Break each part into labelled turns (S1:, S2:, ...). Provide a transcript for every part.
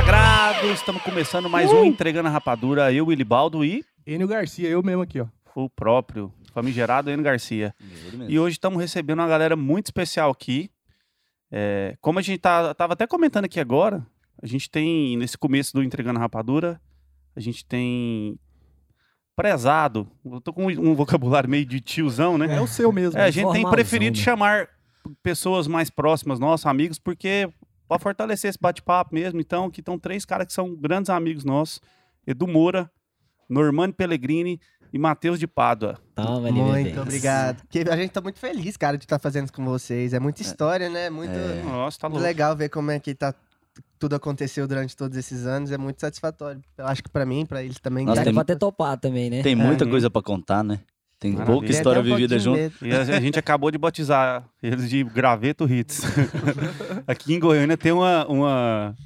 S1: Rapadurados, estamos começando mais um Entregando a Rapadura, eu, Ilibaldo e
S2: Enio Garcia, eu mesmo aqui, ó.
S1: o próprio famigerado Enio Garcia. E hoje estamos recebendo uma galera muito especial aqui. É, como a gente tá, tava até comentando aqui agora, a gente tem, nesse começo do Entregando a Rapadura, a gente tem prezado, eu tô com um vocabulário meio de tiozão, né?
S2: É o seu mesmo.
S1: É, a gente tem
S3: Normalzão,
S1: preferido
S3: né?
S1: chamar pessoas mais próximas, nossos amigos, porque para fortalecer esse bate-papo mesmo. Então, aqui estão três caras que são grandes amigos nossos: Edu Moura, Normani Pellegrini e Matheus de Pádua.
S3: Toma, ali,
S4: Muito
S3: bebês.
S4: obrigado. Porque a gente tá muito feliz, cara, de estar fazendo isso com vocês. É muita história, né? Muito
S3: É.
S1: Nossa, tá louco.
S4: legal ver como é que tá, tudo aconteceu durante todos esses anos. É muito satisfatório. Eu acho que pra mim, pra eles também.
S3: Nós
S4: cara,
S3: temos até topar também, né?
S5: Tem muita
S1: Uhum.
S5: coisa pra contar, né? Tem
S1: Maravilha.
S5: pouca
S4: tem até
S5: história
S4: um
S5: vivida
S4: pouquinho
S5: junto.
S4: medo.
S1: E a a gente acabou de batizar eles de Graveto Hits. aqui em Goiânia tem uma. uma... Não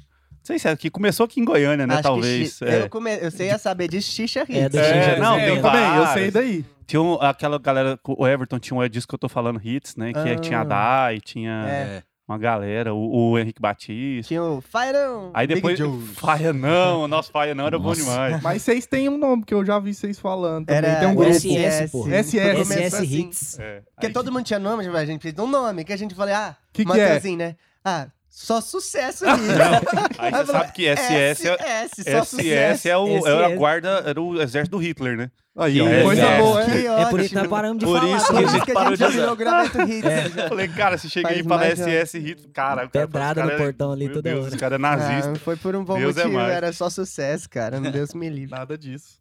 S1: sei se é aqui, começou aqui em Goiânia, né?
S4: Acho que
S1: Talvez.
S4: chi-
S1: É.
S4: Eu, come... eu sei a saber de Xixa
S3: É,
S4: Hits.
S3: do Xixa
S2: É,
S3: Hits.
S2: não, tem
S1: É,
S2: também, eu
S1: vários.
S2: sei daí.
S1: Tinha um- aquela galera, o Everton tinha um disco que eu tô falando, Hits, né? Que
S4: Ah.
S1: tinha a Dai, tinha.
S4: É.
S5: É.
S1: uma galera, o, o Henrique Batista.
S4: Tinha o Fairão.
S1: Aí depois.
S4: Big Joe.
S1: Faia não, nosso Faia não era bom
S5: Nossa.
S1: demais.
S2: Mas vocês têm um nome que eu já vi vocês falando também.
S4: Era
S2: tem um
S3: o
S2: grupo.
S3: SS, pô.
S2: SS.
S4: Começou
S3: SS
S4: assim.
S3: Hits.
S1: É.
S4: Porque
S1: Aí-
S4: todo mundo tinha nome, mas a gente fez um nome. Que a gente falou, ah,
S2: Que é?" que
S4: Mateuzinho, né? Ah, só sucesso Hits.
S1: Aí
S4: Aí
S1: você
S4: fala,
S1: sabe que SS é.
S4: SS, só
S1: SS
S4: sucesso.
S1: é o, era a
S3: SS.
S1: guarda, era o exército do Hitler, né?
S2: Aí, ó,
S1: É,
S2: coisa
S1: é.
S2: boa,
S4: Que
S2: é.
S3: É por isso que nós
S4: Tá ótimo.
S3: paramos de
S5: Por
S3: falar.
S5: isso
S4: tipo, Por
S5: que
S3: pô.
S5: a gente parou de
S4: já
S5: usar.
S4: virou Graveto Hits.
S1: Eu falei, cara, você chega
S4: Faz
S1: aí e fala
S4: mais já.
S1: SS Hitler. Cara, o cara-
S3: Pedrada
S1: os
S3: no
S1: cara- é
S3: portão ali
S1: meu
S3: toda
S1: Deus, é
S3: hora.
S1: Os caras
S4: Ah,
S1: nazistas.
S4: foi por um bom
S1: Deus é
S4: motivo,
S1: mais.
S4: era só sucesso, cara. Meu Deus me livre.
S2: Nada disso.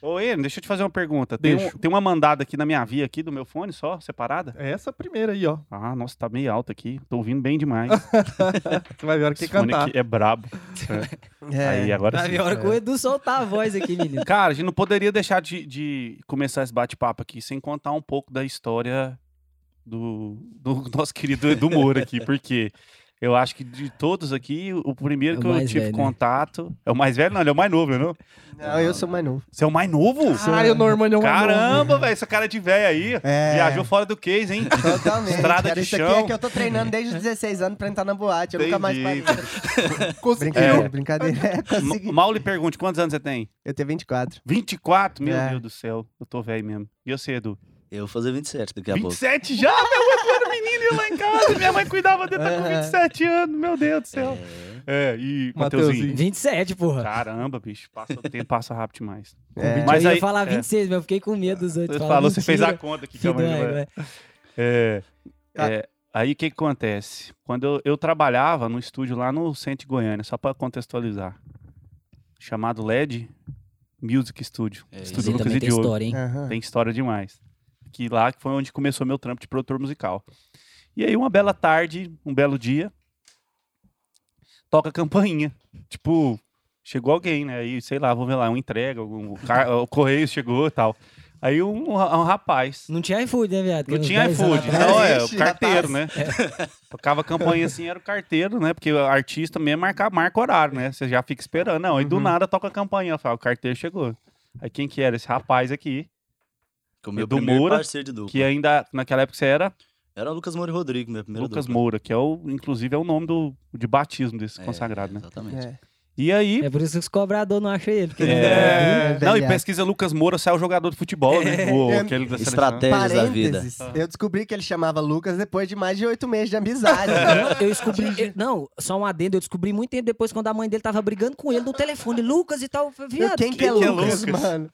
S1: Ô, Enio, deixa eu te fazer uma pergunta. Tem, um-
S2: Deixa.
S1: tem uma mandada aqui na minha via aqui do meu fone só, separada?
S2: É essa primeira aí, ó.
S1: Ah, nossa, tá meio alto aqui. Tô ouvindo bem demais.
S2: Você vai ver a hora que
S1: Esse fone
S2: cantar.
S1: aqui é brabo.
S4: É.
S1: Aí, agora
S3: Vai
S1: sim.
S3: ver a hora que o Edu soltar a voz aqui, menino.
S1: Cara, a gente não poderia deixar de, de começar esse bate-papo aqui sem contar um pouco da história do, do nosso querido Edu Moura aqui, porque eu acho que de todos aqui, o o primeiro
S3: É o
S1: que eu
S3: mais
S1: tive
S3: velho, né?
S1: É o mais velho, não, ele é o mais novo, né, não?
S4: Não, eu sou mais novo.
S1: Você é o mais novo?
S2: Caralho, o Normani é um
S1: Caramba, velho, essa cara de velho aí.
S4: É.
S1: Viajou fora do case, hein?
S4: Totalmente.
S1: Estrada
S4: cara,
S1: de
S4: isso
S1: chão.
S4: aqui é que eu tô treinando desde os 16 anos pra entrar na boate. Eu nunca mais
S1: Entendi.
S4: parei.
S2: Conseguiu.
S4: Brincadeira, brincadeira. É, consegui.
S1: Ma- Mal lhe pergunte, quantos anos você tem?
S4: Eu tenho 24.
S1: 24? Meu
S4: É.
S1: Deus do céu, eu tô velho mesmo. E você, Edu?
S5: Eu vou fazer 27 daqui a pouco.
S1: 27 já, meu Edu era menino e ia lá em casa. Minha mãe cuidava dele, tá com
S4: É.
S1: 27 anos, meu Deus do céu.
S5: É.
S1: É, e Mateuzinho.
S2: Mateuzinho.
S3: 27, porra.
S1: Caramba, bicho, passa, o tempo passa rápido demais.
S4: É.
S1: Mas
S3: eu ia
S1: aí-
S3: falar
S1: é.
S3: 26, mas eu fiquei com medo dos outros.
S1: Você
S3: Falar,
S1: falou, você fez a
S3: mentira, é,
S1: conta aqui,
S3: que
S1: calma aí,
S3: dói, né?
S1: vai.
S3: vai.
S1: É, é, aí o que, que acontece? Quando eu, eu trabalhava no estúdio lá no centro de Goiânia, só para contextualizar, chamado LED Music Studio.
S5: É,
S3: Isso
S1: estúdio
S3: aí
S1: Lucas
S3: também
S1: e
S3: tem
S1: Diogo.
S3: história, hein?
S2: É.
S4: Aham.
S1: Tem história demais. Que lá que foi onde começou meu trampo de produtor musical. E aí, uma bela tarde, um belo dia, toca a campainha. Tipo, chegou alguém, né? Aí, sei lá, vou ver lá, uma entrega, algum car- o correio chegou e tal. Aí, um, um rapaz.
S3: Não tinha iFood, né, viado?
S1: Não tinha iFood,
S4: atrás.
S1: então é, o
S4: Ixi,
S1: carteiro,
S4: rapaz.
S1: né? Tocava a campainha assim, era o carteiro, né? Porque o artista mesmo marca, marca horário, né? Você já fica esperando. Não, aí do nada toca a campainha, fala, o carteiro chegou. Aí quem que era? Esse rapaz aqui,
S5: Com o meu
S1: Edu
S5: primeiro
S1: Moura,
S5: parceiro de dupla.
S1: que é ainda, naquela época você era
S5: Era o Lucas Moura e Rodrigo, meu primeiro
S1: Lucas
S5: dupla.
S1: Moura, que é o, inclusive, é o nome do, de batismo desse
S5: É,
S1: consagrado, né?
S5: Exatamente.
S4: É.
S1: E aí.
S3: É por isso que os cobradores não acham ele. Porque
S4: É,
S1: Não, e
S4: velhaco.
S1: pesquisa Lucas Moura, sai o jogador de futebol, né? O,
S4: É.
S1: aquele da seleção.
S5: Estratégias da vida.
S4: Parênteses, eu descobri que ele chamava Lucas depois de mais de oito meses de amizade.
S3: Não, eu descobri. eu- não, só um adendo. Eu descobri muito tempo depois quando a mãe dele tava brigando com ele no telefone. Lucas e tal. eu falei, Viado,
S4: Quem que é
S1: Quem que é
S4: Lucas,
S1: Lucas?
S4: mano?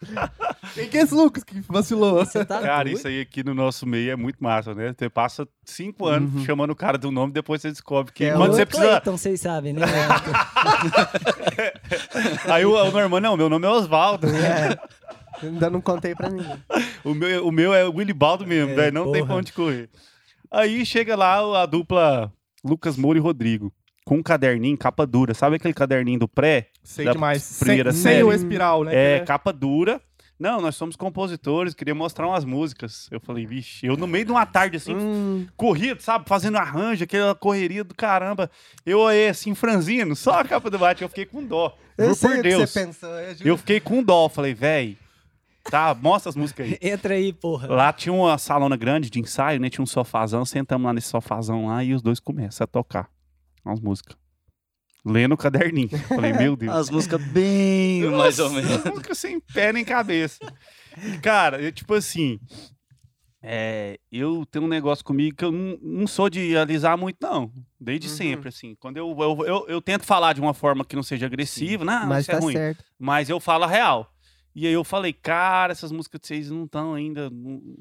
S2: Quem que é esse Lucas que vacilou?
S3: Você tá
S1: Cara,
S5: né?
S3: doido?
S1: isso aí aqui no nosso meio é muito massa, né? Você passa cinco anos chamando o cara do nome, depois você descobre que
S4: Que Uhum. é
S1: quando
S3: Ô,
S1: você precisa.
S3: Clayton, vocês sabem, né?
S1: Aí o, o Norman, não, meu nome é Oswaldo.
S4: É. Ainda não contei pra ninguém.
S1: O meu, o meu é o Willibaldo mesmo,
S3: É,
S1: velho. Não tem
S3: porra.
S1: pra onde correr. Aí chega lá a dupla Lucas Moura e Rodrigo. Com um caderninho, capa dura. Sabe aquele caderninho do pré?
S2: Sei
S1: Da
S2: demais.
S1: primeira
S2: Sem, sem
S1: série.
S2: o espiral, né?
S1: É,
S2: Que
S1: capa dura. Não, nós somos compositores, queria mostrar umas músicas. Eu falei, vixe, eu no meio de uma tarde assim,
S4: Hum,
S1: corrido, sabe? Fazendo arranjo, aquela correria do caramba. Eu aí, assim, franzino, só a capa do Batman, eu fiquei com dó.
S4: eu
S1: Juro
S4: sei
S1: por
S4: o que
S1: Deus.
S4: você pensou. Eu juro.
S1: Eu fiquei com dó, falei, véi, tá, mostra as músicas aí.
S3: Entra aí, porra.
S1: Lá tinha uma salona grande de ensaio, né? Tinha um sofazão, sentamos lá nesse sofazão lá e os dois começam a tocar umas músicas. lendo o caderninho. Falei, meu Deus.
S5: As músicas bem mais ou
S1: Nossa,
S5: menos.
S1: Nunca sem pé nem cabeça. E, Cara, eu, tipo assim. é, eu tenho um negócio comigo que eu não, não sou de alisar muito, não. Desde
S4: Uhum.
S1: sempre, assim. Quando eu, eu, eu, eu tento falar de uma forma que não seja agressiva, não,
S4: mas
S1: isso é
S4: tá
S1: ruim.
S4: certo.
S1: Mas eu falo a real. E aí eu falei, cara, essas músicas de vocês não estão ainda no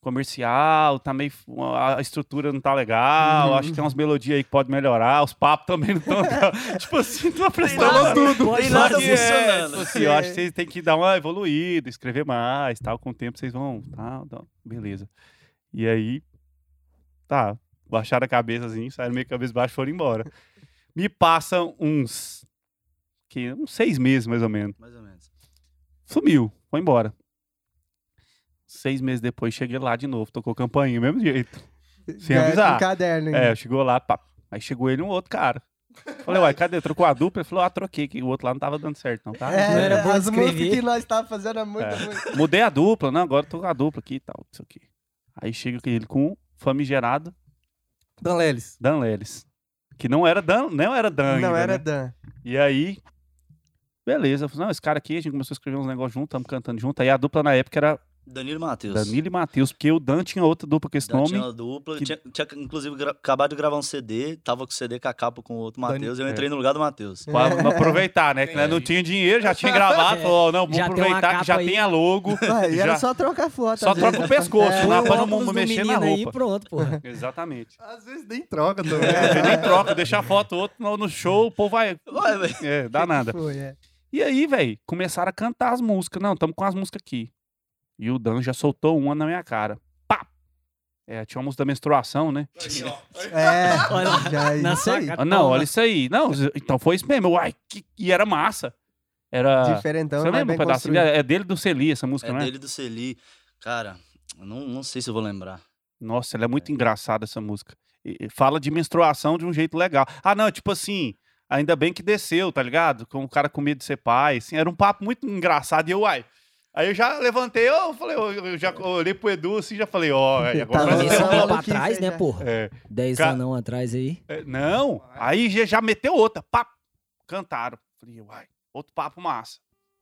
S1: comercial, tá meio. A estrutura não tá legal, acho
S5: Uhum.
S1: que tem umas melodias aí que pode melhorar, os papos também não estão. tipo assim, não prestando.
S2: Falou tudo.
S3: Pode
S5: Tem nada
S1: Só que é,
S5: funcionando.
S1: tipo assim, eu acho que vocês têm que dar uma evoluída, escrever mais, tal. Com o tempo vocês vão, tal, tal. Beleza. E aí, tá, baixaram a cabeça assim, saíram meio cabeça baixa e foram embora. Me passam uns, que, uns seis meses mais ou menos.
S5: Mais ou menos.
S1: Sumiu, foi embora. Seis meses depois, cheguei lá de novo, tocou campainha, mesmo jeito. Sem
S4: Ganha
S1: avisar.
S4: Com caderno, hein?
S1: É, chegou lá, pá. Aí chegou ele e um outro cara. Falei, uai, cadê? Trocou a dupla? Ele falou, ah, troquei, que o outro lá não tava dando certo, não, tá?
S4: É,
S3: era bom
S4: as músicas
S3: escrever.
S4: que nós tava fazendo era muito
S1: É.
S4: ruim.
S1: Mudei a dupla, não, agora tô com a dupla aqui e tal, isso aqui. Aí chega ele com o famigerado
S2: Dan Lelis.
S1: Dan Lelis. Que não era Dan, não era Dan
S4: Não,
S1: ainda,
S4: era
S1: né?
S4: Dan.
S1: E aí, beleza. Eu falei, não, esse cara aqui, a gente começou a escrever uns negócios junto, tamo cantando junto. Aí a dupla na época era
S5: Danilo e Matheus.
S1: Danilo e Matheus, porque o Dan tinha outra dupla com esse
S5: Da-
S1: nome.
S5: Tinha uma dupla,
S1: que-
S5: tinha, tinha, inclusive gra- acabado de gravar um CD, tava com o CD com a capa com o outro
S2: Dani-
S5: Matheus, eu
S1: é.
S5: entrei no lugar do Matheus.
S1: Pra não aproveitar, né? Que nós não tinha dinheiro, já tinha gravado.
S3: É.
S1: Falou, ó, não, vamos
S3: Já tem uma
S1: aproveitar que já
S3: capa aí.
S1: tem a logo.
S4: Ah, e
S1: já-
S4: era só trocar foto.
S1: Só
S4: às vezes,
S1: troca o
S4: né?
S1: pescoço,
S4: É,
S1: lá pra não
S3: óculos do
S1: mexer na
S3: menino aí,
S1: roupa.
S3: pronto, porra.
S1: Exatamente.
S2: Às vezes nem troca, Dan.
S1: Você nem troca, deixa a foto outro no- no show, o povo vai.
S5: Vai, velho.
S1: É, dá nada.
S4: Foi, é.
S1: E aí, velho, começaram a cantar as músicas. Não, estamos com as músicas aqui. E o Dan já soltou uma na minha cara. Pá! É, tinha uma música da menstruação, né?
S4: É,
S3: Olha lá,
S4: já
S3: na
S4: isso aí.
S3: saca-
S1: Ah, não, olha isso aí. Não, z- então foi isso mesmo. Uai, que- e era massa. Era.
S4: Diferentão,
S1: Você
S4: mas
S1: lembra um
S4: bem
S1: pedacinho?
S4: construído.
S1: É é dele do Celi, essa música,
S5: É
S1: não é?
S5: dele e do Celi. Cara, eu não, não sei se eu vou lembrar.
S1: Nossa, ela é muito engraçada essa música. E- e fala de menstruação de um jeito legal. Ah, não, tipo assim, ainda bem que desceu, tá ligado? Com o cara com medo de ser pai, assim, era um papo muito engraçado. E eu, uai. Aí eu já levantei, eu falei, eu, eu já olhei pro Edu assim, já falei, ó, velho, agora
S4: Tá
S1: nós
S4: vendo?
S1: temos-
S3: Começou um
S4: Olha
S3: tempo
S4: o que
S3: atrás,
S4: fez,
S3: né,
S4: né?
S3: porra?
S1: É,
S3: 10
S1: Ca-
S3: anos atrás aí.
S1: é, não, aí já, já meteu outra, pá, cantaram. Falei, uai, outro papo massa.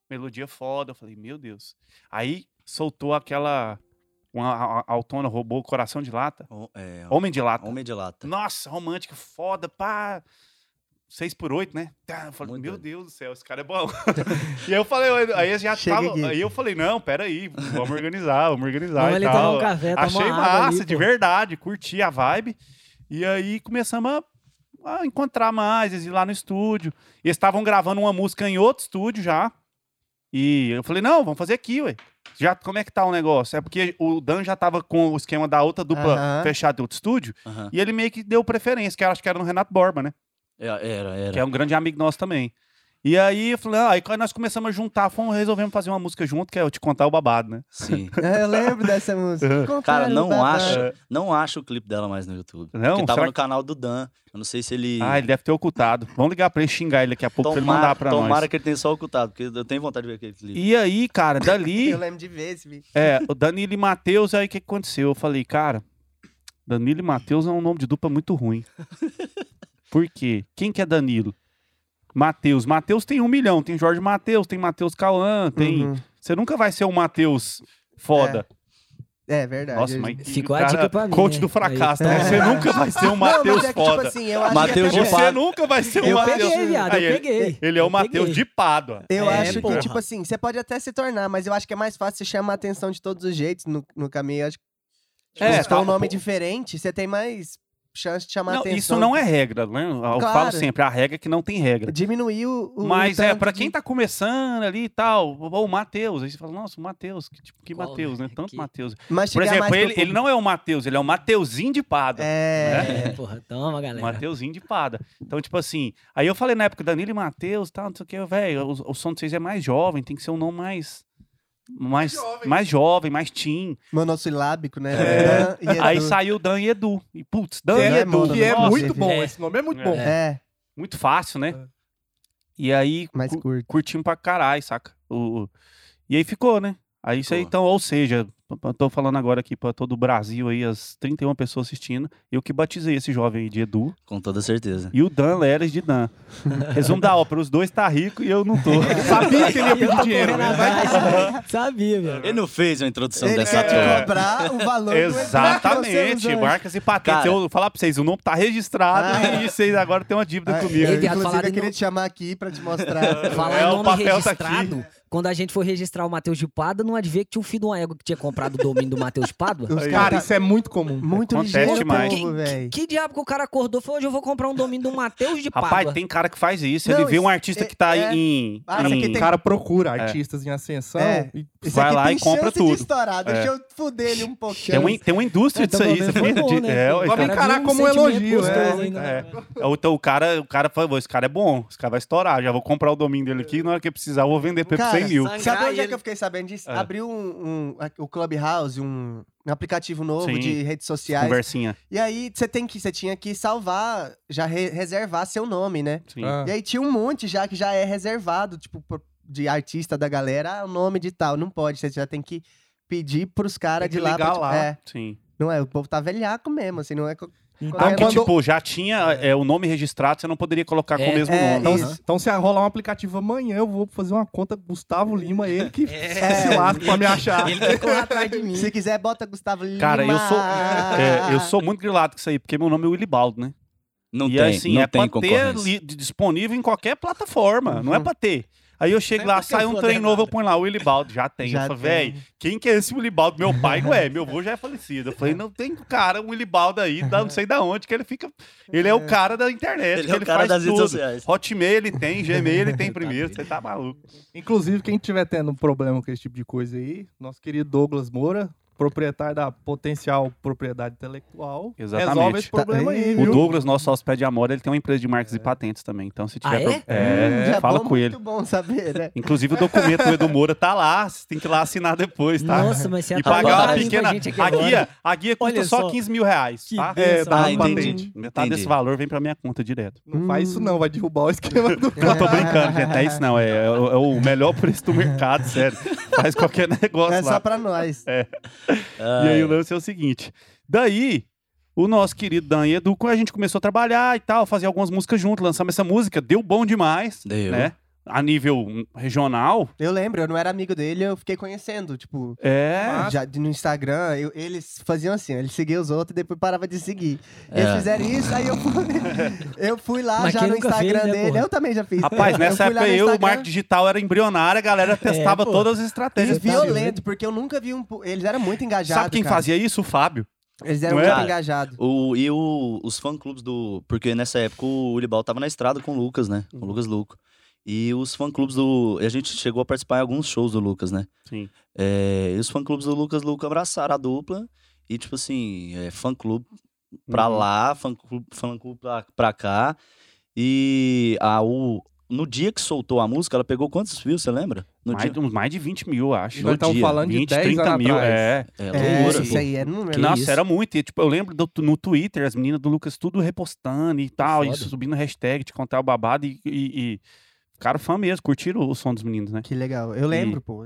S1: Melodia foda, eu falei, meu Deus. Aí soltou aquela, uma a- a- autona roubou o coração de lata,
S5: O- é,
S1: homem de lata.
S5: Homem de Lata.
S1: Nossa, romântico, foda, pá. 6 por 8 né? Tá, Eu falei,
S5: Muito
S1: meu
S5: doido.
S1: Deus do céu, esse cara é bom. e aí eu falei, aí eu já
S4: Chega
S1: tava.
S4: aqui.
S1: Aí eu falei, não, peraí, vamos organizar, vamos organizar.
S3: Vamos
S1: e
S3: ali tomar
S1: tal.
S3: um café, tomar
S1: Achei
S3: uma água
S1: massa,
S3: ali,
S1: de
S3: pô.
S1: verdade, curti a vibe. E aí começamos a, a encontrar mais, eles ir lá no estúdio. E eles estavam gravando uma música em outro estúdio já. E eu falei, não, vamos fazer aqui, ué. Já, como é que tá o negócio? É porque o Dan já tava com o esquema da outra dupla
S4: Aham.
S1: fechada em outro estúdio.
S5: Aham.
S1: E ele meio que deu preferência, que eu acho que era no Renato Borba, né?
S5: É, Era,
S1: Que é
S5: era.
S1: um grande amigo nosso também. E aí, eu falei, ah, aí quando nós começamos a juntar, fomos, resolvemos fazer uma música junto, que é o Te Contar o Babado, né?
S5: Sim.
S4: É, eu lembro dessa música.
S5: Cara,
S4: Compara o
S5: não
S4: babado.
S5: acho, não acho o clipe dela mais no YouTube.
S1: Não?
S5: Porque tava
S1: Será
S5: no
S1: que-
S5: canal do Dan. Eu não sei se ele.
S1: Ah, ele deve ter ocultado. Vamos ligar pra ele, xingar ele daqui a pouco, pra ele mandar pra
S5: tomara
S1: nós.
S5: que ele tenha só ocultado, porque eu tenho vontade de ver aquele clipe.
S1: E aí, cara, dali,
S4: Eu lembro de ver esse vídeo.
S1: é, o Danilo e Matheus, aí o que aconteceu? Eu falei, cara, Danilo e Matheus é um nome de dupla muito ruim. Por quê? Quem que é Danilo? Matheus. Matheus tem um milhão. Tem Jorge Matheus, tem Matheus Cauã, tem...
S4: Uhum.
S1: Você nunca vai ser um Matheus foda.
S4: É verdade.
S1: Nossa,
S4: hoje-
S1: mas
S3: Ficou a
S1: cara,
S3: dica pra mim,
S1: Coach
S3: né?
S1: do fracasso. né?
S4: Aí.
S1: Você nunca vai ser um Matheus
S4: não, mas é que,
S1: foda.
S4: Tipo assim, eu acho
S5: Mateus
S4: que até
S5: de
S4: mesmo-
S1: Você nunca vai ser um
S3: Eu
S1: Matheus.
S3: peguei, viado,
S1: Aí
S3: eu
S1: ele-
S3: peguei.
S1: Ele é o
S3: Eu
S1: Matheus de
S3: peguei.
S1: Pádua.
S4: Eu
S3: É,
S4: acho
S3: porra.
S4: que, tipo assim, você pode até se tornar, mas eu acho que é mais fácil você chamar a atenção de todos os jeitos no, no caminho. Eu acho que tipo,
S1: É,
S4: se for um
S1: tá-
S4: nome diferente, você tem mais chance de chamar
S1: Não,
S4: atenção.
S1: isso não é regra, né? Eu falo
S4: Claro.
S1: sempre, a regra é que não tem regra.
S4: Diminuiu o.
S1: Mas é,
S4: tanto
S1: pra
S4: de-
S1: quem tá começando ali e tal, ou o Matheus, aí você fala, nossa, o Matheus, que, tipo, que
S3: Qual,
S1: Matheus, né?
S3: né?
S1: Tanto
S3: Que-
S1: Matheus.
S4: Mas
S1: Por
S4: chegar
S1: exemplo,
S4: mais pro
S1: ele, ele não é o Matheus, ele é o Mateuzinho de Pádua.
S4: É.
S3: É, porra, toma, galera.
S1: Mateuzinho de Pada. Então, tipo assim, aí eu falei na época, Danilo e Mateus, tal, não sei o que, velho, o, o som de vocês é mais jovem, tem que ser um nome mais. Mais, mais jovem,
S2: Jovem.
S1: mais, jovem, mais teen.
S4: Monossilábico, né?
S1: É.
S4: Dan e
S1: Aí
S4: Edu.
S1: saiu Dan e Edu. E putz, Dan
S2: Que
S1: e
S4: Ele
S2: é,
S1: Edu.
S4: mono,
S2: que é
S1: nossa,
S2: muito bom.
S3: É.
S2: Esse nome é muito
S1: É.
S2: bom.
S4: É,
S1: Muito fácil, né? E aí,
S4: mais
S1: cu-
S4: curto.
S1: curtimos pra caralho, saca? O, o- E aí ficou, né? Aí isso aí,
S5: Ficou.
S1: então, ou seja, eu tô falando agora aqui pra todo o Brasil aí, as 31 pessoas assistindo, eu que batizei esse jovem aí de Edu
S5: Com toda certeza.
S1: e o Dan Leres de Dan. Resumo da ópera, os dois tá rico e eu não tô. Sabia que ele ia
S3: Eu
S1: pedir
S3: tô
S1: dinheiro. né?
S3: correndo atrás. Sabia, velho.
S5: Ele não fez uma introdução
S2: Ele
S1: é
S5: dessa
S2: quer
S5: atual.
S2: te cobrar o valor do
S1: Exatamente, marcas e patentes.
S5: Cara.
S1: Eu vou falar pra vocês, o nome tá registrado e vocês agora têm uma dívida
S4: Ah,
S1: comigo.
S3: é,
S1: hein?
S3: viado,
S4: Inclusive,
S3: falar
S4: eu
S3: de
S4: queria
S3: novo.
S4: te chamar aqui pra te mostrar.
S3: Falar
S1: É, o
S3: em nome
S1: papel tá aqui.
S3: registrado, quando a gente for registrar o Matheus de Pádua, não adivinha que tinha um filho de uma égua que tinha comprado o domínio do Matheus de Pádua?
S4: Os
S1: Aí.
S2: Cara,
S4: caras
S2: isso é muito comum.
S4: muito
S1: Acontece
S4: ligeiro,
S1: demais.
S4: povo, velho.
S3: Que diabo que o cara acordou? Falou, hoje eu vou comprar um domínio do Matheus de Pádua.
S1: Rapaz, tem cara que faz isso.
S4: Não,
S1: ele vê um
S4: isso-
S1: artista
S4: é-
S1: que tá
S4: é-
S1: em.
S4: Ah, isso
S1: em-
S4: aqui
S2: O
S4: tem-
S2: cara procura artistas em ascensão
S4: É.
S2: e
S4: Isso
S1: Vai
S4: aqui
S1: lá
S4: tem
S1: e compra
S4: chance
S1: tudo.
S4: De estourar. Deixa
S1: É.
S4: eu fuder ele um
S1: Tem
S4: pouquinho.
S1: uma, tem uma indústria
S3: Então,
S1: disso aí,
S3: pelo
S1: sabia?
S3: menos foi bom,
S1: De-
S3: né?
S1: é,
S3: Tem
S1: então,
S2: Vamos
S3: cara
S2: encarar
S3: viu um
S2: como um
S3: sentimento
S2: elogio,
S3: gostoso
S2: é.
S3: ainda,
S1: é.
S3: né?
S1: Ou então o cara, o cara falou, esse cara é bom, esse cara vai estourar, já vou comprar o domínio dele aqui, na hora que eu precisar eu vou vender pra ele por
S4: Cara,
S1: 100 mil.
S3: sai-
S4: Sabe
S3: Sangrar
S4: onde é
S3: ele.
S4: que eu fiquei sabendo disso?
S1: É.
S4: Abriu um, um- a- o Clubhouse, um, um aplicativo novo
S1: Sim.
S4: de redes sociais.
S1: Conversinha.
S4: E aí você tem que, você tinha que salvar, já re- reservar seu nome, né?
S1: Sim.
S2: Ah.
S4: E aí tinha um monte já que já é reservado, tipo, por- de artista da galera, ah, o nome de tal. Não pode, você já tem que pedir pros caras
S2: Tem que
S4: de lá.
S2: ligar
S4: pra-
S2: lá.
S4: É,
S1: Sim.
S4: não é, o povo tá velhaco mesmo, assim, não é... co-
S2: Então,
S1: Ah,
S4: Qualquer-
S1: que,
S2: quando-
S1: tipo, já tinha é, o nome registrado, você não poderia colocar com
S3: É,
S1: o mesmo
S4: é,
S1: nome.
S2: Então,
S4: Isso.
S2: então se rolar um aplicativo amanhã, eu vou fazer uma conta Gustavo Lima, ele que
S3: É.
S2: se lasca pra me achar.
S3: Ele quer correr atrás de mim.
S4: Se quiser, bota Gustavo Lima.
S1: Cara, eu sou, é, eu sou muito grilado com isso aí, porque meu nome é Willibaldo, né?
S5: Não
S1: e
S5: tem,
S1: assim,
S5: não
S1: é
S5: tem
S1: pra ter
S5: concorrência.
S1: li- disponível em qualquer plataforma, não é
S4: Uhum.
S1: pra ter. Aí eu chego
S2: Não é
S1: lá,
S2: porque
S1: sai
S2: eu
S1: um
S2: sou
S1: trem
S2: danado.
S1: novo, eu ponho lá, Willibaldo, já tem.
S4: Já
S1: eu falei,
S4: tem.
S1: véi, quem que é esse Willibaldo? Meu pai não é, meu avô já é falecido. Eu falei, não tem cara, um Willibaldo aí, da não sei da onde, que ele fica... Ele é o cara da internet,
S5: Ele
S1: que
S5: é o cara
S1: faz
S5: das redes
S1: tudo.
S5: sociais.
S1: Hotmail ele tem, Gmail ele tem primeiro, você tá maluco.
S2: Inclusive, quem tiver tendo um problema com esse tipo de coisa aí, nosso querido Douglas Moura, proprietário da potencial propriedade intelectual,
S1: Exatamente.
S2: resolve esse
S1: Tá-
S2: problema aí,
S1: O
S2: viu?
S1: Douglas, nosso sócio pé de amor, ele tem uma empresa de marcas e patentes também, então se tiver...
S3: Ah, é?
S1: pro- é,
S4: Hum, Já
S1: fala
S4: bom,
S1: com ele.
S4: Muito bom saber, né?
S1: Inclusive o documento do Edu Moura tá lá, você tem que ir lá assinar depois, tá?
S3: Nossa, mas você
S1: e
S3: tá
S1: pagar uma
S3: falando
S1: pequena.
S3: com a gente aqui
S1: A
S3: agora.
S1: guia, a guia custa
S3: Olha
S1: só
S3: só.
S1: 15 mil reais.
S3: Que
S1: Tá?
S2: É,
S3: benção.
S2: dá
S5: Ah,
S2: uma
S5: entendi.
S2: patente.
S1: Metade
S5: Entendi.
S1: desse valor vem pra minha conta direto.
S2: Não faz isso não, vai derrubar o esquema do
S1: Eu tô brincando, gente. É isso não. É, é o- é o melhor preço do mercado, sério. Faz qualquer negócio
S4: É
S1: lá.
S4: só pra nós.
S5: Ah,
S1: E aí o lance é o seguinte. Daí, o nosso querido Dan e Edu, quando a gente começou a trabalhar e tal, fazer algumas músicas junto, lançamos essa música, deu bom demais,
S5: Deu.
S1: né? A nível hum, regional,
S4: Eu lembro, eu não era amigo dele, eu fiquei conhecendo, tipo...
S1: é...
S2: Massa.
S4: Já de- no Instagram, eu- eles faziam assim, eles seguiam os outros e depois parava de seguir. Eles
S5: É.
S4: fizeram isso, aí eu fui, eu fui lá
S3: Mas
S4: já
S3: quem
S4: no
S3: nunca
S4: Instagram
S3: fez, né,
S4: dele.
S3: porra?
S4: eu também já fiz.
S1: Rapaz, nessa
S4: fui lá
S1: época
S4: no
S1: eu, o
S4: Instagram,
S1: marketing digital era embrionário, a galera testava
S3: pô.
S1: todas as estratégias.
S4: é Violento, porque eu nunca vi um... po- Eles eram muito engajados,
S1: Sabe quem
S4: cara.
S1: fazia isso? O Fábio.
S4: Eles eram
S1: Não
S4: muito
S5: era?
S4: engajados.
S5: O, e o- os fã-clubes do... Porque nessa época o Ulibal tava na estrada com o Lucas, né?
S4: Uhum.
S5: Com o Lucas Luco. E os fã-clubes do... e A gente chegou a participar em alguns shows do Lucas, né?
S1: Sim.
S5: É, e os fã-clubes do Lucas Luco abraçaram a dupla. E tipo assim, é, fã-clube pra
S1: Uhum.
S5: lá, fã-clube fã -clube pra, pra cá. E a, o, no dia que soltou a música, ela pegou quantos views, você lembra? No
S1: mais,
S5: dia...
S1: uns mais de 20 mil, acho.
S5: No
S2: Nós estamos
S5: dia,
S2: falando de
S1: 20,
S2: 10
S1: 30
S2: anos
S1: mil.
S2: atrás.
S1: É.
S5: É
S4: É,
S5: loucura,
S4: isso
S5: pô.
S4: aí é número.
S1: Nossa,
S3: isso?
S1: era muito. E, tipo, eu lembro do- no Twitter, as meninas do Lucas tudo repostando e tal, e
S3: foda.
S1: subindo hashtag, de contar o babado e. e, e... Ficaram fã mesmo, curtiram o som dos meninos, né?
S4: Que legal. Eu lembro, pô.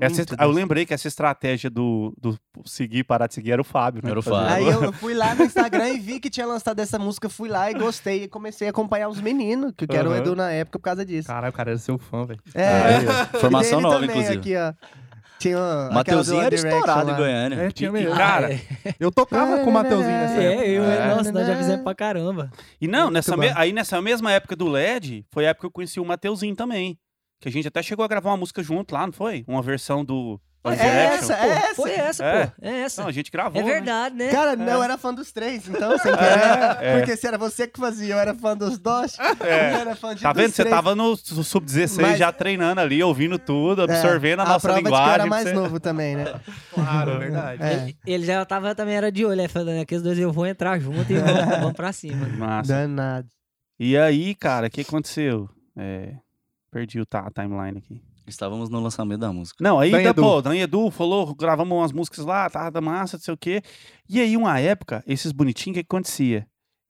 S1: Essa-
S4: muito
S1: eu
S4: disso.
S1: lembrei que essa estratégia do, do seguir e parar de seguir era o Fábio, né?
S5: Era o
S1: que fazia.
S5: Fábio.
S4: Aí eu fui lá no Instagram e vi que tinha lançado essa música, fui lá e gostei. E comecei a acompanhar os meninos, que eu quero o
S1: Aham.
S4: Edu na época por causa disso.
S2: Caralho, o cara era seu fã, velho.
S4: É,
S5: Formação
S4: Dele
S5: nova,
S4: também,
S5: inclusive.
S4: Aqui, ó. Tinha aquela do
S5: Mateuzinho
S4: One
S5: era
S4: Direction
S5: estourado em
S4: lá.
S5: Goiânia.
S2: É, tinha
S1: E-
S2: mesmo.
S1: e, cara,
S2: Eu tocava com o Mateuzinho nessa época.
S3: É, eu,
S1: É.
S3: nossa, nós já fizemos pra caramba.
S1: E não,
S4: Muito
S1: nessa me-
S4: bom.
S1: aí nessa mesma época do LED, foi a época que eu conheci o Mateuzinho também. Que a gente até chegou a gravar uma música junto lá, não foi? Uma versão do
S4: É
S1: One Direction.
S4: essa, é essa.
S3: Foi essa,
S1: É.
S3: pô. É essa.
S1: Não, a gente gravou.
S3: é verdade, né?
S4: Cara, não, eu era fã dos três, então, sem querer.
S1: É, é.
S4: Porque se era você que fazia, eu era fã dos dois. Eu era fã
S1: Né?
S4: de
S1: Tá
S4: dos
S1: vendo? Você
S4: três.
S1: tava no su- sub-16
S4: Mas-
S1: já treinando ali, ouvindo tudo, absorvendo
S4: É,
S1: a nossa
S4: prova
S1: linguagem.
S4: De que eu era
S1: pra
S4: mais
S1: você-
S4: novo também, né?
S2: Claro, é verdade.
S4: É.
S3: Ele, ele já tava também era de olho, né? Falando, aqueles dois eu vou entrar junto e vamos, vamos pra cima.
S1: Massa.
S4: Danado.
S1: E aí, cara, o que aconteceu? É, Perdi o ta- a timeline aqui.
S5: Estávamos no lançamento da música.
S1: Não, aí
S2: Dan e
S1: da,
S2: Edu.
S1: pô, Dan e Edu falou, tá, gravamos umas músicas lá, tava massa, não sei o quê. E aí, uma época, esses bonitinhos, o que que acontecia?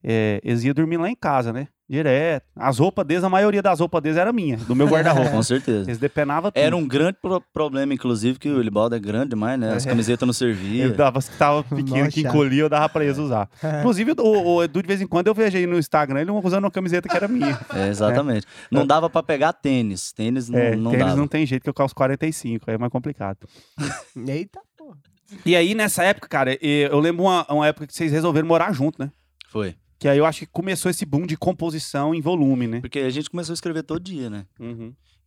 S1: é, eles iam dormir lá em casa, né? Direto. As roupas deles, a maioria das roupas deles era minha, do meu guarda-roupa.
S5: Com certeza.
S1: Eles depenavam tudo.
S5: É, Era um grande pro- problema, inclusive, que o Ilibaldo é grande demais, né? As
S1: É.
S5: camisetas não serviam.
S1: Eu dava as que tava pequeno, que
S4: Nossa.
S1: encolhia, eu dava pra
S5: É.
S1: eles usar. Inclusive, o, o Edu, de vez em quando, eu vejo aí no Instagram, ele usando uma camiseta que era minha.
S5: É, exatamente. Não dava pra pegar tênis. Tênis não,
S1: É,
S5: não
S1: tênis
S5: dava.
S1: não tem jeito, que eu calço 45, aí é mais complicado.
S4: Eita, porra.
S1: E aí, nessa época, cara, e- eu lembro uma, uma época que vocês resolveram morar junto, né?
S5: Foi.
S1: Que aí eu acho que começou esse boom de composição em volume, né?
S5: Porque a gente começou a escrever todo dia, né?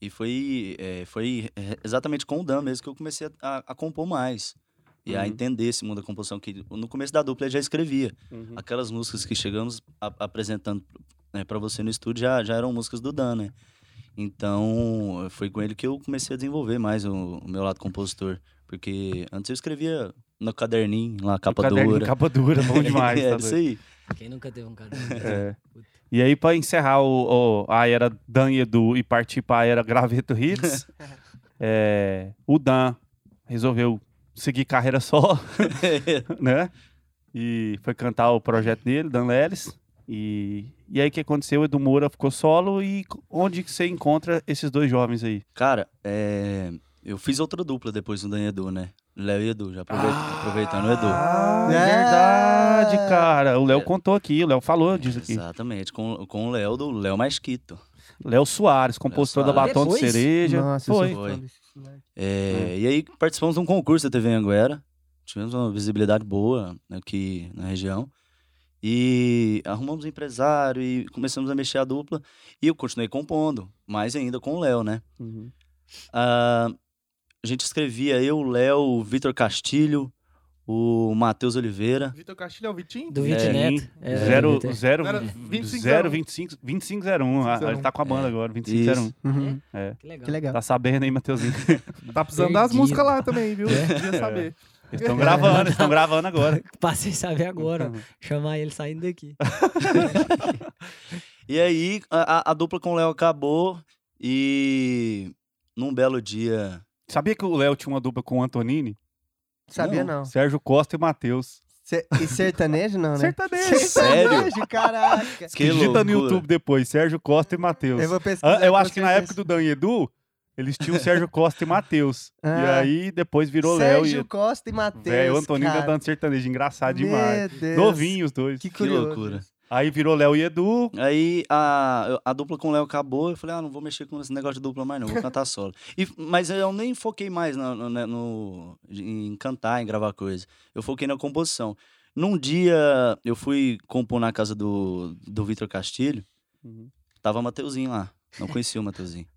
S5: E foi, é, foi é, exatamente com o Dan mesmo que eu comecei a, a- a compor mais. E a
S1: Uhum.
S5: entender esse mundo da composição. Que no começo da dupla eu já escrevia.
S1: Uhum.
S5: Aquelas músicas que chegamos a- apresentando né, para você no estúdio já, já eram músicas do Dan, né? Então, foi com ele que eu comecei a desenvolver mais o, o meu lado compositor. Porque antes eu escrevia no caderninho, lá, capa
S1: Caderninho,
S5: dura.
S1: Capa dura, bom demais.
S5: é,
S1: tá
S5: isso
S1: doido?
S5: aí.
S3: Quem nunca teve um caderno?
S1: É. E aí, pra encerrar o, o- a era Dan e Edu e partir pra era Graveto Hits, é, o Dan resolveu seguir carreira só, né? E foi cantar o projeto dele, Dan Lelis. E, e aí, o que aconteceu? O Edu Moura ficou solo. E c- onde que você encontra esses dois jovens aí?
S5: Cara, é, eu fiz outra dupla depois do Dan e Edu, né? Léo e Edu, já aproveita- aproveitando o Edu. É.
S1: Ah,
S4: É.
S1: verdade, cara. O Léo contou aqui, o Léo falou disso aqui.
S5: Exatamente, com, com o Léo do Léo Masquito.
S1: Léo Soares, compositor da
S5: Soares.
S1: Batom de
S3: Depois?
S1: Cereja.
S4: Nossa,
S1: foi.
S4: eu sou fã
S5: Foi.
S4: desse moleque.
S5: É, E aí participamos de um concurso da TV Anguera. Tivemos uma visibilidade boa aqui na região. E arrumamos um empresário e começamos a mexer a dupla. E eu continuei compondo, mais ainda com o Léo, né?
S1: Uhum.
S5: Ah, a gente escrevia eu, o Léo, o Vitor Castilho, o Matheus Oliveira.
S2: Vitor Castilho é o Vitinho?
S3: Do Vinte
S5: É.
S3: Neto. É,
S1: Zero-
S3: do Vinte-
S1: zero-
S2: Era 2501.
S1: zero 25 2501. Ah,
S5: um.
S1: Ele tá com a banda agora, 2501.
S4: Uhum,
S3: Que legal.
S4: Que legal.
S1: Tá sabendo aí, Matheusinho?
S2: Tá precisando das
S3: Perdido.
S2: músicas lá também, viu?
S3: É.
S2: Queria saber.
S1: Eles estão gravando, eles estão gravando agora.
S3: Passei a saber agora. ó. Chamar ele saindo daqui.
S5: E aí a, a- a dupla com o Léo acabou e num belo dia.
S1: Sabia que o Léo tinha uma dupla com o Antonini?
S4: Sabia não.
S1: Sérgio Costa e Matheus.
S4: Ser- E sertanejo não, né?
S2: Sertanejo.
S5: Sério?
S4: Sertanejo, caraca.
S5: Que
S1: Digita no
S5: loucura.
S1: YouTube depois, Sérgio Costa e Matheus.
S4: Eu vou
S1: Ah,
S4: pesquisar.
S1: Eu
S4: com
S1: acho que na
S4: certeza.
S1: época do Dan e Edu, eles tinham Sérgio Costa e Matheus. E
S4: Ah.
S1: aí depois virou Léo
S4: Sérgio
S1: e
S4: Costa e Matheus.
S1: Véi, o Antoninho
S4: cara.
S1: cantando sertanejo, engraçado
S4: Meu
S1: demais.
S4: Deus.
S1: Novinhos os dois.
S4: Que
S5: Que
S4: curioso.
S5: loucura.
S1: Aí virou Léo e Edu.
S5: Aí a, eu- a dupla com o Léo acabou, eu falei, ah, não vou mexer com esse negócio de dupla mais não, vou cantar solo. E, mas eu nem foquei mais na- no, né, no- em cantar, em gravar coisa. Eu foquei na composição. Num dia, eu fui compor na casa do, do Vitor Castilho,
S3: Uhum.
S5: tava o Mateuzinho lá, não conhecia o Mateuzinho.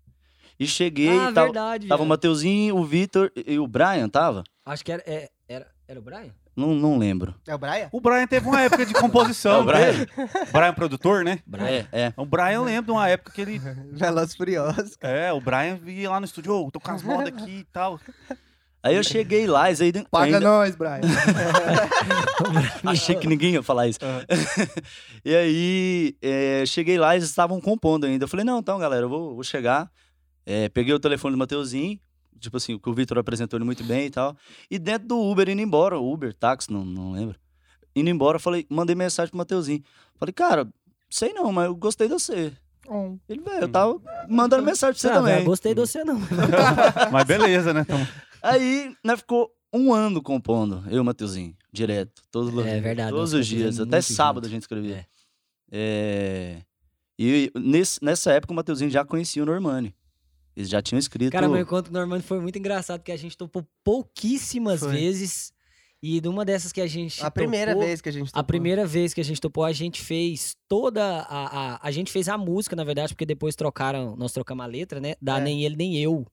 S5: E cheguei,
S3: ah,
S5: tava,
S3: verdade.
S5: tava o
S3: viado.
S5: Mateuzinho, o Vitor e e o Brian, tava?
S3: Acho que era, é- era, era o Brian?
S5: Não, não lembro.
S4: É o Brian?
S1: O Brian teve uma época de
S5: É
S1: composição.
S5: o Brian?
S1: né? Brian é produtor, né?
S3: Brian.
S5: É, é.
S1: O Brian eu lembro de uma época que ele.
S4: Velas Furiosos.
S1: É, o Brian ia lá no estúdio, ô, tô com as modas aqui e tal.
S5: Aí eu cheguei lá, e aí
S2: Paga
S5: ainda-
S2: nós, Brian.
S5: Achei que ninguém ia falar isso. e aí, é, cheguei lá, eles estavam compondo ainda. Eu falei, não, então, galera, eu vou, vou chegar. É, peguei o telefone do Mateuzinho, tipo assim, que o Vitor apresentou ele muito bem e tal. E dentro do Uber, indo embora, Uber, táxi, não, não lembro. Indo embora, eu falei, mandei mensagem pro Mateuzinho. Falei, cara, sei não, mas eu gostei de você.
S2: Hum.
S5: Ele, velho, eu tava mandando mensagem pra você
S3: Ah,
S5: também.
S3: velho, gostei de você, não.
S1: Mas beleza, né? Então,
S5: Aí, né, ficou um ano compondo, eu e o Mateuzinho, direto. Todos,
S3: É verdade,
S5: Todos
S3: nós
S5: os dias,
S3: fazemos
S5: até
S3: muito
S5: sábado
S3: junto.
S5: a gente escrevia. É. E nesse- nessa época o Mateuzinho já conhecia o Normani. Eles já tinham escrito.
S3: Cara, meu encontro com o Normando foi muito engraçado, porque a gente topou pouquíssimas
S4: Foi.
S3: vezes. E de uma dessas que a gente.
S4: A primeira
S3: topou-
S4: vez que a gente
S3: A
S4: tocou.
S3: primeira vez que a gente topou, a gente fez toda a, a. A gente fez a música, na verdade, porque depois trocaram. Nós trocamos a letra, né? Da
S4: É.
S3: Nem Ele Nem Eu.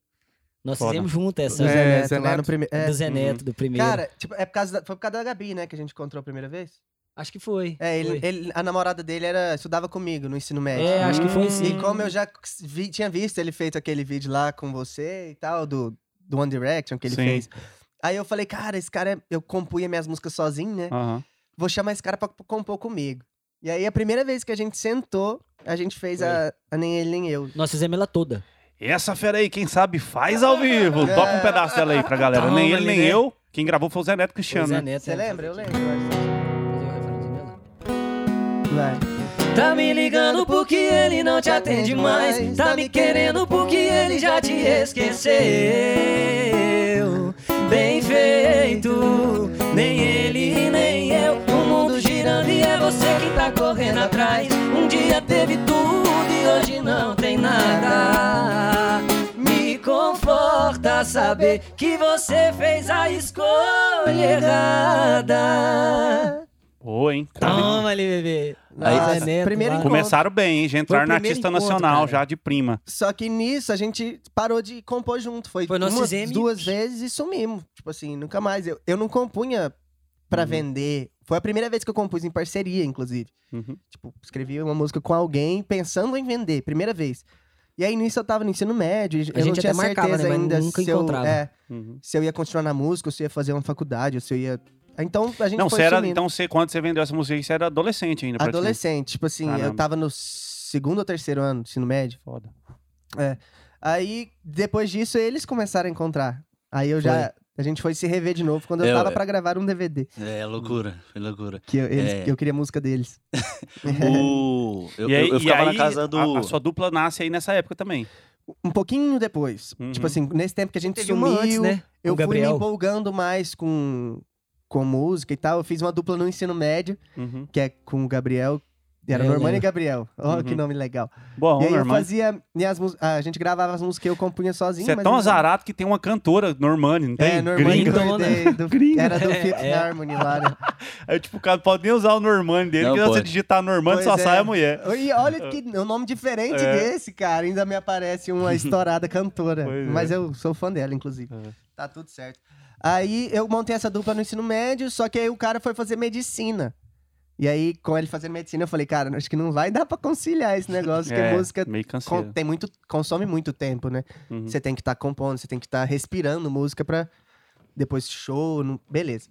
S3: Nós
S1: Foda.
S3: fizemos junto
S4: Do
S3: essa.
S4: Zé
S2: É,
S4: Neto,
S2: Zé
S4: lá
S2: Neto.
S4: no primeiro.
S3: né, Do Zé Neto, do primeiro.
S4: Cara, tipo, é por causa da- foi por causa da Gabi, né, que a gente encontrou a primeira vez?
S3: acho que foi.
S4: É, ele,
S3: foi.
S4: ele- a namorada dele era, estudava comigo no ensino médio.
S3: É, acho que foi
S1: Hum.
S3: sim.
S4: E como eu já vi- tinha visto ele feito aquele vídeo lá com você e tal, do, do One Direction que ele
S1: Sim.
S4: fez. Aí eu falei, cara, esse cara, é- eu compunha minhas músicas sozinho, né?
S1: aham.
S4: Vou chamar esse cara pra compor comigo. E aí, a primeira vez que a gente sentou, a gente fez a, a Nem Ele Nem Eu.
S3: Nós fizemos ela toda.
S1: Essa fera aí, quem sabe, faz ao vivo.
S4: É.
S1: Toca um pedaço dela aí pra galera.
S3: Toma,
S1: nem ele, nem
S3: neném.
S1: eu. Quem gravou foi o Zé Neto Cristiano,
S3: Zé
S1: né?
S3: Neto,
S4: Você
S3: né?
S4: lembra? Eu lembro. eu acho.
S3: Fazer o referãozinho dela.
S4: Vai.
S3: Tá me ligando porque ele não te atende mais. Tá me querendo porque ele já te esqueceu. Bem feito, nem ele nem eu. O mundo girando e é você que tá correndo atrás. Um dia teve tudo e hoje não tem nada. Me conforta saber que você fez a escolha errada.
S1: Boa, hein?
S3: Toma ali, bebê.
S4: Nossa,
S3: Aí- Neto,
S4: primeiro
S3: vai.
S4: encontro.
S1: Começaram bem, hein? Já
S3: Foi o
S1: entraram na
S3: primeiro
S1: artista
S3: encontro,
S1: nacional,
S3: cara.
S1: já de prima.
S4: Só que nisso a gente parou de compor junto. Foi,
S3: Foi nós
S4: umas
S3: fizemos e-
S4: duas vezes e sumimos. Tipo assim, nunca mais. Eu, eu não compunha pra
S3: Uhum.
S4: vender. Foi a primeira vez que eu compus em parceria, inclusive.
S1: Uhum.
S4: Tipo, escrevi uma música com alguém pensando em vender, primeira vez. E aí nisso eu tava no ensino médio, e eu não
S3: gente
S4: tinha
S3: até marcava,
S4: certeza
S3: né, mas
S4: ainda
S3: nunca
S4: se, eu,
S3: encontrava.
S4: é,
S1: Uhum.
S4: se eu ia continuar na música, ou se eu ia fazer uma faculdade, ou se eu ia. Então a gente
S1: Não,
S4: foi
S1: você era,
S4: sumindo.
S1: então você, quando você vendeu essa música, aí, você era adolescente ainda. praticamente.
S4: Adolescente, tipo assim, eu
S1: Caramba.
S4: tava no segundo ou terceiro ano do ensino médio. É.
S1: Foda.
S4: Aí, depois disso, eles começaram a encontrar. Aí eu já. A gente foi se rever de novo quando eu
S5: É,
S4: tava
S5: eu-
S4: pra gravar um DVD.
S5: É loucura, foi loucura.
S4: Que eu, eles-
S5: É.
S4: que eu queria a música deles.
S5: O... Eu,
S1: e aí,
S5: eu- eu
S1: e
S5: ficava
S1: aí,
S5: na casa do.
S1: A, a sua dupla nasce aí nessa época também.
S4: Um pouquinho depois.
S1: Uhum.
S4: Tipo assim, nesse tempo que a gente
S3: Teve
S4: sumiu,
S3: uma antes, né?
S4: eu
S3: Com o
S4: fui me
S3: Gabriel.
S4: empolgando mais com, com música e tal. Eu fiz uma dupla no ensino médio,
S1: Uhum.
S4: que é com o Gabriel. Era
S3: É,
S4: Normani
S3: lembro.
S4: e Gabriel. Ó, que
S1: Uhum.
S4: nome legal.
S1: Bom,
S4: e aí eu
S1: Normani.
S4: fazia minhas mus- A gente gravava as músicas que eu compunha sozinho.
S1: Você é
S4: mas
S1: tão
S4: eu-
S1: azarado que tem uma cantora, Normani, não tem?
S4: É, Normani
S1: Gringa.
S3: Gringona.
S4: Gordei, do-
S1: Gringa.
S4: Era do
S3: É,
S4: Fifth
S3: é.
S4: Harmony lá, né?
S1: Aí, tipo, o cara pode nem usar o Normani dele,
S5: Não
S1: porque se você
S5: pode.
S1: digitar Normani,
S4: Pois
S1: só
S4: é.
S1: sai a mulher.
S4: E olha que um nome diferente
S1: É.
S4: desse, cara. Ainda me aparece uma estourada cantora.
S1: Pois é.
S4: Mas eu sou fã dela, inclusive.
S1: É.
S4: Tá tudo certo. Aí eu montei essa dupla no ensino médio, só que aí o cara foi fazer medicina. E aí, com ele fazendo medicina, eu falei, cara, acho que não vai dar pra conciliar esse negócio, porque
S1: É,
S4: música
S1: meio
S4: con-
S1: canseira.
S4: tem muito, consome muito tempo, né?
S1: Uhum.
S4: Você tem que estar compondo, você tem que estar respirando música pra depois show, no- beleza.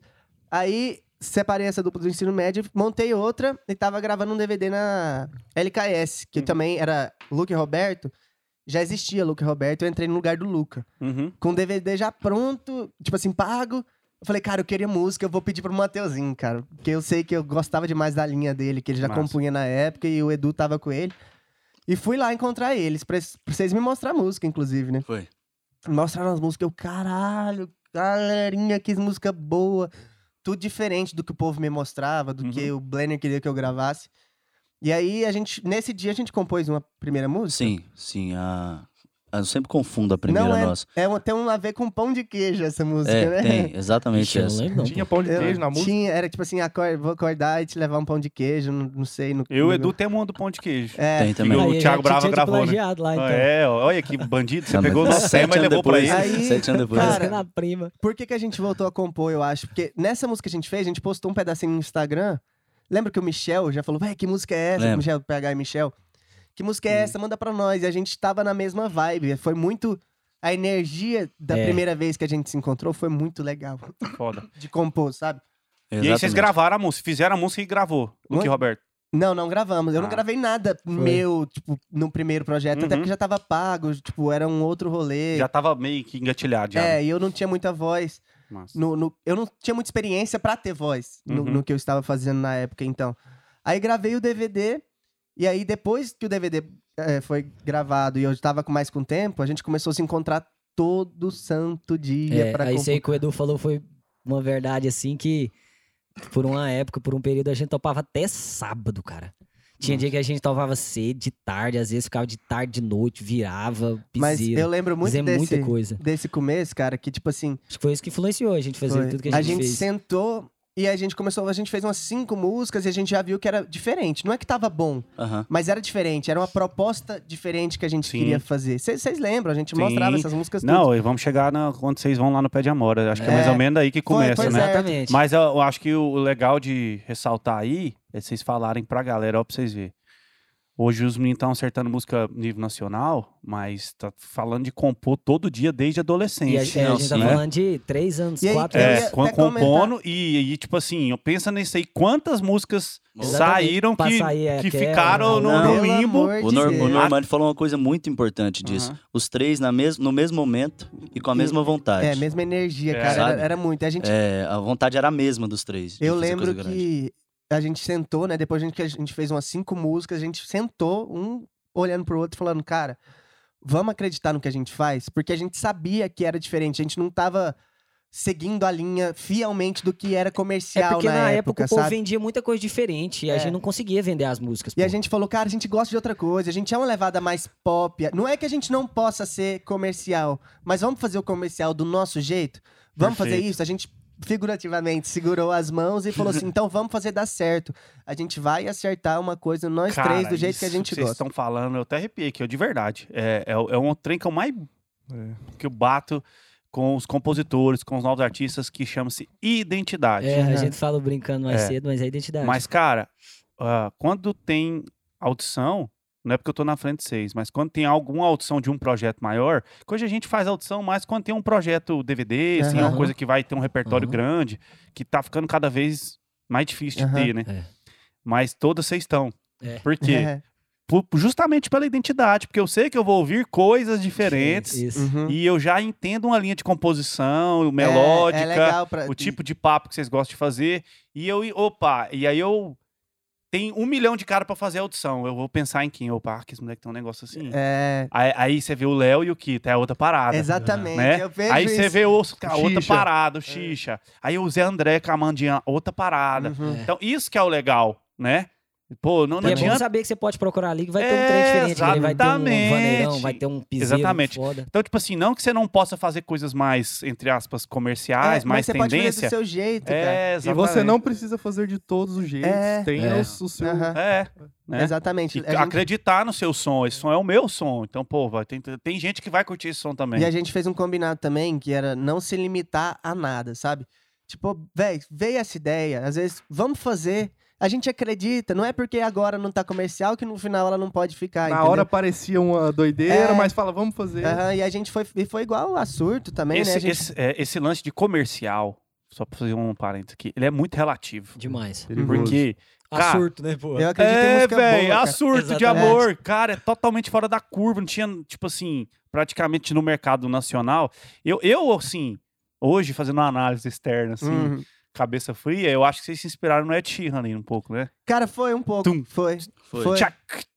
S4: Aí separei essa dupla do ensino médio, montei outra e tava gravando um DVD na LKS, que
S1: Uhum.
S4: também era Luke e Roberto. Já existia Luke e Roberto, eu entrei no lugar do Luca.
S1: Uhum.
S4: Com o DVD já pronto, tipo assim, pago. Eu falei, cara, eu queria música, eu vou pedir pro Mateuzinho, cara. Porque eu sei que eu gostava demais da linha dele, que ele já
S1: Massa.
S4: compunha na época e o Edu tava com ele. E fui lá encontrar eles, pra, pra vocês me mostrar a música, inclusive, né?
S5: Foi.
S4: mostraram as músicas, eu, caralho, galerinha, que música boa. Tudo diferente do que o povo me mostrava, do
S5: Uhum.
S4: que o Blender queria que eu gravasse. E aí, a gente, nesse dia, a gente compôs uma primeira música.
S5: Sim, sim. A... a- Eu sempre confundo a primeira
S4: Não é-
S5: nossa.
S4: É um- tem um a ver com pão de queijo essa música,
S5: É,
S4: né?
S5: tem, exatamente
S3: Ixi, eu não
S5: essa.
S3: lembro não.
S2: Tinha pão de
S4: Eu-
S2: queijo na música?
S4: Tinha, era tipo assim, acor- vou acordar e te levar um pão de queijo, não, não sei. No,
S1: Eu,
S4: no-
S1: Edu, tem um do pão de queijo.
S4: É,
S5: Tem também.
S1: o
S3: Aí,
S1: Thiago
S3: já
S1: Brava
S3: tinha te
S1: gravou, né?
S3: plagiado lá, então.
S1: Ah, é, ó, olha que bandido. Você
S5: Não,
S1: pegou o nosso tema e
S5: anos
S1: levou pra
S5: depois,
S1: ele.
S4: Aí-
S5: Sete anos depois.
S4: Cara,
S3: Cara, assim na prima.
S4: Por que, que a gente voltou a compor, eu acho? Porque nessa música que a gente fez, a gente postou um pedacinho no Instagram. Lembra que o Michel já falou, véi, que música é essa?
S5: Lembro.
S4: Michel, PH e Michel. Que música é essa? Manda pra nós. E a gente tava na mesma vibe. Foi muito. A energia da
S3: É.
S4: primeira vez que a gente se encontrou foi muito legal
S1: É Foda.
S4: de compor, sabe?
S1: E aí vocês
S5: Exatamente.
S1: gravaram a música, fizeram a música e gravou. Luke
S4: Muito-
S1: Roberto.
S4: Não, não gravamos. Eu não
S1: Ah.
S4: gravei nada meu, tipo, no primeiro projeto. Até
S1: Uhum.
S4: porque já tava pago, tipo, era um outro rolê.
S1: Já tava meio que engatilhado já. né?
S4: é, e eu não tinha muita voz.
S1: Massa.
S4: no- no- eu não tinha muita experiência pra ter voz no,
S1: Uhum.
S4: no que eu estava fazendo na época, então. Aí gravei o DVD, e aí depois que o DVD eh, foi gravado e eu estava com mais com tempo, a gente começou a se encontrar todo santo dia
S3: É,
S4: pra
S3: aí isso
S4: compor.
S3: aí que o Edu falou foi uma verdade, assim, que por uma época, por um período, a gente topava até sábado, cara. Tinha dia que a gente topava cedo, de tarde, às vezes ficava de tarde, de noite, virava,
S4: Mas eu
S3: piseira,
S4: lembro muito
S3: fazia
S4: desse,
S3: muita coisa.
S4: desse começo, cara, que tipo assim,
S3: Acho que foi isso que influenciou a gente fazer
S4: Foi.
S3: tudo que a gente, fez.
S4: sentou e a gente começou, a gente fez umas cinco músicas e a gente já viu que era diferente. Não é que tava bom,
S5: Aham.
S4: mas era diferente, era uma proposta diferente que a gente
S1: Sim.
S4: queria fazer. Vocês lembram? A gente
S1: Sim.
S4: mostrava essas músicas tudo.
S1: Não, e vamos chegar na- quando vocês vão lá no Pé de Amora. Acho que é,
S4: É.
S1: mais ou menos aí que começa,
S4: pois
S1: né?
S4: é.
S3: Exatamente.
S1: Mas eu, eu acho que o legal de ressaltar aí é vocês falarem pra galera, ó, pra vocês verem. Hoje os meninos estão acertando música nível nacional, mas tá falando de compor todo dia desde
S3: E a,
S1: adolescência.
S3: é, a
S5: não,
S3: gente tá
S5: sim,
S1: né?
S3: falando de três anos,
S4: E aí,
S3: quatro
S4: eu
S1: É,
S3: anos.
S4: ia
S1: com-
S4: até
S1: compondo e, e, tipo assim, eu pensa nisso aí, quantas músicas
S5: Exatamente.
S1: saíram
S3: Pra
S1: então que,
S3: sair é
S1: que
S3: aquela,
S1: ficaram no,
S5: não.
S1: no
S4: Pelo
S1: limbo.
S4: amor
S5: O,
S4: de
S5: Nor- o
S4: Deus.
S5: Normani falou uma coisa muito importante disso.
S1: Aham.
S5: Os três na mes- no mesmo momento e com a mesma vontade.
S4: É, mesma energia,
S1: É.
S4: cara. Era,
S5: Sabe?
S4: era muito. E A gente,
S5: É, a vontade era a mesma dos três. de
S4: eu
S5: fazer
S4: lembro
S5: coisa grande.
S4: que a gente sentou, né? Depois a gente, que a gente fez umas cinco músicas, a gente sentou, um olhando pro outro, falando, cara, vamos acreditar no que a gente faz? Porque a gente sabia que era diferente, a gente não tava seguindo a linha fielmente do que era
S3: É
S4: comercial
S3: porque
S4: na, época,
S3: o povo
S4: sabe?
S3: vendia muita coisa diferente e a
S4: É.
S3: gente não conseguia vender as músicas.
S4: E a
S3: pô.
S4: gente falou, cara, a gente gosta de outra coisa, a gente é uma levada mais pop. Não é que a gente não possa ser comercial, mas vamos fazer o comercial do nosso jeito? Vamos fazer
S1: Perfeito.
S4: isso? A gente figurativamente segurou as mãos e falou assim: então vamos fazer dar certo. A gente vai acertar uma coisa, nós
S1: Cara,
S4: três, do jeito que a
S1: isso
S4: gente
S1: Vocês
S4: gosta.
S1: estão falando, eu até arrepiei aqui, eu de verdade. É, é, o- é um trem que eu mais
S2: É.
S1: que eu bato com os compositores, com os novos artistas, que chama-se identidade.
S3: É, a
S4: né?
S3: gente fala brincando mais
S1: É.
S3: cedo, mas é a identidade.
S1: Mas, cara, ah, quando tem audição, não é porque eu tô na frente de vocês, mas quando tem alguma audição de um projeto maior, que hoje a gente faz audição mais quando tem um projeto DVD, assim, uma
S4: Aham.
S1: coisa que vai ter um repertório
S3: Aham.
S1: grande, que tá ficando cada vez mais difícil de
S4: Aham.
S1: ter, né?
S3: É.
S1: Mas todas vocês estão.
S3: É.
S1: Por quê?
S4: É.
S1: Por- justamente pela identidade, porque eu sei que eu vou ouvir coisas diferentes
S3: É, Isso.
S4: Uhum.
S1: e eu já entendo uma linha de composição,
S4: É- é
S1: melódica,
S4: legal pra-
S1: o tipo de papo que vocês gostam de fazer. E eu, opa, e aí eu. Tem um milhão de cara pra fazer audição. Eu vou pensar em quem? Opa, que esse moleque tem um negócio assim.
S4: É,
S1: Aí, aí você vê o Léo e o Kita, é outra parada.
S4: exatamente.
S1: Né?
S4: Eu vejo
S1: Aí
S4: isso. É.
S1: você vê o Oscar, outra
S2: Xixa.
S1: parada, o Xixa. Aí o Zé André com a Mandian, outra parada.
S4: Uhum.
S1: Então, isso que é o legal, né? Pô, não, não
S3: E é bom
S1: adianta.
S3: saber que você pode procurar ali que vai ter
S1: É,
S3: um trem diferente. ali, Vai ter um
S1: exatamente.
S3: vaneirão, vai ter um piseiro
S1: Exatamente.
S3: foda.
S1: Então, tipo assim, não que você não possa fazer coisas mais, entre aspas, comerciais,
S4: É, mas
S1: mais
S4: você pode fazer do
S1: tendência.
S4: seu jeito, né? cara.
S1: É,
S2: E você não precisa fazer de todos os jeitos.
S4: É.
S2: Tem
S5: É.
S2: o s- o seu.
S4: Aham.
S1: É, né?
S4: Exatamente.
S1: E
S4: A gente-
S1: acreditar no seu som. Esse som é o meu som. Então, pô, vai, tem, tem gente que vai curtir esse som também.
S4: E a gente fez um combinado também, que era não se limitar a nada, sabe? Tipo, véi, veio essa ideia, às vezes, vamos fazer. A gente acredita, não é porque agora não tá comercial que no final ela não pode ficar,
S2: Na
S4: Ah, entendeu?
S2: hora parecia uma doideira,
S4: É.
S2: mas fala, vamos fazer.
S4: Aham, e a gente foi, e foi igual a surto também,
S1: esse,
S4: né? A gente-
S1: esse- é, esse lance de comercial, só pra fazer um parênteses aqui, ele é muito relativo.
S3: Demais.
S2: Perigoso.
S1: Porque. Cara,
S3: Assurto, né, pô?
S4: Eu acredito em música
S1: É, véi,
S4: boa,
S1: a
S4: cara.
S1: surto de
S3: Exatamente.
S1: amor, cara, é totalmente fora da curva. Não tinha, tipo assim, praticamente no mercado nacional. Eu, eu assim, hoje, fazendo uma análise externa, assim,
S4: Uhum.
S1: cabeça fria, eu acho que vocês se inspiraram no Ed Sheeran ali um pouco, né?
S4: Cara, foi um pouco.
S1: Tum.
S4: Foi.
S5: Foi.
S4: Foi.
S1: Tchac,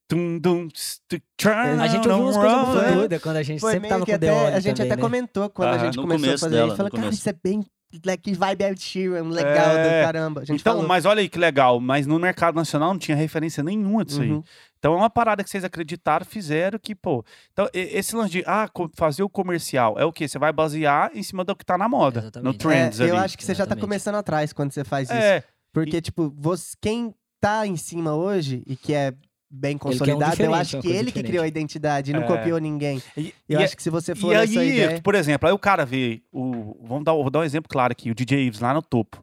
S1: tum, dum, tss, tu, tcharam,
S3: A gente ouviu umas coisas né?
S1: ram,
S3: muito
S1: ram.
S3: doidas quando a gente
S4: né? Foi
S3: sempre
S4: meio
S3: tava
S4: que
S3: com o
S4: até,
S3: Deone
S4: A gente
S3: também,
S4: até
S3: né?
S4: comentou quando
S1: Aham,
S4: a gente
S5: no
S4: começou a
S5: começo
S4: fazer
S5: dela,
S4: isso. Falou,
S5: no
S4: cara,
S5: começo.
S4: isso é bem. like, Que vibe Ed Sheeran, legal
S1: É.
S4: do caramba. A gente
S1: Então,
S4: falou.
S1: mas olha aí que legal, mas no mercado nacional não tinha referência nenhuma disso aí.
S4: Uhum.
S1: Então é uma parada que vocês acreditaram, fizeram que, pô. Então, e- esse lance de ah, co- fazer o comercial é o quê? Você vai basear em cima do que tá na moda, no
S3: Exatamente.
S1: trends
S4: É,
S1: ali.
S4: eu acho que você já tá
S3: Exatamente.
S4: começando atrás quando você faz isso.
S1: É,
S4: Porque, tipo, você, quem tá em cima hoje e que é bem consolidado, eu
S3: um diferente, é
S4: acho
S3: uma
S4: que
S3: coisa
S4: ele que
S3: diferente.
S4: criou a identidade, não
S1: É.
S4: copiou ninguém.
S1: e,
S4: Eu
S1: e- é-
S4: acho que se você for
S1: e
S4: nessa
S1: aí,
S4: ideia...
S1: por exemplo, aí o cara vê o, vamos dar, vou dar um exemplo claro aqui, o DJ Ives lá no topo.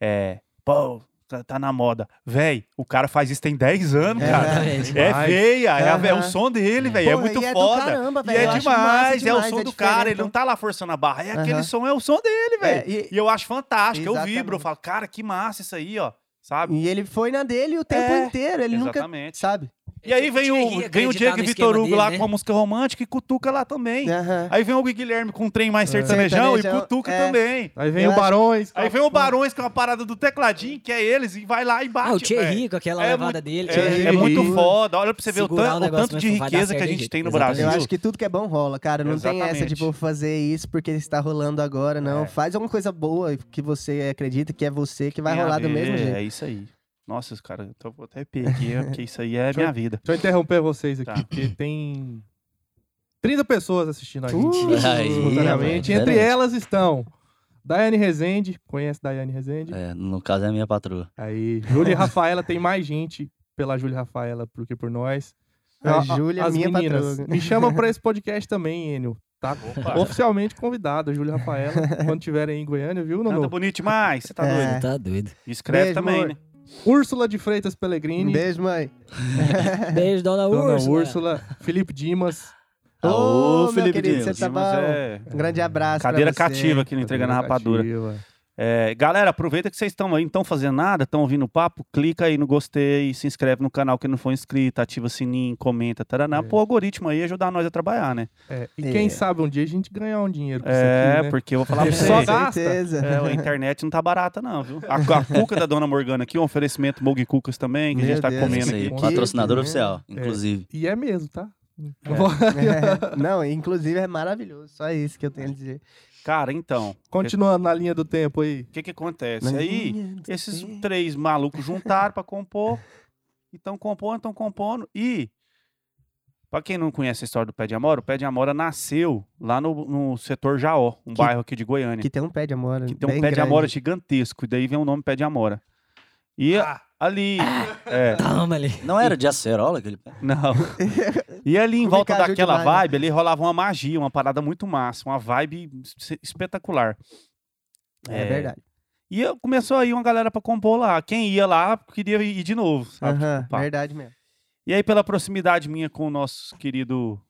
S1: É, pô, tá, tá na moda. Véi, o cara faz isso tem 10 anos,
S4: É,
S1: cara.
S3: Exatamente.
S1: É
S2: demais.
S1: veia, é, a- é o
S4: Aham.
S1: som dele,
S3: É.
S1: véi, é
S4: Porra,
S1: muito
S4: e é do
S1: foda.
S4: caramba,
S1: E
S4: velho,
S1: é
S4: eu acho
S1: demais,
S4: massa
S1: é o
S4: demais,
S1: som do
S4: diferente,
S1: cara, ele não
S4: então.
S1: tá lá forçando a barra. É aquele
S4: Aham.
S1: som, é o som dele, velho.
S4: É, e-
S1: E eu acho fantástico, eu
S4: Exatamente.
S1: vibro, eu falo, cara, que massa isso aí, ó, sabe?
S4: E ele foi na dele o tempo
S1: É,
S4: inteiro, ele nunca...
S1: Exatamente.
S4: Sabe?
S1: E aí vem
S3: Thierry
S1: o, vem o
S3: acreditar
S1: Diego
S3: no
S1: Vitor
S3: esquema
S1: Hugo lá
S3: dele, né?
S1: com a música romântica e cutuca lá também.
S4: né? Aham.
S1: Aí vem o Guilherme com um trem mais sertanejão e
S4: Sertanejão,
S1: cutuca
S4: é.
S1: também.
S2: Aí vem
S4: Eu
S2: o
S4: acho-
S2: Barões.
S1: Aí vem o Barões com a parada do tecladinho, que é eles, e vai lá e bate.
S3: Ah, o
S1: velho.
S3: Thierry com aquela
S1: É
S3: levada
S1: muito-
S3: dele.
S1: É,
S2: Thierry.
S1: é muito foda. Olha pra você ver o,
S3: Segurar
S1: tan-
S3: o
S1: o
S3: negócio,
S1: tanto de
S3: mas vai dar
S1: riqueza que
S3: certo
S1: a
S3: de
S1: gente
S3: jeito.
S1: tem no
S3: Exatamente.
S1: Brasil.
S4: Eu acho que tudo que é bom rola, cara. Não tem essa de
S1: Exatamente.
S4: vou fazer isso porque está rolando agora, não.
S1: É.
S4: Faz alguma coisa boa que você acredita que é você que vai
S1: Tem a
S4: rolar do
S1: ver,
S4: mesmo jeito.
S1: É isso aí. Nossa, os caras, eu tô- vou até pegar aqui, é, porque isso aí é
S2: Deixa eu-
S1: minha vida.
S2: Deixa eu interromper vocês aqui,
S1: Tá.
S2: porque tem 30 pessoas assistindo a gente.
S4: Uh,
S5: Aí,
S2: simultaneamente.
S5: mano,
S2: Entre
S5: diferente.
S2: elas estão Daiane Rezende, conhece Daiane Rezende?
S5: É, no caso é a minha patroa.
S2: Aí, Júlia e Rafaela, tem mais gente pela Júlia e Rafaela do que por nós.
S4: A Júlia, é
S2: as
S4: minha
S2: meninas,
S4: patroa.
S2: Me chamam pra esse podcast também, Enio. Tá
S1: Opa.
S2: oficialmente convidada, Júlia e Rafaela, quando tiverem aí em Goiânia, viu,
S1: Canta
S2: Nuno?
S1: bonito demais, você tá
S4: É.
S1: doido.
S3: Você tá doido.
S1: E Escreve
S4: Beijo,
S1: também,
S4: amor.
S1: né?
S2: Úrsula de Freitas
S4: Um
S2: Pellegrini,
S4: beijo, mãe.
S3: Beijo, Dona
S2: Dona
S3: Úrsula.
S2: Úrsula, Felipe Dimas,
S4: Ô,
S5: Aô,
S4: meu
S5: Felipe
S4: querido,
S5: Dimas.
S4: você tá
S1: Dimas
S4: bom.
S1: é
S4: Um grande abraço pra
S1: cadeira
S4: você.
S1: cativa aqui no Entregando a Rapadura.
S2: Educativa.
S1: É, galera, aproveita que vocês estão aí, não estão fazendo nada, estão ouvindo o papo, clica aí no gostei, se inscreve no canal que não for inscrito, ativa o sininho, comenta, taraná,
S2: É.
S1: pro algoritmo aí ajudar nós a trabalhar, né?
S2: É, e
S4: É.
S2: quem sabe um dia a gente ganhar um dinheiro com
S1: É,
S2: isso aqui, né?
S1: porque eu vou falar pra
S2: Só
S1: vocês.
S2: gasta.
S4: certeza.
S1: É, a internet não tá barata, não, viu? A, a cuca da Dona Morgana aqui, um oferecimento Mug Cucas também, que a gente
S4: Meu
S1: tá
S4: Deus,
S1: comendo né?
S5: Isso
S1: aqui.
S5: aí,
S2: Que-
S5: patrocinador
S4: que-
S5: oficial, inclusive.
S2: E é mesmo, tá?
S4: É, Não, inclusive é maravilhoso. Só isso que eu tenho a dizer.
S1: Cara, então,
S2: Continuando na linha do tempo aí.
S1: o que que acontece? Aí, esses três malucos juntaram pra compor, e estão compondo, estão compondo, e... Pra quem não conhece a história do Pé de Amora, o Pé de Amora nasceu lá no, no setor Jaó, um bairro aqui de Goiânia.
S4: Que tem um pé de amora.
S1: Que tem um pé
S4: bem
S1: de
S4: grande.
S1: amora gigantesco, e daí vem o nome pé de amora. E
S4: Ah.
S1: ali. é,
S3: Toma ali.
S5: Não era de acerola aquele pé?
S1: não. E ali em
S4: Complicado
S1: volta daquela
S4: demais, né?
S1: vibe, ali rolava uma magia, uma parada muito massa, uma vibe es- espetacular.
S4: É,
S1: É.
S4: verdade.
S1: E eu- começou aí uma galera pra compor lá. Quem ia lá queria ir de novo, sabe?
S4: Aham,
S1: Tipo, pá.
S4: verdade mesmo.
S1: E aí, pela proximidade minha com o nosso querido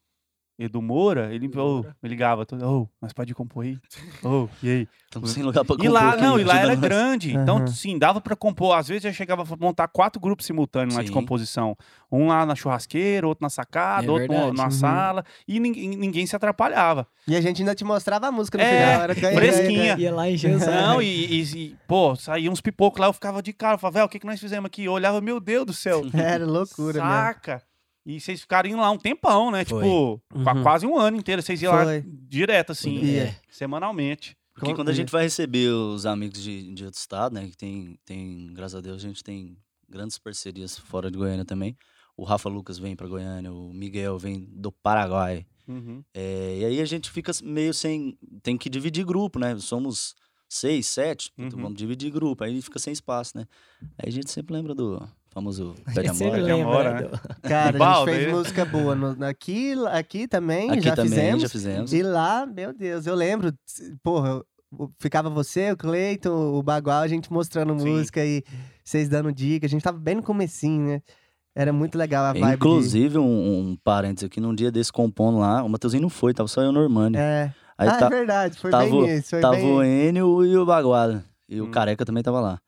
S1: Edu Moura, ele ô, me ligava todo, ô, nós pode compor aí? Ô, e aí?
S5: Estamos sem lugar pra compor.
S1: E lá,
S5: aqui,
S1: não, e lá
S5: ajuda
S1: era
S5: nós.
S1: grande.
S4: Aham.
S1: Então, sim, dava pra compor. Às vezes já chegava a montar quatro grupos simultâneos lá de
S5: Sim.
S1: composição. Um lá na churrasqueira, outro na sacada,
S3: É
S1: outro
S3: verdade.
S1: na
S4: Uhum.
S1: sala. E ninguém, ninguém se atrapalhava.
S4: E a gente ainda te mostrava a música no
S1: É,
S4: final. Era ganha,
S1: fresquinha.
S4: ganha,
S3: Ia lá e encheu o saco.
S1: Não, e, e- e, pô, saía uns pipocos lá, eu ficava de cara, eu falava, velho, o que, que nós fizemos aqui? Eu olhava, meu Deus do céu.
S4: ganha. Era loucura
S5: né?
S4: mesmo.
S1: saca! E vocês ficaram indo lá um tempão, né?
S3: Foi.
S1: Tipo, qua-
S3: Uhum.
S1: quase um ano inteiro. Vocês iam lá
S4: Foi.
S1: direto, assim,
S4: Ia.
S1: semanalmente.
S5: Porque quando a
S1: é.
S5: gente vai receber os amigos de, de outro estado, né? Que tem, tem, graças a Deus, a gente tem grandes parcerias fora de Goiânia também. O Rafa Lucas vem pra Goiânia, o Miguel vem do Paraguai.
S1: Uhum.
S5: É, e aí a gente fica meio sem. Tem que dividir grupo, né? Somos seis, sete, então
S1: Uhum.
S5: vamos dividir grupo. Aí fica sem espaço, né? Aí a gente sempre lembra do famoso pé de
S3: Você
S5: amora.
S1: lembra. Amora,
S3: lembra, né?
S5: Um
S4: Cara,
S1: Balde,
S4: a gente fez
S1: né?
S4: música boa. no- aqui, aqui também,
S5: Aqui
S4: já
S5: também,
S4: fizemos.
S5: já fizemos.
S4: E lá, meu Deus, eu lembro, tss, porra, eu- eu- ficava você, o Cleiton, o Bagual, a gente mostrando
S1: Sim.
S4: música e vocês dando dica. A gente tava bem no comecinho, né? Era muito legal a vibe. de-
S5: Inclusive, um, um parênteses aqui, num dia desse compondo lá, o Matheusinho não foi, tava só eu e o Normani.
S4: É.
S5: Aí
S4: ah,
S5: tá-
S4: é verdade, foi
S5: tava-
S4: bem isso. Foi
S5: tava
S4: bem...
S5: o Enio e o Baguada. E
S1: Hum.
S5: o Careca também tava lá.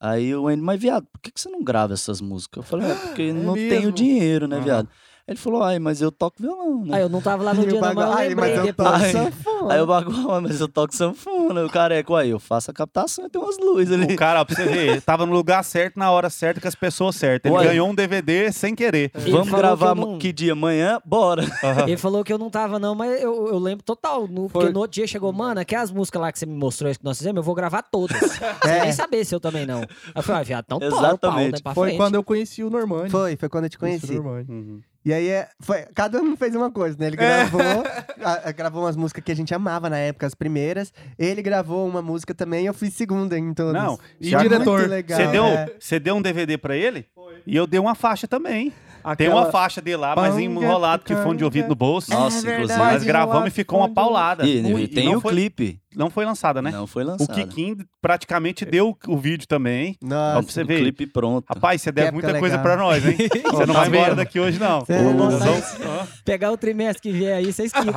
S5: Aí o Enio, mas viado, por que, que você não grava essas músicas? Eu falei, é porque não
S2: mesmo?
S5: tenho dinheiro, né,
S1: Aham.
S5: viado? Aí ele falou, ai, mas eu toco violão, né?
S3: Ah, eu não tava lá no
S4: E o
S3: dia, não, mas
S4: Bagual-
S3: eu
S4: Ai, mas
S3: lembrei
S4: eu
S3: depois.
S5: tava-
S4: tô sanfona.
S5: Aí o bagulho, "Ah, mas eu toco sanfona, o careco, aí eu faço a captação e tem umas luzes ali.
S1: O cara, ó, pra você ver, ele tava no lugar certo, na hora certa, com as pessoas certas. Ele
S5: Ué.
S1: ganhou um DVD sem querer.
S3: Ele
S5: Vamos
S3: falou
S5: gravar
S3: que eu
S5: ma-
S3: não-
S5: que dia? Amanhã? Bora.
S3: Ele falou que eu não tava, não, mas eu, eu lembro total. No,
S2: Foi.
S3: Porque no outro dia chegou, mano, aquelas músicas lá que você me mostrou que nós fizemos, eu vou gravar todas. Sem nem saber se eu também não. Aí eu falei, ah, viado, então toca o pau,
S5: Exatamente.
S3: né, pra
S2: Foi
S3: frente.
S2: quando eu conheci o Normani.
S4: Foi, foi quando eu te
S2: Conheci o
S4: conheci.
S2: Normani.
S1: Uhum.
S4: E aí, é, foi, cada um fez uma coisa, né? Ele gravou, a- a- gravou umas músicas que a gente amava na época, as primeiras. Ele gravou uma música também, eu fiz segunda em todas.
S1: Não, e
S4: Foi muito
S2: diretor,
S4: legal,
S1: Você deu,
S4: é.
S1: você deu um DVD pra ele? E eu dei uma faixa também. Tem
S2: Aquela-
S1: uma faixa dele lá, mas
S2: Panga,
S1: enrolado que fone de ouvido no bolso.
S5: Nossa, inclusive.
S1: Nós
S5: Mas
S1: gravamos e ficou uma paulada.
S5: E, e
S1: Ui,
S5: tem
S1: não
S5: o
S1: foi-
S5: clipe.
S1: Não foi lançada, né?
S5: Não foi
S1: O
S5: lançado.
S1: Kikin praticamente deu o vídeo também. Ó, é pra
S4: Nossa,
S1: você
S5: O
S1: ver.
S5: Um clipe pronto.
S1: Rapaz, você deve
S4: época
S1: muita coisa
S4: legal.
S1: pra nós, hein? Você não
S2: Tá
S1: vai embora
S2: vendo?
S1: daqui hoje, não.
S4: Cê não
S1: Nós
S3: vai
S1: vamos-
S3: Pegar o trimestre que vier aí, vocês
S1: Ó.
S3: quicam.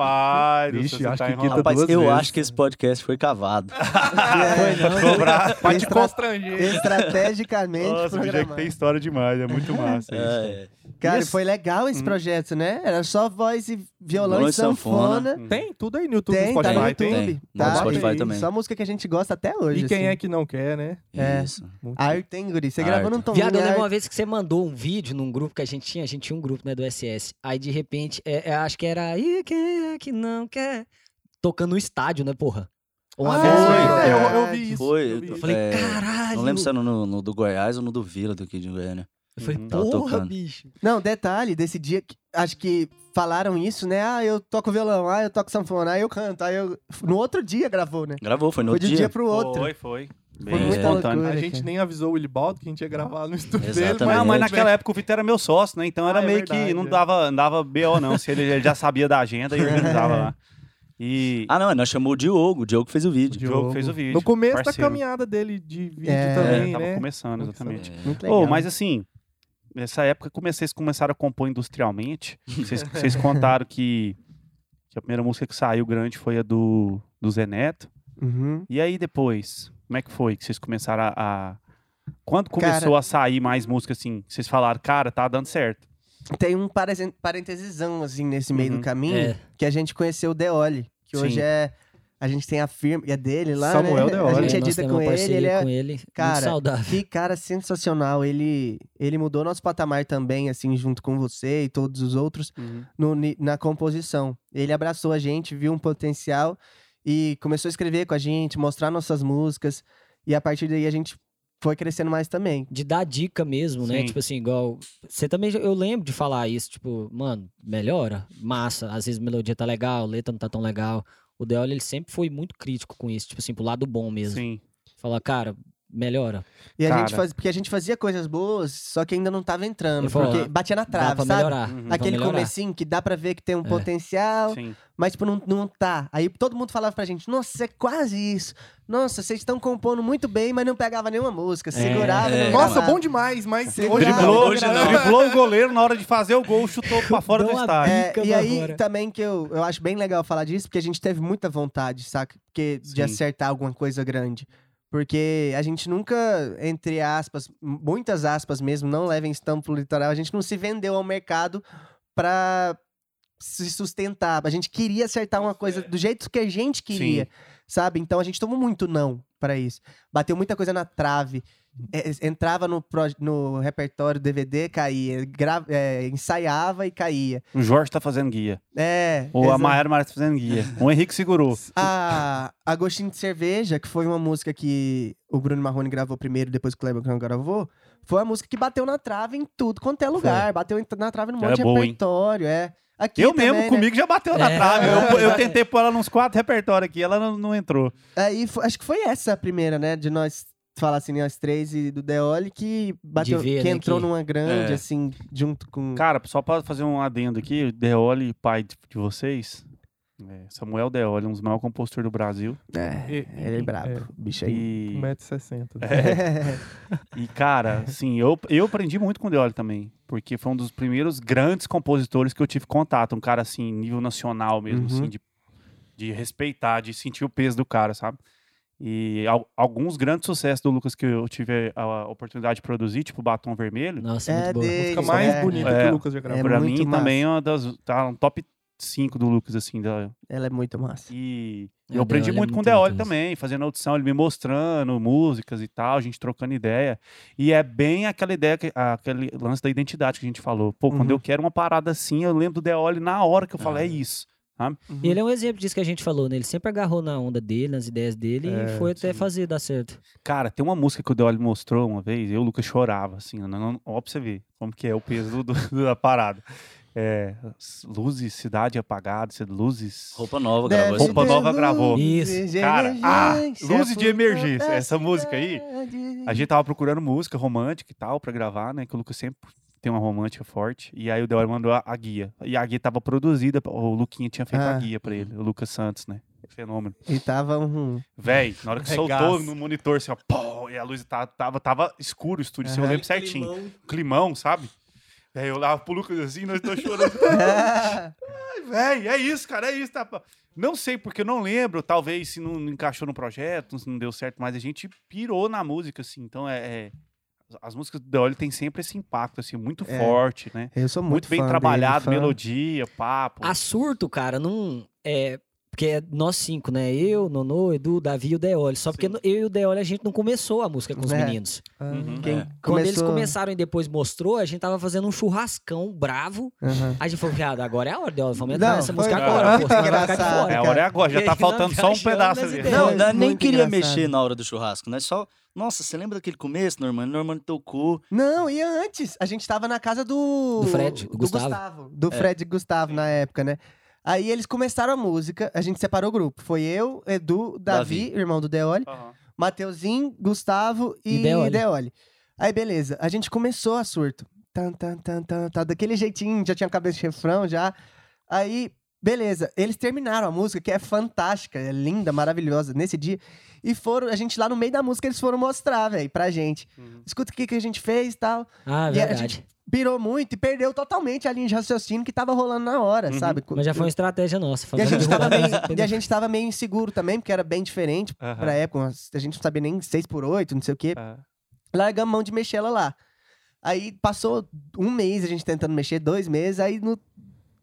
S1: Rapaz,
S2: Vixe,
S1: você
S2: acho
S1: tá
S2: que
S1: enrolado.
S2: quita-
S5: Rapaz,
S2: duas
S5: eu
S2: vezes.
S5: acho que esse podcast foi cavado.
S4: é,
S1: Cobrar.
S2: Pra te
S4: Extra-
S2: constranger.
S4: estrategicamente
S1: Nossa, o Jack
S4: programado.
S1: tem história demais, é muito massa. isso.
S5: É,
S4: Cara,
S2: Isso.
S4: foi legal esse projeto, né? Era só voz e violão
S5: Violão
S4: e
S5: e
S4: sanfona.
S5: sanfona.
S2: Hum.
S1: Uhum.
S2: Tem tudo aí no YouTube,
S4: Tem,
S2: no
S4: tá no
S2: Spotify.
S4: YouTube.
S1: tem.
S5: Tem. No
S4: Tá,
S5: Spotify
S4: e
S5: também.
S4: Só música que a gente gosta até hoje.
S2: E quem
S4: assim.
S2: é que não quer, né?
S4: É.
S5: Isso.
S2: Muito
S4: Art, hein, Guri? Você
S5: Art.
S4: gravou num tom
S3: Viado, né, eu lembro uma vez que você mandou um vídeo num grupo que a gente tinha, a gente tinha um grupo, né, do SS. Aí, de repente, é, é, acho que era aí quem é que não quer? Tocando no estádio, né, porra?
S4: Um
S3: Uma
S2: Ah,
S3: vez
S2: foi,
S3: eu-
S2: é,
S4: verdade.
S2: eu, eu vi isso.
S5: Foi,
S2: eu vi
S5: eu
S2: isso.
S3: Eu falei,
S5: É,
S3: caralho!
S5: Não lembro se era no, no do Goiás ou no do Vila daqui de Goiânia.
S3: Eu falei,
S1: Uhum.
S5: Tava
S3: porra,
S5: tocando.
S3: bicho.
S4: Não, detalhe, desse dia, que- acho que falaram isso, né? Ah, eu toco violão, ah, eu toco sanfona, ah, eu canto, ah, eu... No outro dia gravou, né?
S5: Gravou, foi no
S4: Foi
S5: outro
S4: de um dia pro outro.
S1: Foi, foi. Bem
S4: Foi né,
S5: muita
S1: espontâneo.
S4: loucura.
S2: A gente nem avisou o Willibaldo que a gente ia gravar no estúdio dele.
S5: Exatamente.
S1: Não, mas
S5: Também.
S1: naquela época o Vitor era meu sócio, né? Então era
S2: Ah, é
S1: meio que
S2: verdade,
S1: não
S2: é.
S1: dava, não dava BO, não. Se ele, ele já sabia da agenda e organizava lá. E
S5: Ah, não, nós chamou o Diogo. O Diogo fez o
S1: o
S5: vídeo.
S1: Diogo fez o vídeo.
S2: No começo da
S1: parceiro.
S2: caminhada dele de vídeo
S4: É,
S1: É,
S2: também,
S1: tava
S2: né?
S1: começando, exatamente.
S5: É.
S4: Muito legal.
S1: Ô, mas assim, nessa época como vocês começaram a compor industrialmente. Vocês, vocês contaram que, que a primeira música que saiu grande foi a do, do Zé Neto.
S4: Uhum.
S1: E aí depois, como é que foi que vocês começaram a... a- Quando começou a sair mais música assim, que vocês falaram, cara, tá dando certo.
S4: Tem um paresen- parentesizão, assim, nesse meio
S1: Uhum.
S4: do caminho,
S3: É.
S4: que a gente conheceu o Deoli, que
S1: Sim.
S4: hoje é... A gente tem a firma, é dele lá,
S2: Samuel
S4: né?
S2: Deoli.
S4: A gente
S2: É,
S4: edita
S3: temos
S4: com
S3: uma
S4: ele,
S3: parceria
S4: ele é...
S3: com ele.
S4: Cara,
S3: muito saudável.
S4: Que cara sensacional. Ele, ele mudou nosso patamar também, assim, junto com você e todos os outros,
S5: É.
S1: Uhum.
S4: no ni- na composição. Ele abraçou a gente, viu um potencial e começou a escrever com a gente, mostrar nossas músicas. E a partir daí a gente foi crescendo mais também.
S3: De dar dica mesmo, né?
S1: Sim.
S3: Tipo assim, igual. Você também. já- Eu lembro de falar isso, tipo, mano, melhora, massa. Às vezes a melodia tá legal, a letra não tá tão legal. O Deol, ele sempre foi muito crítico com isso, tipo assim, pro lado bom mesmo.
S1: Sim.
S3: Falar, cara, melhora.
S4: E a
S1: Cara.
S4: gente faz, porque a gente fazia coisas boas, só que ainda não tava entrando,
S3: Eu falo,
S4: porque batia na
S3: dá
S4: trave,
S3: pra
S4: sabe?
S3: melhorar.
S1: Uhum.
S3: dá pra
S4: Aquele
S3: melhorar.
S4: comecinho que dá pra ver que tem um
S3: É.
S4: potencial,
S1: Sim.
S4: mas tipo, não, não tá. Aí todo mundo falava pra gente, nossa, é quase isso. Nossa, vocês estão compondo muito bem, mas não pegava nenhuma música, segurava.
S5: É,
S4: não
S2: Nossa,
S4: dava.
S2: bom demais, mas
S4: é
S2: hoje
S1: Driblou,
S5: hoje não.
S1: driblou o goleiro na hora de fazer o gol, chutou pra fora do
S3: Deu uma
S1: estádio.
S4: É,
S3: Fica
S4: e aí
S3: agora.
S4: também que eu, eu acho bem legal falar disso, porque a gente teve muita vontade, saca? Porque
S1: Sim.
S4: de acertar alguma coisa grande. Porque a gente nunca, entre aspas, m- muitas aspas mesmo, não levem estampo pro litoral, a gente não se vendeu ao mercado pra se sustentar. A gente queria acertar uma coisa do jeito que a gente queria, sabe? Então a gente tomou muito não pra isso. Bateu muita coisa na trave. É, é, entrava no, proj- no repertório DVD, caía. Gra- é, ensaiava e caía.
S1: O Jorge tá fazendo guia.
S4: É.
S1: Ou a
S4: exato.
S1: Maiara Mara tá fazendo guia. O Henrique segurou.
S4: A, a Gostinho de Cerveja, que foi uma música que o Bruno Marrone gravou primeiro, depois que o Kleber Kahn gravou, foi a música que bateu na trave em tudo quanto é lugar. Bateu em- na trave num
S1: Ela
S4: monte de
S1: é boa, hein?
S4: repertório, é. Aqui
S1: eu
S4: também,
S1: mesmo,
S4: né?
S1: comigo já bateu na
S3: É.
S1: trave. Eu, eu tentei pôr ela nos quatro repertórios aqui, ela não, não entrou.
S4: Aí, fo- acho que foi essa a primeira, né? De nós falar assim, nós três e do Deoli, que bateu,
S3: De ver,
S4: que
S3: né,
S4: entrou
S3: que-
S4: numa grande,
S5: É.
S4: assim, junto com...
S1: Cara, só pra fazer um adendo aqui, o Deoli, pai de, de vocês, é, Samuel Deoli, um dos maiores compositores do Brasil.
S4: É, ele é brabo, o bicho aí.
S1: E,
S2: 1,60m.
S1: e, cara, assim, eu, eu aprendi muito com o Deoli também. Porque foi um dos primeiros grandes compositores que eu tive contato. Um cara, assim, nível nacional mesmo,
S4: Uhum.
S1: assim, de, de respeitar, de sentir o peso do cara, sabe? E al- alguns grandes sucessos do Lucas que eu tive a oportunidade de produzir, tipo Batom Vermelho,
S3: Nossa,
S4: É
S3: muito boa.
S4: dele,
S2: Fica mais
S4: é.
S2: bonita
S1: É.
S2: que o Lucas já gravou.
S4: É
S1: pra
S4: muito
S1: mim
S4: massa.
S1: também é uma das. tá no top 5 do Lucas, assim. Da,
S4: Ela é muito massa.
S1: e
S3: É,
S1: eu
S3: o
S1: aprendi
S3: Deoli é
S1: muito com o
S3: muito
S1: Deoli
S3: intenso.
S1: também, fazendo audição, ele me mostrando músicas e tal, a gente trocando ideia. E é bem aquela ideia, que- aquele lance da identidade que a gente falou. Pô, quando
S4: Uhum.
S1: eu quero uma parada assim, eu lembro do Deoli na hora que eu falo, é isso.
S3: E ele é um exemplo disso que a gente falou, né? Ele sempre agarrou na onda dele, nas ideias dele
S5: É,
S3: e foi até fazer dar certo.
S1: Cara, tem uma música que o Deoli mostrou uma vez, eu e o Lucas chorava, assim, não, não, ó, pra você ver como que é o peso do- do- da parada. É, luzes, cidade apagada, luzes.
S5: Roupa nova,
S4: Deve
S5: gravou.
S1: Roupa
S4: ter
S1: Nova
S4: luzes
S1: gravou.
S4: de
S3: Isso.
S1: Cara, ah,
S4: emergência
S1: Luzes de
S4: por toda
S1: Emergência, é
S4: a
S1: essa música aí,
S4: cidade.
S1: A gente tava procurando música romântica e tal pra gravar, né? Que o Lucas sempre tem uma romântica forte. E aí o Deor mandou a, a guia. E a guia tava produzida, o Luquinha tinha feito a
S4: Ah.
S1: guia pra ele, o Lucas Santos, né? Fenômeno.
S4: E tava um...
S1: Véi, na hora que
S2: Regaço.
S1: soltou no monitor, assim, ó, pô, e a luz tava, tava, tava escuro o estúdio, assim, eu lembro certinho. Climão, sabe? E aí eu olhava pro Lucas assim, nós tô chorando. Ai, véi, é isso, cara, é isso. Tá... bom. Não sei, porque eu não lembro, talvez se não, não encaixou no projeto, se não deu certo, mas a gente pirou na música, assim, então é... é- As músicas do The Oli tem sempre esse impacto, assim, muito
S4: É.
S1: forte, né?
S4: Eu sou
S1: Muito,
S4: muito,
S1: bem
S4: fã
S1: trabalhado,
S4: dele, fã.
S1: melodia, papo.
S3: A surto, cara, não. É, porque é nós cinco, né? Eu, Nonô, Edu, Davi e o Deoli. Só porque
S1: Sim.
S3: no- eu e o Deoli a gente não começou a música com os
S4: É.
S3: meninos.
S1: Uhum.
S4: Quem
S5: É.
S3: Quando eles
S4: começou-
S3: começaram e depois mostrou, a gente tava fazendo um churrascão bravo.
S4: Aham.
S3: Aí a gente falou, viado, agora é a hora, Deoli. Vamos
S4: Não,
S3: entrar nessa
S4: foi-
S3: música
S1: foi
S3: agora, pô.
S4: muito
S3: senão vai ficar de
S4: engraçado.
S3: fora.
S1: É a hora é agora, já
S3: E
S1: tá
S3: aí, nós
S1: faltando só um
S3: viajando
S1: pedaço
S3: nas
S1: ali.
S3: ideias.
S5: Não,
S4: É,
S5: nós nem
S4: muito
S5: queria
S4: engraçado.
S5: mexer na hora do churrasco, né? Só. Nossa, você lembra daquele começo, né, Normando? Normando tocou.
S4: Não, e antes, a gente tava na casa do.
S3: Do Fred,
S4: do
S3: Gustavo. É.
S4: Do Fred e Gustavo na época, né? Aí eles começaram a música, a gente separou o grupo. Foi eu, Edu, Davi, irmão do Deoli,
S1: Aham.
S4: Mateuzinho, Gustavo e,
S3: E Deoli.
S4: Deoli. Aí beleza, a gente começou tá, a surto. Tan, tan, tan, tan, tan, daquele jeitinho, já tinha cabeça de refrão já. Aí Beleza, eles terminaram a música, que é fantástica, é linda, maravilhosa, nesse dia. E foram, a gente lá no meio da música, eles foram mostrar, velho, pra gente. Escuta o que, que a gente fez e tal.
S3: Ah,
S4: E a
S3: verdade.
S4: Pirou muito e perdeu totalmente a linha de raciocínio que tava rolando na hora,
S1: Uhum.
S4: sabe?
S3: Mas já foi uma estratégia nossa.
S4: E a, gente tava meio, e a
S3: gente...
S4: gente tava meio inseguro também, porque era bem diferente pra época. A gente não sabia nem 6 por 8 não sei o
S1: É.
S4: quê. Largamos mão de mexer ela lá. Aí passou um mês a gente tentando mexer, dois meses. Aí no-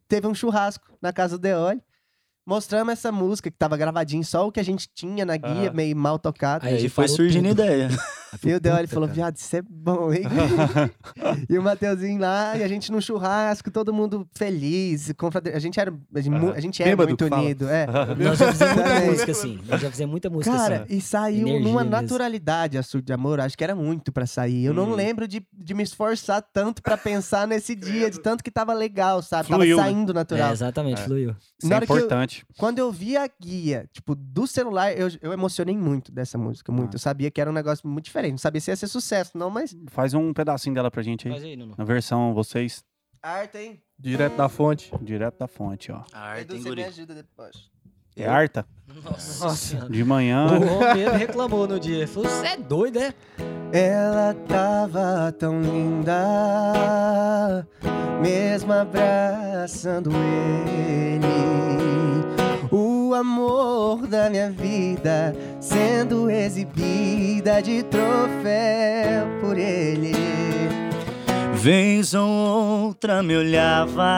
S4: teve um churrasco na casa do Deoli. Mostramos essa música que tava gravadinho, só o que a gente tinha na guia,
S1: Aham.
S4: meio mal tocado.
S3: Aí a
S5: Aí
S3: gente
S5: foi
S3: parou
S5: surgindo
S3: tudo.
S5: ideia.
S4: E o Deoli falou, viado, isso é bom, hein? e o Mateuzinho lá, e a gente num churrasco, todo mundo feliz. confrade- A gente era, a gente, mu- a gente era
S2: Bêbado
S4: muito
S2: que fala.
S4: unido. É.
S3: Nós já fizemos muita
S4: Também.
S3: música, assim. Nós já fizemos muita música,
S4: Cara,
S3: assim.
S4: e saiu
S3: Energia
S4: numa
S3: mesmo.
S4: naturalidade Açúcar de Amor. Acho que era muito pra sair. Eu não
S1: Hum.
S4: lembro de, de me esforçar tanto pra pensar nesse dia, de tanto que tava legal, sabe?
S1: Fluiu, né?
S4: tava saindo natural.
S3: É, exatamente,
S1: É.
S3: fluiu.
S1: Isso
S4: Na
S1: é
S4: hora que eu-
S1: importante.
S4: Quando eu vi a guia, tipo, do celular, eu, eu emocionei muito dessa música, muito.
S1: Ah.
S4: Eu sabia que era um negócio muito diferente. Não sabia se ia ser sucesso, não, mas.
S1: Faz um pedacinho dela pra gente aí.
S3: Mas aí, Nuno.
S1: Na versão vocês,
S4: Arte, hein?
S2: Direto da fonte.
S1: direto da fonte, ó.
S5: Arte,
S4: Edu, você me ajuda depois.
S1: É harta.
S3: Nossa, Senhora.
S1: De manhã.
S3: O Pedro reclamou no dia. Falou, você é doido, é?
S4: Ela tava tão linda, mesmo abraçando ele. O amor da minha vida sendo exibida de troféu por ele.
S5: Vez ou outra me olhava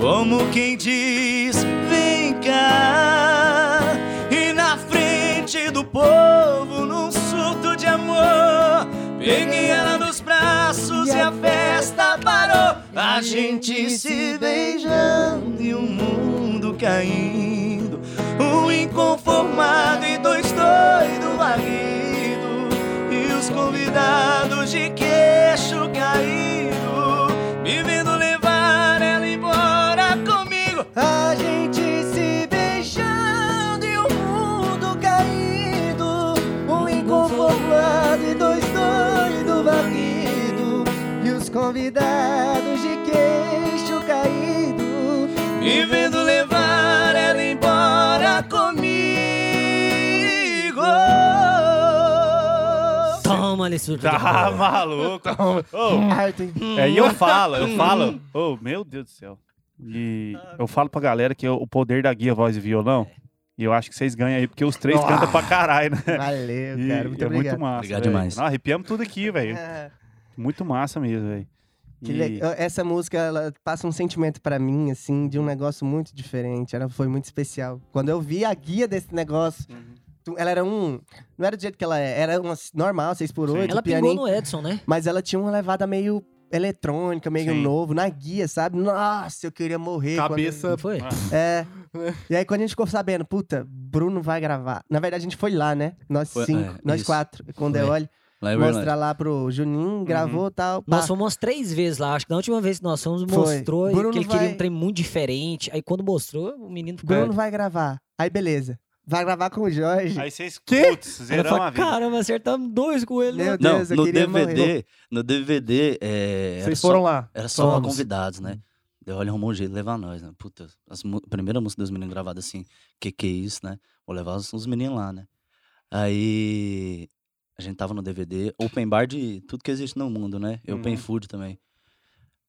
S5: Como quem diz, vem cá E na frente do povo, num surto de amor Peguei ela nos braços e a festa parou A gente se beijando e o mundo caindo Um inconformado e dois doidos varridos e os convidados de queixo caído Me vendo levar ela embora comigo
S4: A gente se beijando e o mundo caído. Um inconformado e dois doidos varrido. E os convidados de queixo caído.
S5: Me vendo levar ela embora comigo
S3: Toma, Alessandro.
S1: Tá maluco. Ô,
S4: Arthur.
S1: Aí eu falo, eu falo. Oh, meu Deus do céu. E eu falo pra galera que o poder da guia voz e violão. E eu acho que vocês ganham aí, porque os três
S2: Ah.
S1: cantam pra caralho, né?
S4: Valeu,
S1: E
S4: cara. Muito
S1: é
S4: obrigado.
S1: muito massa.
S5: Obrigado
S1: velho.
S5: demais.
S1: Não, arrepiamos tudo aqui, velho.
S4: É,
S1: Muito massa mesmo, velho.
S4: que
S1: E-
S4: legal. Essa música ela passa um sentimento pra mim, assim, de um negócio muito diferente. Ela foi muito especial. Quando eu vi a guia desse negócio,
S1: Uhum.
S4: tu- ela era um. Não era do jeito que ela é, era uma s- normal, 6 por
S1: Sim.
S4: 8
S3: Ela pingou
S4: pianinho.
S3: no Edson, né?
S4: Mas ela tinha uma levada meio eletrônica, meio
S1: Sim.
S4: novo, na guia, sabe? Nossa, eu queria morrer. quando-
S2: Cabeça.
S3: Não foi?
S4: É. E aí, quando a gente ficou sabendo, puta, Bruno vai gravar. Na verdade, a gente foi lá, né? Nós
S5: Foi-
S4: cinco,
S5: é,
S4: nós
S5: isso. É
S4: quatro, com o
S3: Foi.
S4: Deoli. Mostrar lá pro
S5: Uhum.
S4: Juninho, gravou e tal. pá.
S5: um
S3: Nós fomos umas três vezes lá. Acho que na última vez que nós fomos,
S4: Foi.
S3: mostrou
S4: Bruno
S3: que ele
S4: vai-
S3: queria um trem muito diferente. Aí quando mostrou, o menino ficou.
S5: é.
S4: Bruno vai gravar. Aí, beleza. Vai gravar com o Jorge.
S1: Aí vocês,
S2: Quê?
S1: putz,
S3: Ela
S1: zerão a
S3: falou,
S1: vida.
S3: caramba, acertamos dois com ele. né?
S4: Meu
S5: Não,
S4: Deus, eu
S5: no
S4: queria
S5: DVD,
S4: morrer.
S5: no DVD, é, era
S2: Vocês
S5: só-
S2: foram
S4: Tá
S2: lá.
S5: Era só pra
S2: Fomos.
S5: convidados, né? Eu olho, arrumou um jeito de levar nós, né? Puta, as mu- a primeira música dos meninos gravada assim, que que é isso, né? Vou levar os, os meninos lá, né? Aí a gente tava no DVD, open bar de tudo que existe no mundo, né? E Open
S1: Uhum.
S5: food também.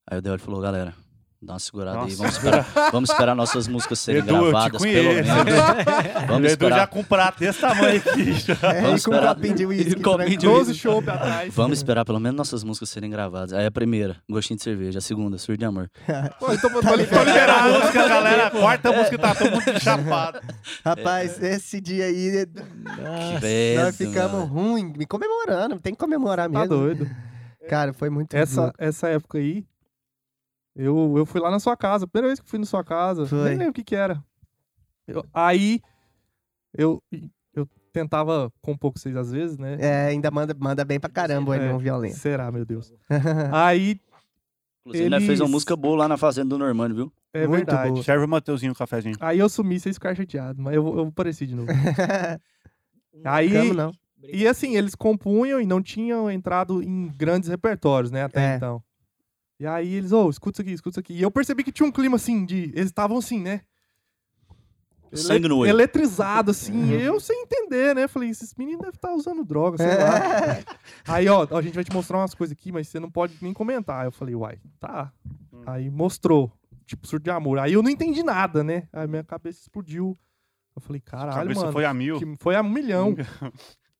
S5: Aí o Deol falou, galera, dá uma segurada aí,
S1: Nossa.
S5: vamos esperar, vamos esperar nossas músicas serem
S1: Edu, eu te
S5: gravadas, pelo
S1: conheço.
S5: menos.
S1: O
S5: Vamos
S1: Edu já
S5: esperar,
S1: com um prato desse tamanho aqui. já.
S4: É,
S5: Vamos
S4: e com um
S5: esperar.
S4: copinho de uísque.
S5: copinho
S4: tranquilo.
S5: de uísque.
S2: 12 shows pra trás.
S5: vamos esperar pelo menos nossas músicas serem gravadas. Aí a primeira, Gostinho de Cerveja, a segunda, Surdo de Amor.
S2: Pô, então eu tô
S1: Tô
S2: ligado.
S1: liberado a música, galera. A quarta música tá todo mundo chapado.
S4: Rapaz, esse dia aí
S3: Nossa.
S4: nós
S5: Beto,
S4: ficamos
S5: É. mano.
S4: ruim, me comemorando, tem que comemorar
S2: Tá
S4: mesmo.
S2: doido.
S4: Cara, foi muito
S2: Essa,
S4: louco.
S2: essa época aí, eu, eu fui lá na sua casa. Primeira vez que fui na sua casa.
S4: Foi.
S2: Nem lembro o que que era. Eu- aí, eu, eu tentava compor com um vocês às vezes, né?
S4: É, ainda manda, manda bem pra caramba o
S2: É.
S4: Edão Violento.
S2: Será, meu Deus. aí,
S5: Inclusive, nós fez uma
S2: Eles-
S5: música boa lá na Fazenda do Normando, viu?
S2: é
S4: Muito
S2: verdade.
S4: boa.
S1: Serve o Mateuzinho o cafezinho.
S2: Aí eu sumi, vocês ficaram chateados. Mas eu, vou- eu vou apareci de novo. Aí,
S4: Ficamos, não.
S2: e assim, eles compunham e não tinham entrado em grandes repertórios, né? Até
S4: É.
S2: então. E aí eles, ô, escuta isso aqui, escuta isso aqui. E eu percebi que tinha um clima assim de. Eles estavam assim, né? Ele- é
S5: Sangue
S4: é
S5: no olho.
S2: Eletrizado, assim. E eu sem entender, né? Falei, esses meninos devem estar usando droga, sei lá. Aí, ó, ó, a gente vai te mostrar umas coisas aqui, mas você não pode nem comentar. Aí eu falei, uai, tá.
S1: Hum.
S2: Aí mostrou. Tipo, surto de amor. Aí eu não entendi nada, né? Aí minha cabeça explodiu. Eu falei, caralho,
S1: cabeça
S2: mano.
S1: foi a mil.
S2: que foi a um milhão.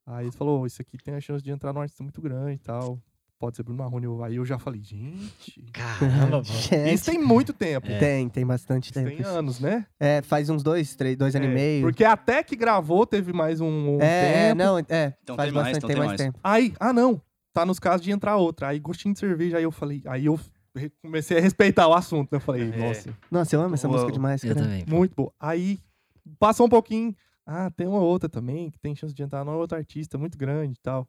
S2: Aí ele falou, isso aqui tem a chance de entrar num artista muito grande e tal. Pode ser Bruno Marrone. Eu- Aí eu já falei, gente...
S3: Caramba, mano.
S2: Isso
S4: Gente,
S2: tem muito tempo.
S4: É.
S5: É.
S4: tem, tem bastante
S2: Isso
S4: tempo.
S2: Tem
S4: isso.
S2: anos, né?
S4: É, faz uns dois, três, dois anos
S2: É,
S4: e meio.
S2: Porque até que gravou, teve mais um, um
S4: É, é,
S2: tempo.
S4: não, é.
S5: Então
S4: faz
S5: tem mais,
S4: bastante,
S5: então
S4: tem
S5: tem
S4: mais
S5: mais.
S4: tempo.
S2: Aí, ah, não. Tá nos casos de entrar outra. Aí, gostinho de cerveja, aí eu falei. Aí eu re- comecei a respeitar o assunto. Né? Eu falei,
S3: É.
S2: nossa,
S4: Nossa, eu amo essa
S1: Uou.
S4: música demais,
S3: Eu
S4: cara.
S3: também.
S2: muito bom. Aí passou um pouquinho. Ah, tem uma outra também que tem chance de entrar numa outra artista muito grande e tal.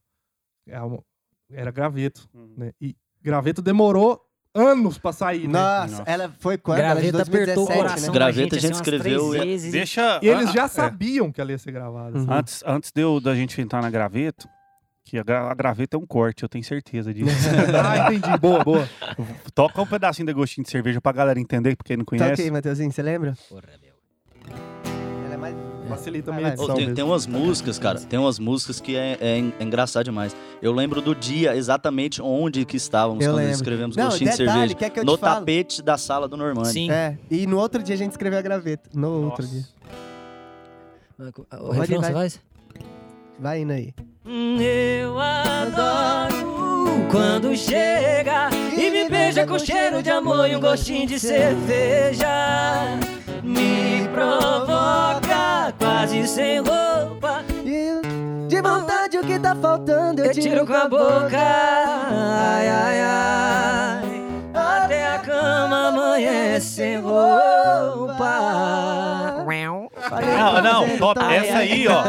S2: É uma- Era graveto,
S3: Hum.
S2: né? E graveto demorou anos pra sair, né?
S4: Nossa,
S1: Nossa.
S4: ela foi quando? Ela é de
S3: Graveta apertou o
S4: 2017,
S3: coração.
S4: né?
S3: da
S5: Graveta, a
S3: assim,
S5: gente
S3: umas
S5: escreveu
S3: três
S5: e-
S3: vezes
S1: Deixa.
S2: E eles
S1: ah,
S2: já
S1: ah, é.
S2: sabiam que ela ia ser gravada.
S4: Uhum.
S1: Antes, antes de eu, da gente entrar na graveto, que a, gra- a graveta é um corte, eu tenho certeza disso.
S2: ah, entendi. Boa, boa.
S1: Toca um pedacinho da gostinho de cerveja pra galera entender, pra quem não
S4: Tá
S1: conhece.
S4: ok, Matheusinho, você lembra?
S3: Porra, meu.
S4: Ela é mais...
S2: Facilita a
S4: Vai,
S2: minha
S4: vai.
S5: Ô,
S2: edição
S5: tem,
S2: mesmo.
S5: tem umas músicas, cara. Tem umas músicas que é, é en- é engraçado demais. Eu lembro do dia, exatamente onde que estávamos
S4: Eu
S5: quando
S4: lembro.
S5: escrevemos
S4: Não,
S5: Gostinho de
S4: detalhe,
S5: Cerveja.
S4: quer que eu
S5: No
S4: te falo?
S5: tapete da sala do Normani.
S3: Sim.
S4: É, e no outro dia a gente escreveu a graveta. No outro
S1: Nossa.
S4: dia.
S3: O refrão,
S4: vai.
S3: você faz?
S4: Vai indo aí.
S3: Hum, Eu adoro quando chega e me beija com cheiro de amor e um gostinho de cerveja. Me provoca quase sem roupa,
S4: E de vontade o que tá faltando eu,
S3: Ah. eu tiro com a boca. Ai, ai, ai. Até a cama amanhece sem roupa.
S4: Falei
S1: Não,
S4: pra
S1: não,
S4: você,
S1: top.
S4: tá
S1: Essa aí, ó.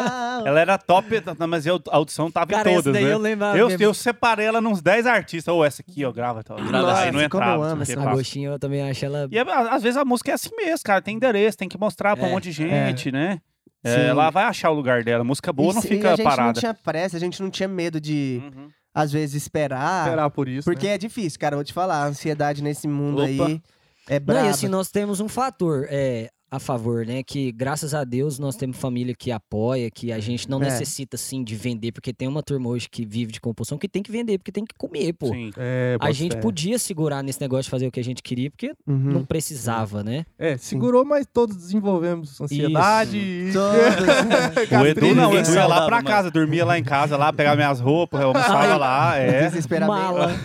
S1: Ela era top, tá- mas eu- a audição tava
S3: Cara,
S1: em
S3: essa
S1: todas,
S3: daí
S1: né?
S3: eu lembrava
S1: Eu,
S3: mesmo.
S1: eu separei ela nos 10 artistas. Ou essa aqui, ó, grava. Tá, grava
S5: Nossa,
S1: aí, não
S4: como
S1: entrava.
S4: eu
S1: não
S4: amo
S1: sei o
S3: Essa
S1: que, pá.
S3: gostinha eu também acho ela.
S1: E é- a- às vezes a música é assim mesmo, cara. Tem endereço, tem que mostrar pra um
S3: É,
S1: monte de gente, né? É,
S4: Sim.
S1: ela vai achar o lugar dela. Música boa
S4: E
S1: não
S4: se-
S1: fica
S4: a gente não
S1: parada.
S4: tinha pressa, a gente não tinha medo de,
S1: Uhum. né?
S4: às vezes, esperar.
S2: Esperar por isso. né?
S4: Porque é difícil, cara. Vou te falar, a ansiedade nesse mundo
S5: Opa.
S4: aí é
S3: Não,
S4: brava.
S3: e assim, nós temos um fator é, a favor, né? Que graças a Deus nós temos família que apoia, que a gente não
S4: É.
S3: necessita, assim, de vender, porque tem uma turma hoje que vive de compulsão que tem que vender, porque tem que comer, pô.
S1: Sim.
S2: É,
S3: A
S2: bota
S3: gente
S2: fé.
S3: podia segurar nesse negócio de fazer o que a gente queria, porque
S4: Uhum.
S3: não precisava, né?
S2: É, segurou, mas todos desenvolvemos ansiedade e.
S4: Todos.
S1: O Edu não, o Edu ia lá
S5: saudável,
S1: pra
S5: mano.
S1: casa, dormia lá em casa, lá, pegava minhas roupas, eu almoçava lá, é.
S4: Desesperamento.
S3: Mala.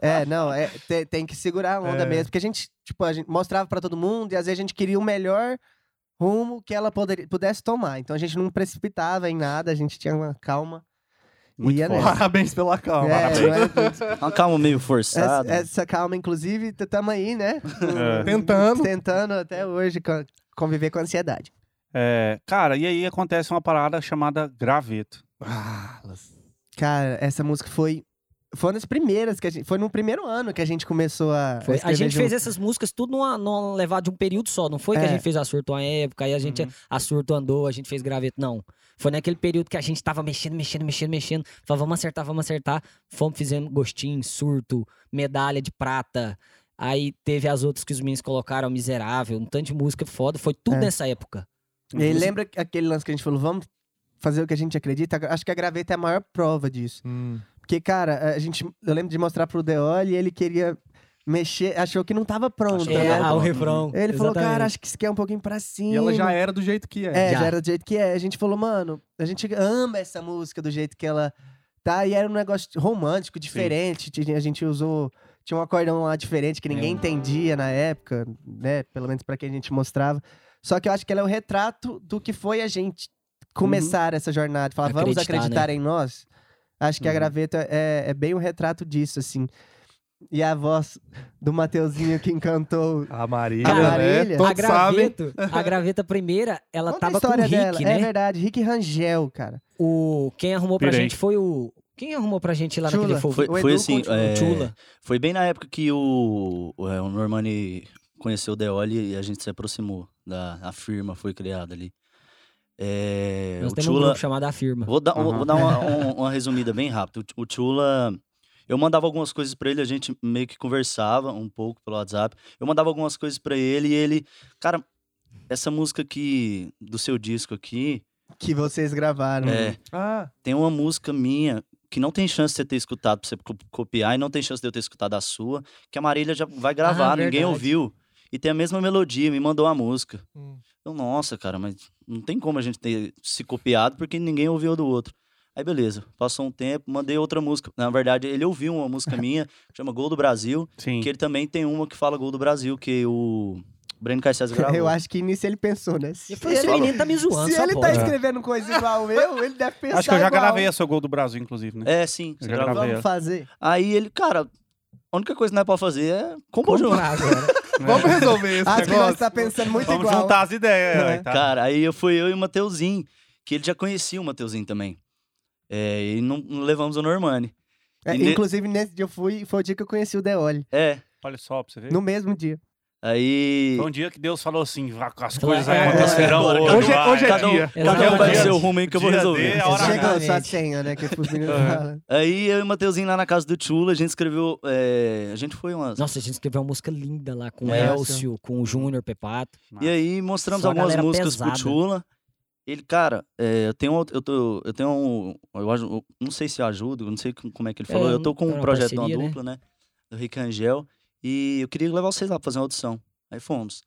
S4: É, não, é, te- tem, que segurar a onda
S2: É.
S4: mesmo. Porque a gente, tipo, a gente mostrava pra todo mundo e às vezes a gente queria o melhor rumo que ela poderia, pudesse tomar. Então a gente não precipitava em nada, a gente tinha uma calma.
S1: Muito
S4: ia
S1: foda.
S4: nessa.
S2: Parabéns pela calma.
S4: É, não é tudo.
S5: Uma calma meio
S4: essa,
S5: forçada.
S4: essa calma, inclusive, t- tamo aí, né?
S1: É.
S2: Tentando.
S4: Tentando até hoje co- conviver com a ansiedade.
S1: É, Cara, e aí acontece uma parada chamada graveto.
S4: Cara, essa música foi. Foi nas primeiras que a gente. Foi no primeiro ano que a gente começou a.
S3: Foi- a
S4: escrever
S3: gente fez
S4: junto.
S3: essas músicas tudo numa, numa levada de um período só. Não foi que
S4: É.
S3: a gente fez a surto uma época, aí a gente a surto andou, a gente fez graveto. Não. Foi naquele período que a gente tava mexendo, mexendo, mexendo, mexendo. Falava, vamos acertar, vamos acertar. Fomos fizendo gostinho, surto, medalha de prata. Aí teve as outras que os meninos colocaram, miserável, um tanto de música foda. Foi tudo
S4: É.
S3: nessa época.
S4: E aí, lembra aquele lance que a gente falou, vamos fazer o que a gente acredita? Acho que a graveta é a maior prova disso.
S2: Hum.
S4: Porque, cara, a gente. Eu lembro de mostrar pro Deol e ele queria mexer, achou que não tava pronto,
S5: Achou que
S4: né?
S5: não.
S3: o refrão.
S4: Ele falou,
S3: é Exatamente.
S4: cara, acho que isso aqui é um pouquinho pra cima.
S2: E ela já era do jeito que é.
S4: É, já.
S3: Já.
S4: era do jeito que é. A gente falou, mano, a gente ama essa música do jeito que ela tá. E era um negócio romântico, diferente. Tinha- A gente usou. Tinha um acordão lá diferente que ninguém
S3: É.
S4: entendia na época, né? Pelo menos pra quem a gente mostrava. Só que eu acho que ela é o retrato do que foi a gente começar essa jornada. Falar, vamos
S3: Uhum. Acreditar, né?"
S4: acreditar em nós. Acho que a
S1: Uhum.
S4: graveta é, é bem o retrato disso, assim. E a voz do Mateuzinho que encantou.
S2: A Marília,
S4: A Marília.
S2: né?
S4: A
S3: a
S2: Todos sabem.
S3: graveto, a graveta primeira, ela
S4: Conta
S3: tava
S4: a
S3: com o
S4: história
S3: Rick,
S4: dela.
S3: né?
S4: É verdade, Rick Rangel, cara.
S3: O, quem arrumou pra
S1: Pirei.
S3: gente foi o. Quem arrumou pra gente lá
S4: Chula.
S3: naquele fogo?
S5: Foi,
S4: O Edu
S5: foi assim,
S4: continua,
S5: é,
S3: Chula.
S5: foi bem na época que o, o, é, o Normani conheceu o Deoli e a gente se aproximou da a firma, foi criada ali. É,
S3: Nós
S5: o
S3: temos um
S5: é, Chula,
S3: grupo chamado A Firma.
S5: Vou dar, um, vou-
S1: Aham.
S5: vou dar uma, um- uma resumida bem rápida. O Ch- O Chula, Eu mandava algumas coisas pra ele, a gente meio que conversava um pouco pelo WhatsApp. Eu mandava algumas coisas pra ele e ele, cara, essa música aqui do seu disco aqui,
S4: Que vocês gravaram.
S5: é,
S2: Ah,
S5: tem uma música minha que não tem chance de você ter escutado pra você co- copiar e não tem chance de eu ter escutado a sua, que a Marília já vai gravar,
S4: Ah,
S5: ninguém
S4: verdade.
S5: ouviu. E tem a mesma melodia, me mandou a música.
S2: hum,
S5: Eu, nossa, cara, mas não tem como a gente ter se copiado porque ninguém ouviu do outro. Aí, beleza, passou um tempo, mandei outra música. Na verdade, ele ouviu uma música minha, chama Gol do Brasil,
S1: Sim.
S5: que ele também tem uma que fala Gol do Brasil, que o Breno Caicés gravou.
S4: Eu acho que nisso ele pensou, né? Se
S3: E foi esse
S4: ele-
S3: menino tá me zoando,
S4: Se
S3: só
S4: ele tá
S3: pode.
S4: escrevendo coisa igual eu, ele deve pensar
S1: Acho que eu já
S4: é igual.
S1: gravei a seu gol do Brasil, inclusive, né?
S5: É, sim,
S1: Eu
S5: você
S1: já
S5: gravou.
S1: gravei.
S4: Vamos fazer.
S5: Aí ele, cara, a única coisa que não é pra fazer é compor junto.
S3: Comprar agora.
S2: vamos resolver esse
S4: Acho que nós
S2: negócio.
S4: tá pensando muito
S1: Vamos
S4: igual.
S1: juntar as ideias.
S4: É.
S1: aí, tá?
S5: Cara, aí eu fui eu e o Mateuzinho, que ele já conhecia o Mateuzinho também. É, e não, não levamos o Normani.
S4: É,
S5: E ne-
S4: Inclusive, nesse dia eu fui, foi o dia que eu conheci o Deoli.
S5: É,
S1: Olha só pra você ver.
S4: No mesmo dia.
S5: aí...
S1: Foi um dia que Deus falou assim: "Vá- as
S3: Vai,
S1: coisas
S3: é,
S1: acontecerão
S5: é,
S1: hoje.
S2: Hoje, é-
S1: vai."
S2: hoje é
S5: Cada um-
S2: dia.
S5: Cada um vai pro
S1: Exatamente.
S5: seu rumo aí que eu vou
S1: Dia D,
S5: resolver.
S1: a hora
S4: Chegou
S1: H.
S4: a sua senha, né? Que os meninos
S1: É.
S4: falam.
S5: Aí eu e o Mateuzinho lá na casa do Tchula, a gente escreveu. é, a gente foi umas.
S3: Nossa, a gente escreveu uma música linda lá com o
S4: É,
S3: Elcio, com o Júnior Pepato.
S5: E aí mostramos
S3: Só a
S5: algumas
S3: galera
S5: músicas
S3: pesada.
S5: pro Tchula. Ele, cara, é, eu tenho. um- Eu, tô, eu tenho um. Eu, aju- eu não sei se eu ajudo, eu não sei com- como é que ele falou.
S3: É,
S5: eu tô com
S3: era
S5: um
S3: uma
S5: projeto de uma
S3: parceria, né?
S5: dupla, né? Do Rick Angel. E eu queria levar vocês lá pra fazer uma audição. Aí fomos.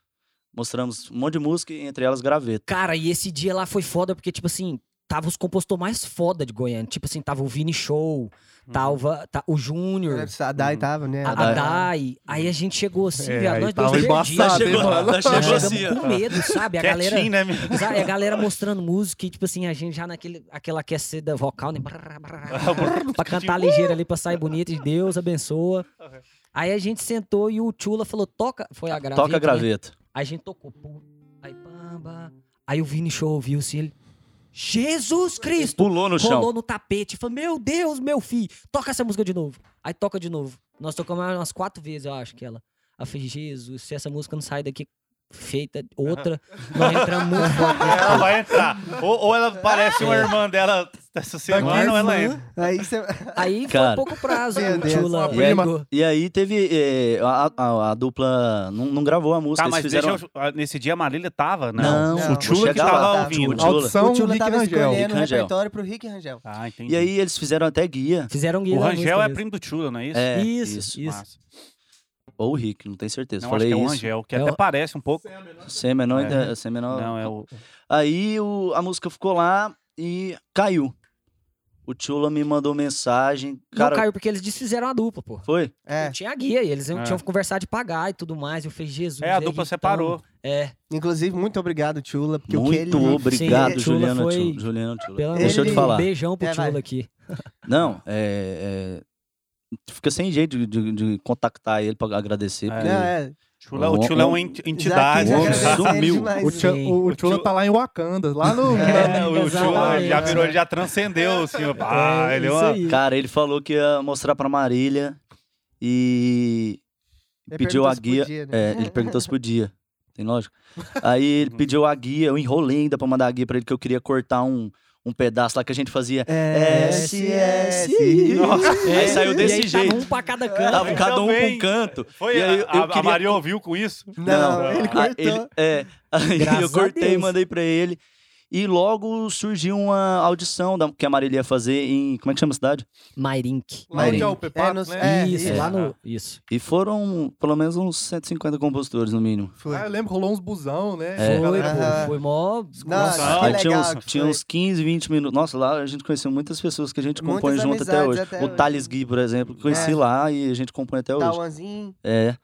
S5: Mostramos um monte de música, e entre elas graveto.
S3: Cara, e esse dia lá foi foda, porque, tipo assim, tava os compositores mais foda de Goiânia. Tipo assim, tava o Vini Show,
S5: Uhum.
S3: tava tá, o Júnior,
S4: A Dai
S1: Uhum.
S4: tava, né?
S3: a, a
S5: Dai.
S3: Dai. Aí a gente chegou assim,
S2: É,
S3: viado,
S2: aí
S3: nós dois
S2: tava
S3: perdidos.
S2: embaçado,
S3: Nós
S2: hein,
S3: chegamos-
S2: mano?
S5: nós
S3: nós
S5: chegou assim,
S3: chegamos com
S5: ó.
S3: medo, sabe? A galera...
S1: Quietinho, né, meu?
S3: Sabe, a galera mostrando música e, tipo assim, a gente já naquele, aquela aquecida vocal, né? Brrr, brrr, pra cantar ligeiro ali, pra sair bonito, e Deus abençoa. Aí a gente sentou e o Chula falou, toca... Foi a graveto.
S5: Toca
S3: né?
S5: graveto.
S3: Aí a gente tocou. pum, Aí, pamba. Aí o Vini Show ouviu assim, ele... Jesus Cristo!
S5: Pulou no chão.
S3: Rolou no tapete. Falou, meu Deus, meu filho, toca essa música de novo. Aí toca de novo. Nós tocamos umas quatro vezes, eu acho, que ela. Aí eu falei, Jesus, se essa música não sair daqui feita outra, nós entramos muito forte. nesse
S1: Ela vai entrar. Ou, ou ela parece uma irmã dela dessa semana, ou
S4: né?
S1: ela entra.
S4: Aí você.
S3: Aí
S5: Cara.
S3: foi pouco prazo,
S4: Meu
S3: o
S4: Deus.
S3: Chula.
S5: E aí,
S3: ligou.
S5: e aí teve. é, a, a- a dupla não, não gravou a música.
S1: Tá,
S5: eles
S1: mas
S5: fizeram
S1: deixa eu- ah, Nesse dia a Marília tava, né?
S5: Não,
S4: não,
S1: o
S4: vou
S1: Tchula que
S5: chegar
S1: tava
S5: lá, tá,
S1: ouvindo.
S5: Tchula.
S4: O
S2: Audição do
S4: Tula
S2: Rick
S4: tava
S2: Rangel.
S4: escolhendo o
S5: Rick Rangel.
S4: repertório pro Rick Rangel.
S1: Ah, entendi.
S5: E aí eles fizeram até guia.
S3: Fizeram guia
S1: o
S3: da
S1: Rangel
S3: música
S1: é
S3: mesmo.
S1: primo do Tchula, não é isso?
S5: É,
S3: Isso,
S5: isso.
S3: isso.
S1: Massa.
S5: Ou o Rick, não tenho certeza.
S1: Não,
S5: Falei
S1: acho que é o
S5: isso.
S1: Angel, que
S3: É
S1: até
S3: o-
S1: parece um pouco.
S5: Sem a menor
S1: É.
S5: ideia. Sem a menor...
S1: Não, é o.
S5: Aí o- a música ficou lá e caiu. O Tchula me mandou mensagem. Cara,
S3: Não caiu porque eles desfizeram a dupla, pô.
S5: foi?
S4: É.
S3: Não tinha guia, e eles
S1: É.
S3: tinham que conversar de pagar e tudo mais. Eu falei, Jesus. então,
S1: É, a dupla
S3: irritante.
S1: separou.
S3: É,
S4: Inclusive, muito obrigado, Tula, porque o que ele.
S5: Muito obrigado,
S3: Sim, é, Tchula
S5: Juliana.
S3: foi-
S5: Tchula, Juliana Tchula.
S3: pelo amor
S5: Deixa eu
S3: de
S5: te
S3: Deus,
S5: falar.
S3: beijão pro
S4: É, vai.
S3: Tchula aqui.
S5: Não, é, é, tu Fica sem jeito de, de- de contactar ele pra agradecer.
S1: É.
S5: porque-
S4: Não, é.
S1: Tchula, o Tchula é uma ent- entidade.
S5: já
S1: né?
S5: quero ver. sumiu.
S2: O,
S4: Mas,
S2: Tcha- o- o Tula tá lá em Wakanda, lá no.
S1: É, o Tchula
S3: Exatamente.
S1: já virou, ele já transcendeu, assim. ó. Ah, ele é
S3: isso
S1: uma.
S3: aí.
S5: Cara, ele falou que ia mostrar pra Marília e pediu a guia.
S4: né?
S5: É, ele perguntou se podia. Tem lógico? Aí
S1: Uhum.
S5: ele pediu a guia, eu enrolei ainda pra mandar a guia pra ele, que eu queria cortar um, um pedaço lá que a gente fazia.
S4: SS.
S1: Nossa,
S5: Aí saiu
S3: É. E
S5: desse
S3: aí
S5: jeito.
S3: Tava um pra cada
S5: Tava
S3: canto.
S5: cada um com
S1: Também.
S5: um canto.
S1: Foi
S5: E aí
S1: a,
S5: eu
S1: a
S5: queria-
S1: Maria ouviu com isso?
S4: Não,
S1: Não,
S4: ele
S1: ah,
S5: Ah,
S4: cortou.
S5: ele- é. Aí eu
S3: Graças a
S5: cortei e
S3: Deus.
S5: mandei pra ele. E logo surgiu uma audição da- que a Marília ia fazer em. Como é que chama a cidade?
S3: Mairink.
S2: Lá onde
S5: Marinho.
S2: é o Pepato,
S4: É, nos-
S2: né?
S4: é.
S3: isso,
S4: isso.
S3: lá no. Isso.
S5: E foram pelo menos uns 150 compositores, no mínimo.
S4: Foi.
S2: Ah, eu lembro, rolou uns busão, né?
S5: É.
S3: Foi,
S4: Aham.
S3: pô, foi mó. Ah,
S4: Nossa,
S5: Aí
S4: que
S5: tinha,
S4: legal.
S5: uns, tinha uns 15, 20 minutos. Nossa, lá a gente conheceu muitas pessoas que a gente
S4: Muitas
S5: compõe junto até
S4: amizades
S5: hoje.
S4: até
S5: o
S4: hoje.
S5: Thales Gui, por exemplo, que conheci
S4: É. Tá
S5: lá e a gente compõe até hoje.
S4: Tawanzinho.
S5: É.
S3: Aí...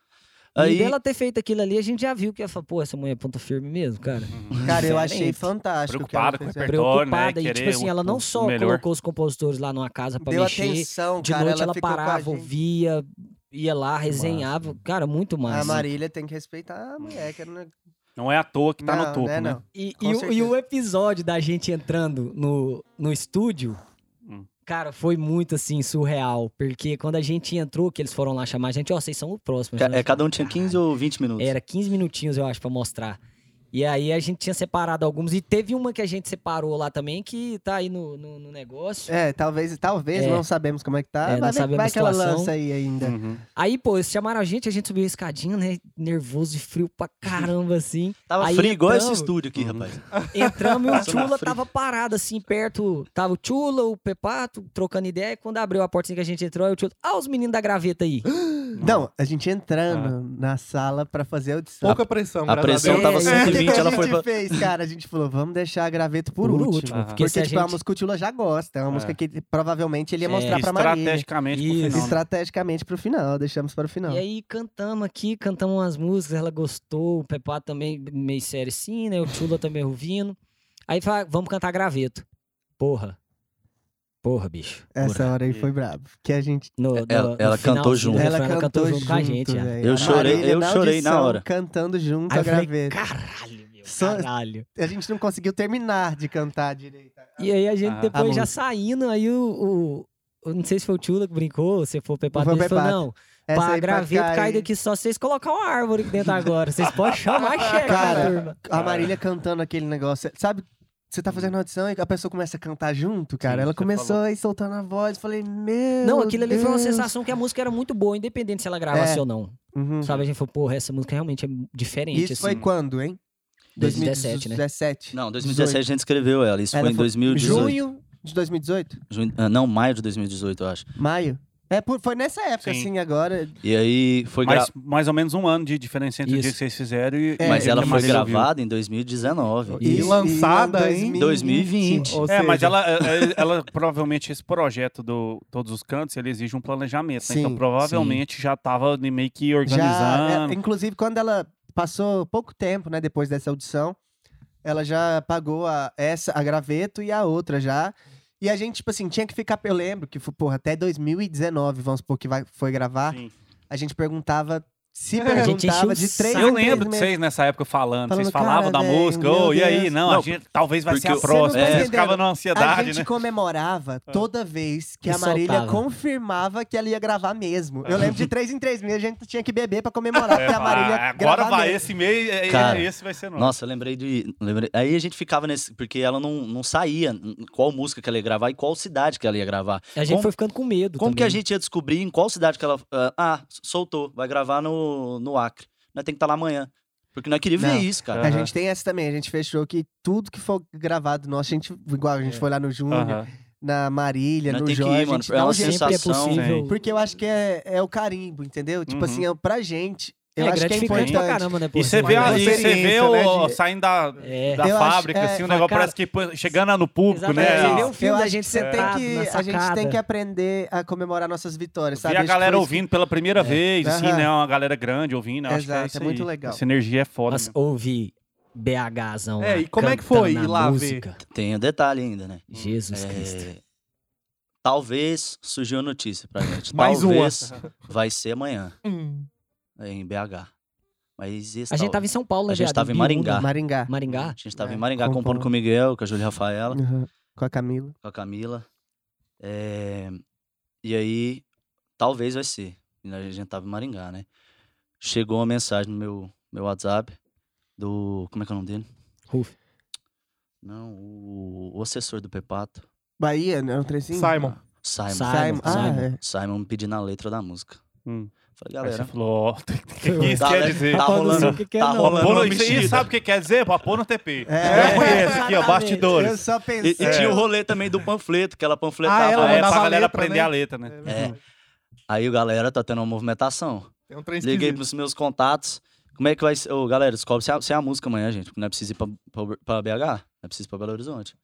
S3: E
S5: Aí,
S3: dela ter feito aquilo ali, a gente já viu que ela falou, pô, essa mulher é ponta firme mesmo, cara.
S4: Cara, eu
S3: Diferente.
S4: achei fantástico. o que ela
S1: Preocupada com o
S4: fez.
S1: repertório, né?
S3: Preocupada. e, tipo
S1: querer
S3: assim,
S1: o-
S3: ela não
S1: o
S3: só
S1: melhor.
S3: colocou os compositores lá numa casa pra
S4: Deu
S3: mexer.
S4: atenção,
S3: De
S4: cara.
S3: noite
S4: ela
S3: ela
S4: ficou com a
S3: parava,
S4: gente.
S3: ouvia, ia lá, resenhava. Cara, muito
S4: A
S3: mais.
S4: Marília tem que respeitar a mulher, que era na-
S1: Não é à toa que tá no
S4: Não,
S1: topo,
S4: né,
S1: né?
S4: não.
S3: E,
S4: Com
S3: e o, e
S4: certeza.
S3: o episódio da gente entrando no, no estúdio,
S1: Hum.
S3: cara, foi muito assim, surreal. Porque quando a gente entrou, que eles foram lá
S4: é,
S3: chamar a gente, ó, vocês são o próximo. né?
S5: ca- é, cada um tinha 15 ou 20 minutos.
S3: Era 15 minutinhos, eu acho, pra mostrar. E aí a gente tinha separado alguns. E teve uma que a gente separou lá também, que tá aí no, no, no negócio.
S4: É, talvez, talvez
S3: É.
S4: não sabemos como é que tá.
S3: É, não
S4: mas vai,
S3: sabemos
S4: vai
S3: a
S4: que ela
S3: situação.
S4: lança aí ainda.
S1: Uhum.
S3: Aí, pô, eles chamaram a gente, a gente subiu a escadinha, né? Nervoso e frio pra caramba, assim.
S5: Tava
S3: Aí Uhum.
S5: frio igual esse
S3: entramos.
S5: estúdio aqui, rapaz.
S3: Entramos e o
S5: Passou Tá na
S3: Chula
S5: frente.
S3: tava parado, assim, perto. Tava o Chula, o Pepato, trocando ideia. E quando abriu a porta assim, que a gente entrou, aí o Chula. Ah, os meninos da graveta aí.
S4: Não, a gente entrando na sala pra fazer a audição.
S2: Pouca pressão,
S5: a
S2: graças
S5: pressão
S2: Deus.
S5: tava
S4: É, o que
S5: 120,
S4: que a
S5: ela
S4: gente
S5: foi pra-
S4: fez, cara? A gente falou, vamos deixar a graveto por, último.
S1: Aham.
S3: Porque,
S4: Porque,
S3: se a
S4: tipo, é uma
S3: gente-
S4: música que o Tula já gosta. É uma
S1: É.
S4: música que ele- provavelmente ele ia mostrar pra Marília.
S1: Estrategicamente pro
S3: Isso.
S1: final. né?
S4: Estrategicamente pro final, deixamos para o final.
S3: E aí cantamos aqui, cantamos umas músicas, ela gostou, o Pepá também meio sério sim, né? O Chula também ouvindo. Aí fala, vamos cantar graveto. Porra. Porra, bicho.
S4: Essa hora aí foi brabo. Que a gente.
S3: No,
S5: Ela- É, ela cantou junto.
S3: Ela, ela cantou junto com a gente. é.
S4: velho.
S5: Eu
S4: A
S5: chorei-
S4: Marília
S5: eu
S4: na
S5: chorei na
S4: audição,
S5: hora.
S4: Cantando junto
S3: Aí
S4: a
S3: eu falei,
S4: graveta.
S3: caralho, meu,
S4: Só-
S3: caralho.
S4: A gente não conseguiu terminar de cantar direito.
S3: E aí a gente
S1: Ah.
S3: depois
S4: A
S3: já
S4: música.
S3: saindo, aí o... o- eu não sei se foi o Chula que brincou, se foi o Pepato,
S4: Foi o
S3: ele falou,
S4: Pepato.
S3: não,
S4: Essa
S3: pra
S4: aí pra
S3: graveto
S4: cair-
S3: cair daqui só vocês colocar uma árvore aqui dentro agora. Vocês podem chamar a checa,
S4: Cara,
S3: né, turma.
S4: A Marília cantando aquele negócio. Sabe, você tá fazendo audição e a pessoa começa a cantar junto, cara.
S1: Sim,
S4: Ela
S1: você
S4: começou
S1: falou.
S4: aí soltando a voz. Falei, meu.
S3: Não, aquilo ali foi uma
S4: Deus.
S3: sensação que a música era muito boa, independente se ela gravasse
S4: É.
S3: ou não.
S4: Uhum.
S3: Sabe? A gente falou, porra, essa música realmente é diferente,
S4: Isso
S3: assim.
S4: foi quando, hein?
S3: 2017, né?
S4: 2017.
S5: Não, 2017 a gente escreveu ela. Isso
S4: Ela
S5: foi em
S4: foi-
S5: 2018.
S4: Junho de 2018?
S5: Junho- ah, não, maio de 2018, eu acho.
S4: Maio. É, por- foi nessa época,
S1: Sim.
S4: assim, agora.
S5: E aí foi gra-
S1: Mais, mais ou menos um ano de diferença entre o dia
S3: Isso.
S1: que vocês fizeram e.
S4: É,
S1: e o
S5: Mas
S1: dia
S5: ela
S1: que a
S5: foi
S1: Marília ouviu.
S5: gravada em 2019.
S3: E
S2: lançada
S5: Em
S2: em
S4: tá
S5: 2020.
S2: Ou
S1: É, mas
S2: seja,
S1: ela, é- ela provavelmente esse projeto do Todos os Cantos, ele exige um planejamento. né?
S4: Sim,
S1: Então provavelmente já tava meio que organizando.
S4: Já, é, inclusive, quando ela passou pouco tempo, né, depois dessa audição, ela já pagou a, essa, a graveto e a outra já. E a gente, tipo assim, tinha que ficar. Eu lembro que, foi, porra, até 2019, vamos supor, que vai, foi gravar,
S1: Sim.
S4: a gente perguntava. Se
S3: É. A gente encheu
S4: perguntava
S3: o
S4: de três
S3: saco.
S4: em
S1: Eu
S4: três
S1: lembro de
S4: meses.
S1: vocês nessa época falando,
S4: Falando,
S1: vocês falavam
S4: cara,
S1: da
S4: velho,
S1: música,
S4: meu
S1: ô, e aí?
S4: Deus.
S1: Não,
S5: Não,
S1: a gente talvez vai ser
S5: porque
S1: a
S5: eu-
S4: Você
S1: próxima.
S4: não tá
S1: É, Você
S4: entendendo.
S1: ficava numa
S4: A
S1: ansiedade,
S4: gente
S1: né?
S4: comemorava toda vez que
S3: E
S4: a Marília
S3: soltava.
S4: confirmava que ela ia gravar mesmo.
S1: É.
S4: Eu lembro de três em três meses, a gente tinha que beber pra comemorar, porque a Marília
S1: Ah, agora
S4: gravava
S1: vai,
S4: mesmo.
S1: esse mês, é- é-
S5: Cara,
S1: esse vai ser nosso.
S5: Nossa, eu lembrei de. Lembrei, aí a gente ficava nesse. Porque ela não, não saía n- qual música que ela ia gravar e qual cidade que ela ia gravar.
S3: A gente
S5: Como-
S3: foi ficando com medo
S5: Como
S3: também.
S5: que
S4: né?
S5: a gente ia descobrir em qual cidade que ela. ah, Ah, soltou, vai gravar no, no Acre. Nós tem que estar lá amanhã. Porque nós queríamos
S4: Não. É.
S5: ver isso, cara.
S4: A
S1: Aham.
S4: gente tem essa também, a gente fechou que tudo que for gravado nosso, a gente, igual a
S3: É.
S4: gente foi lá no Júnior,
S1: Aham.
S4: na Marília,
S5: Nós
S4: no
S5: tem que
S4: Jorge,
S5: ir, mano.
S4: a gente
S5: É
S4: dá um
S5: uma
S4: jeito.
S5: sensação.
S3: Sempre é possível.
S4: Porque eu acho que é, é o carimbo, entendeu? Tipo
S1: Uhum.
S4: assim, é pra gente. Eu
S3: é
S4: acho que é
S3: gratificante
S4: importante.
S3: pra caramba, né, pô?
S1: E você vê,
S3: vai-
S1: a, e você vê
S4: experiência, né,
S1: o,
S4: de-
S1: saindo da,
S3: É.
S1: da
S4: Eu acho-
S1: fábrica,
S4: é,
S1: assim, o
S3: fala,
S1: negócio
S3: cara,
S1: parece que pô, chegando no público,
S3: exatamente,
S1: né?
S3: você vê
S1: Ó,
S3: o filme
S4: eu
S3: da
S4: acho
S3: gente
S4: que você
S3: sentado
S4: tem
S3: na
S4: que, a gente
S3: sacada.
S4: tem que aprender a comemorar nossas vitórias, sabe?
S1: Ver a
S4: Acho que
S1: galera
S4: foi isso que-
S1: ouvindo pela primeira vez, assim,
S4: Aham.
S1: né? Uma galera grande ouvindo. eu Acho que é,
S4: Exato,
S1: isso
S4: é muito
S1: aí.
S4: legal.
S1: Essa energia é foda.
S3: Nossa,
S1: mesmo.
S3: ouvi BHzão
S2: É,
S3: lá,
S2: e como é que foi
S3: cantando
S2: ir
S3: a
S2: lá ver?
S3: música.
S5: Tem um detalhe ainda, né?
S3: Jesus Cristo.
S5: É, Talvez surgiu a notícia pra gente.
S2: Mais uma.
S5: Talvez vai ser amanhã é,
S2: Hum.
S5: em BH. Mas esse
S3: A gente
S5: tal-
S3: tava em São Paulo, né,
S5: A gente
S3: viado?
S5: tava em
S3: Biúna,
S5: Maringá.
S4: Maringá.
S5: A
S3: Maringá.
S5: gente tava
S4: É,
S5: em Maringá
S4: compondo.
S5: compondo com o Miguel, com a Júlia Rafaela,
S4: Uhum. Com a Camila.
S5: com a Camila. É, E aí, talvez vai ser. E A gente tava em Maringá, né? Chegou uma mensagem no meu, meu WhatsApp do. Como é que é o nome dele?
S3: Ruf.
S5: Não, o, o assessor do Pepato.
S4: Bahia, não é um trecinho?
S2: Simon.
S5: Simon.
S3: Simon.
S4: Simon. Ah,
S3: Simon.
S4: é.
S5: Simon me pedindo a letra da música.
S1: Hum.
S5: Falei,
S1: Aí você
S5: galera.
S1: falou, ó, o que que isso
S5: tá,
S1: quer
S5: né?
S1: dizer?
S5: Tá
S3: Rapaz, não sei
S5: rolando.
S3: o que que é,
S5: tá
S3: não.
S5: rolando.
S1: Pô,
S5: uma
S1: isso aí,
S5: mexida.
S1: sabe o que quer dizer? Pra pôr no TP.
S4: É.
S1: Eu conheço aqui, ó,
S3: Exatamente.
S4: Eu
S1: bastidores.
S4: só
S5: E,
S4: pensei.
S5: e tinha o rolê também do panfleto, que ela panfletava.
S2: "É." Ah, ela
S5: lá.
S1: Ah, é, pra
S2: mandava a
S1: galera
S2: letra,
S1: aprender
S2: né?
S1: a letra, né?
S2: verdade.
S5: Aí o galera tá tendo uma movimentação.
S2: Tem um trem
S5: Liguei
S2: esquisito.
S5: pros meus contatos. Como é que vai ser? Ô, galera, descobre se é, se é a música amanhã, gente. Porque não é preciso ir pra, pra- pra BH, não é preciso ir pra Belo Horizonte.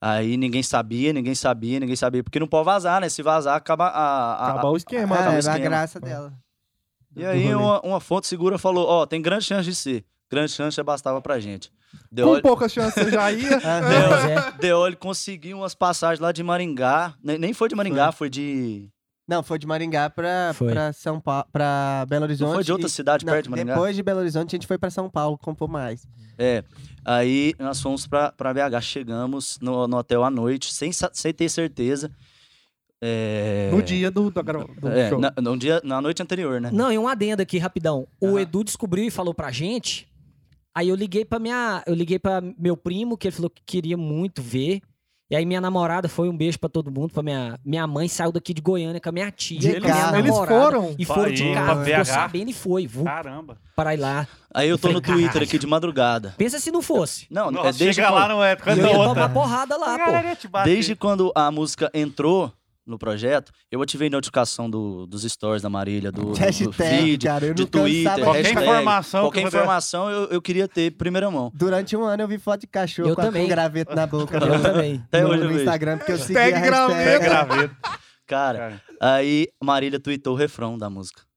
S5: Aí ninguém sabia, ninguém sabia, ninguém sabia. Porque não pode vazar, né? Se vazar, acaba a. a- a-
S2: Acabar o esquema.
S4: Ah,
S5: tá no
S4: era a
S5: esquema.
S4: graça dela.
S5: E aí uma, uma fonte segura falou: Ó, tem grande chance de ser. Grande chance já bastava pra gente. Deu
S2: Com
S5: olho-
S2: poucas chances eu já ia.
S4: Aham.
S3: Deus, é.
S5: Deu, ele conseguiu umas passagens lá de Maringá. Nem, nem foi de Maringá, foi de.
S4: Não, foi de Maringá pra,
S3: Foi.
S4: pra São Paulo, pra Belo Horizonte.
S5: Não foi de outra
S4: e-
S5: cidade
S4: Não,
S5: perto de Maringá?
S4: Depois de Belo Horizonte, a gente foi pra São Paulo compor mais.
S5: É. Aí nós fomos pra, pra BH, chegamos no, no hotel à noite, sem, sa- sem ter certeza. É,
S2: No dia do, da gra- do
S5: é,
S2: show.
S5: na, no dia, na noite anterior, né?
S3: Não, e um adendo aqui, rapidão. O
S2: Aham.
S3: Edu descobriu e falou pra gente Aí eu liguei pra minha. Eu liguei para meu primo, que ele falou que queria muito ver. E aí minha namorada foi um beijo pra todo mundo, pra minha minha mãe saiu daqui de Goiânia com a minha tia,
S4: De
S3: com a minha
S4: carro.
S2: Eles
S3: namorada.
S2: foram.
S3: E foram de
S1: Pra ir
S3: carro,
S1: pra
S3: ficou
S1: BH.
S3: sabendo e foi, vu,
S1: Caramba.
S3: para ir lá.
S5: Aí eu tô no
S3: Eu falei,
S5: Twitter aqui de madrugada.
S3: Pensa se não fosse.
S5: Não,
S1: Nossa,
S5: é desde
S1: chega
S5: quando,
S1: lá não é
S3: Eu
S1: época da
S3: ia
S1: outra.
S3: tomar porrada lá, pô.
S1: Galera, ia te bater.
S5: desde quando a música entrou no projeto, eu ativei notificação do- dos stories da Marília, do, do, do
S4: Hashtag,
S5: feed,
S4: cara. Eu
S5: de
S4: não
S5: Twitter,
S4: cansava.
S1: Qualquer
S5: hashtag,
S1: informação que
S5: qualquer
S1: eu puder.
S5: informação eu, eu queria ter primeira mão.
S4: Durante um ano eu vi foto de cachorro
S3: Eu
S4: com, a- com
S3: também.
S4: um graveto na boca
S3: Eu
S4: no,
S3: também.
S5: Até
S4: no-
S5: hoje eu
S4: no
S5: vejo.
S4: Instagram, porque eu segui a
S2: Hashtag
S4: hashtag.
S1: É graveto,
S5: Cara,
S1: cara.
S5: aí a Marília tweetou o refrão da música.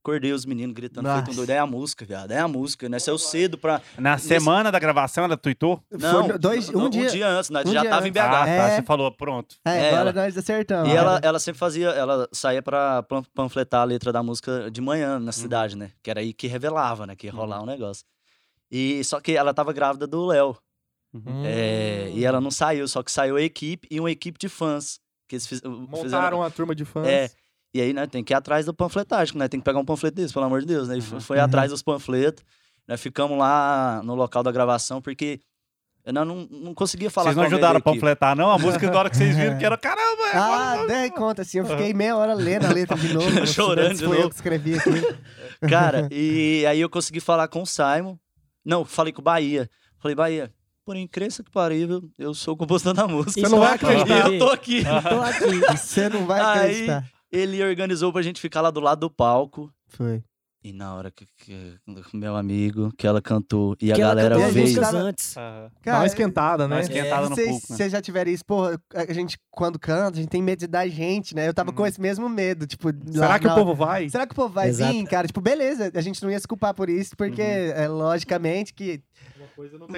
S5: Acordei os meninos gritando, feito um
S4: Nossa.
S5: doido. É a música, viado, é a música, né? Saiu cedo pra...
S1: Na semana da gravação, ela tweetou?
S5: Não,
S4: Foi no- dois- um
S5: no-
S4: dia-
S5: antes, nós
S4: um
S5: já
S4: dia
S5: tava em
S4: antes. Ah,
S5: BH.
S1: Ah, tá.
S4: É.
S1: Você falou, pronto.
S4: É,
S5: É,
S4: agora
S5: ela-
S4: nós acertamos.
S5: E ela, ela sempre fazia, ela saía pra pan- panfletar a letra da música de manhã
S4: Uhum.
S5: na cidade, né? Que era aí que revelava, né? Que ia rolar um negócio. E só que ela tava grávida do Léo.
S1: Uhum.
S5: é, e ela não saiu, só que saiu a equipe e uma equipe de fãs. Que eles fiz-
S2: Montaram a turma de fãs.
S5: É. E aí, né, tem que ir atrás do panfletagem, né? Tem que pegar um panfleto desse, pelo amor de Deus, né? E f-
S1: Uhum.
S5: foi atrás dos panfletos. Nós ficamos lá no local da gravação, porque eu não, não, não conseguia falar
S1: Vocês não
S5: com alguém da
S1: ajudaram a
S5: equipe.
S1: panfletar, não? A música da hora que vocês viram que era caramba. é agora-
S4: Ah, dei conta, assim, eu fiquei meia hora lendo a letra de novo.
S5: Chorando
S4: se
S5: de
S4: Foi eu
S5: novo.
S4: que escrevi aqui.
S5: Cara, e aí eu consegui falar com o Simon. Não, falei com o Bahia. Falei, Bahia, por incrível que pareça, eu sou o compositor da música.
S3: Isso
S2: não vai
S3: eu
S5: E
S2: acreditar.
S5: eu tô aqui.
S3: Tô aqui.
S4: Você não vai
S5: Aí-
S4: acreditar.
S5: Ele organizou pra gente ficar lá do lado do palco.
S4: Foi.
S5: E na hora que, que- meu amigo, que ela cantou e
S3: Porque
S5: a
S3: ela
S5: galera
S3: cantou as
S5: fez.
S3: músicas antes.
S1: Ah,
S2: Dá uma
S4: Cara,
S2: esquentada,
S1: Dá
S2: né?
S1: uma esquentada no
S4: vocês,
S1: pouco, né?
S4: vocês já tiveram isso, porra, a gente quando canta, a gente tem medo de dar gente, né? Eu tava com esse mesmo medo, tipo...
S2: Será que o povo vai?
S4: Será que o povo vai
S3: Exato.
S4: vir, cara? Tipo, beleza, a gente não ia se culpar por isso, porque, é, logicamente, que...
S1: tem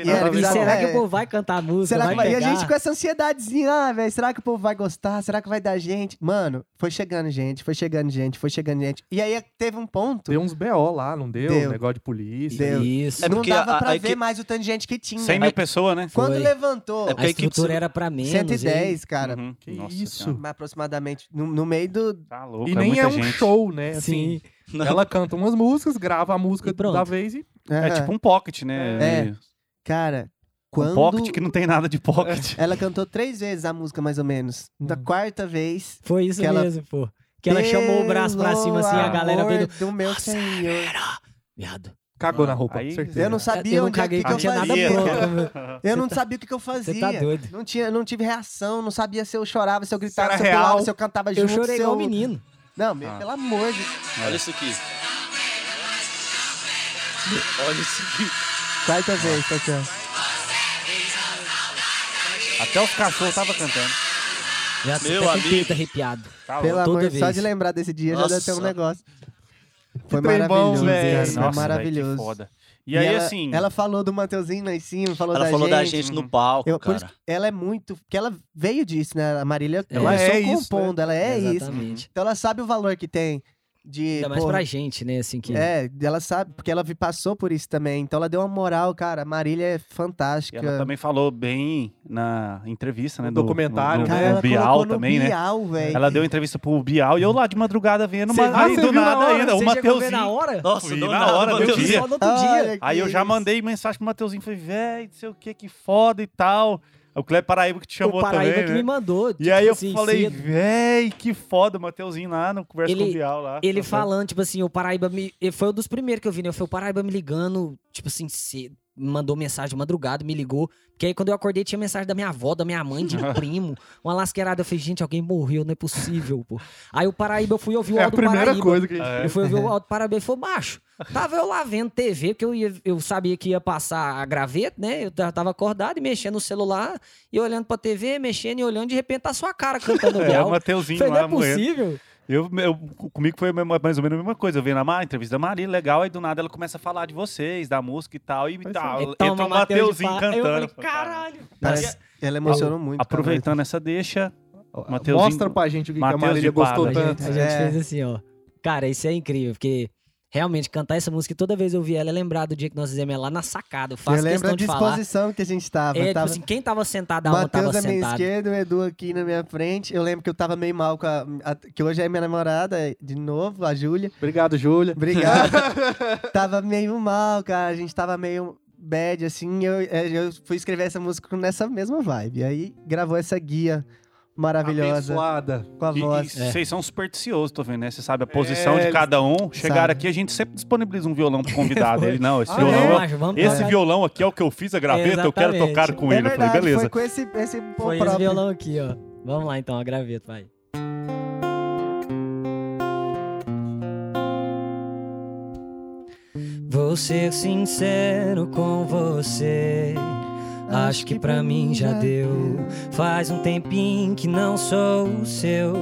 S4: E
S1: nada
S4: era
S1: a ver.
S3: E
S4: bizarro,
S3: será que
S4: é.
S3: o povo vai cantar a música?
S4: Será que vai? E a
S3: pegar?
S4: gente com essa ansiedadezinha, ah, velho, será que o povo vai gostar? Será que vai dar gente? Mano, foi chegando gente, foi chegando gente, foi chegando gente. E aí teve um ponto...
S2: Deu uns BO lá, não deu?
S4: Deu.
S2: Negócio de polícia.
S4: Deu.
S3: Isso.
S5: É
S4: não
S5: porque
S4: dava
S5: a-
S4: pra
S5: a
S4: ver
S5: equi-
S4: mais o tanto de gente que tinha.
S1: 100 mil pessoas, né?
S4: Quando
S3: Foi.
S4: levantou,
S5: É porque
S3: A
S5: a equipe
S3: estrutura
S5: se-
S3: era pra menos. e-
S4: 110, cara,
S1: Uhum.
S2: Que
S1: Nossa
S2: isso?
S1: Senhora.
S4: aproximadamente, no, no meio do...
S1: Tá louco.
S2: E nem
S1: muita
S2: é um
S1: gente.
S2: show, né? Assim,
S3: Sim.
S5: Não.
S2: Ela canta umas músicas, grava a música
S3: E pronto.
S2: da vez e.
S1: É tipo um pocket, né?
S4: É. Cara, quando...
S1: Um pocket que não tem nada de pocket.
S4: Ela cantou três vezes a música, mais ou menos. Da
S2: Hum.
S4: quarta vez.
S3: Foi isso
S4: Que ela-
S3: mesmo, pô. Uhum. Que ela chamou o braço pra cima, assim, a
S4: Pelo
S3: galera
S4: amor
S3: veio.
S4: do meu senhor.
S3: Viado.
S2: Cagou na
S1: Ah,
S2: roupa,
S1: aí-
S2: certeza.
S4: Eu não sabia
S3: eu não
S4: onde é
S3: caguei,
S4: que,
S3: não
S4: eu
S3: tinha nada
S4: fazia.
S3: pronto. meu.
S4: Eu
S3: Cê
S4: não
S3: tá-
S4: sabia o que, que eu fazia.
S3: Você tá doido.
S4: Não, tinha, não tive reação, não sabia se eu chorava, se eu gritava,
S2: era
S4: se eu pulava,
S2: real.
S4: se eu cantava junto.
S3: Eu chorei
S4: se
S3: igual
S4: eu...
S3: o menino.
S4: Não, meu,
S1: Ah.
S4: pelo amor de Deus.
S5: Olha isso aqui. Olha isso aqui.
S4: Quarta vez, tá Tatiana.
S1: Até os cachorros tava cantando.
S3: Viado,
S5: Meu
S3: Meu amigo.
S5: amigo.
S3: arrepiado.
S1: Tá
S4: Pelo
S1: louco.
S3: Toda
S4: amor
S3: vez.
S4: de só de lembrar desse dia já deu até um
S5: Nossa.
S4: negócio. Foi
S2: trem bom,
S4: maravilhoso,
S2: velho.
S4: cara,
S2: Nossa,
S4: foi
S1: velho, que
S4: maravilhoso.
S1: foda. E aí,
S4: ela,
S1: assim.
S4: Ela falou do Mateuzinho lá em cima, falou
S5: Ela
S4: da
S5: falou
S4: gente.
S5: da gente
S1: uhum.
S5: no palco,
S4: Eu- por isso
S5: cara.
S4: Ela é muito. Porque ela veio disso, né? A Marília
S3: Ela
S4: começou
S2: é isso,
S4: compondo, ela é isso.
S3: Exatamente.
S4: Então ela sabe o valor que tem de.
S3: Ainda mais
S4: porra,
S3: pra gente, né? Assim que.
S4: É, ela sabe, porque ela vi- passou por isso também. Então ela deu uma moral, cara. A Marília é
S1: E
S4: fantástica.
S1: ela também falou bem na entrevista, né?
S2: No
S1: do
S2: documentário,
S1: do-
S2: né?
S4: Cara,
S1: do
S4: ela
S1: Bial
S4: colocou no
S1: também, né?
S4: Bial, velho.
S1: Ela deu entrevista pro Bial e eu lá de madrugada vendo,
S2: Cê
S1: mas
S2: viu?
S1: aí
S2: Você
S1: do
S2: viu na
S1: nada
S2: hora?
S1: ainda. O
S3: Você chegou a ver
S1: Mateuzinho.
S3: na hora?
S5: Nossa,
S1: Fui
S5: do
S1: na
S5: nada,
S1: hora,
S5: meu
S1: meu
S5: Deus.
S3: vi
S1: dia.
S3: só no outro dia.
S4: Ah, Olha
S1: Aí
S3: é
S4: que
S1: eu já
S4: isso.
S1: mandei mensagem pro Mateuzinho, falei, véi, não sei o que, que foda e tal. O Cleber Paraíba que te chamou
S3: o Paraíba
S1: também,
S3: que
S1: né?
S3: me mandou.
S1: E aí
S3: tipo
S1: eu
S3: assim,
S1: falei,
S3: cedo.
S1: véi, que foda o Mateuzinho lá no Conversa
S3: Ele-
S1: com o Bial lá.
S3: Ele
S1: Tá
S3: falando, tipo assim, o Paraíba me. ele Foi um dos primeiros que eu vi, né? Foi o Paraíba me ligando, tipo assim, cedo. me Mandou mensagem de madrugada, me ligou. Porque aí quando eu acordei tinha mensagem da minha avó, da minha mãe, de um primo. Uma lasqueirada. Eu falei, gente, alguém morreu, não é possível, pô. Aí o Paraíba, eu fui ouvir o
S2: É a
S3: áudio do
S2: primeira
S3: Paraíba.
S2: coisa que a gente.
S1: É.
S3: Eu fui ouvir o áudio do Paraíba e falou, macho, tava eu lá vendo TV, porque eu, ia, eu sabia que ia passar a graveto, né? Eu ta- tava acordado e mexendo no celular, e olhando pra TV, mexendo e olhando, de repente tá a sua cara cantando o
S1: É, o
S3: Bial.
S1: Mateuzinho
S3: Falei, não
S1: lá,
S3: é
S1: morrendo.
S3: possível.
S1: Eu, eu, comigo foi a mesma- mais ou menos a mesma coisa. Eu vi na Ma- entrevista da Maria, legal, aí do nada ela começa a falar de vocês, da música e tal, e
S2: Pois
S1: tal.
S3: Aí
S1: Entra
S3: é. toma
S1: o
S3: Mateus de
S1: Mateuzinho
S3: pá. Aí
S1: cantando.
S3: Eu falei,
S1: Falei, "Caralho."
S3: caralho.
S4: Parece- Ela emocionou muito.
S1: Aproveitando essa deixa, Mateuzinho-
S2: Mostra pra gente o que, que a
S1: Mateus
S2: Marília
S1: de Pá,
S2: gostou
S1: né,
S3: A gente,
S2: tanto.
S3: a gente
S4: É.
S3: fez assim, ó. Cara, isso é incrível, porque realmente cantar essa música e toda vez eu vi ela, é lembrar do dia que nós fizemos ela lá na sacada. Eu faço
S4: eu lembro
S3: questão
S4: a
S3: de falar.
S4: disposição que a gente tava.
S3: É, tipo
S4: tava...
S3: assim, quem tava sentado, a alma
S4: Matheus
S3: tava
S4: na minha
S3: sentada.
S4: esquerda, o Edu aqui na minha frente. Eu lembro que eu tava meio mal com a. a- que hoje é minha namorada, de novo, a Júlia.
S2: Obrigado, Júlia.
S4: Obrigado. tava meio mal, cara. A gente tava meio bad, assim. Eu, é, eu fui escrever essa música nessa mesma vibe. Aí gravou essa guia maravilhosa
S2: Abençoada.
S4: com a
S1: E- e
S4: voz.
S1: Vocês são supersticiosos, tô vendo, né? Você sabe a posição de
S2: eles-
S1: cada um. Chegaram aqup
S4: Sabe.
S1: aqui, a gente sempre disponibiliza um violão pro convidado. Ele, não, esse
S2: Ah,
S1: violão.
S2: é?
S1: é-
S3: Macho, vamos
S1: Esse
S3: tocar.
S1: violão aqui é o que eu fiz a graveta, eu quero
S3: Então Exatamente.
S1: tocar com
S4: é
S1: ele. Eu
S4: verdade,
S1: falei, beleza.
S4: foi com esse, esse bom
S3: Foi esse
S4: próprio.
S3: violão aqui, ó. Vamos lá então, a graveta, vai. Vou ser sincero com você. Acho que pra mim já deu. Faz um tempinho que não sou o seu.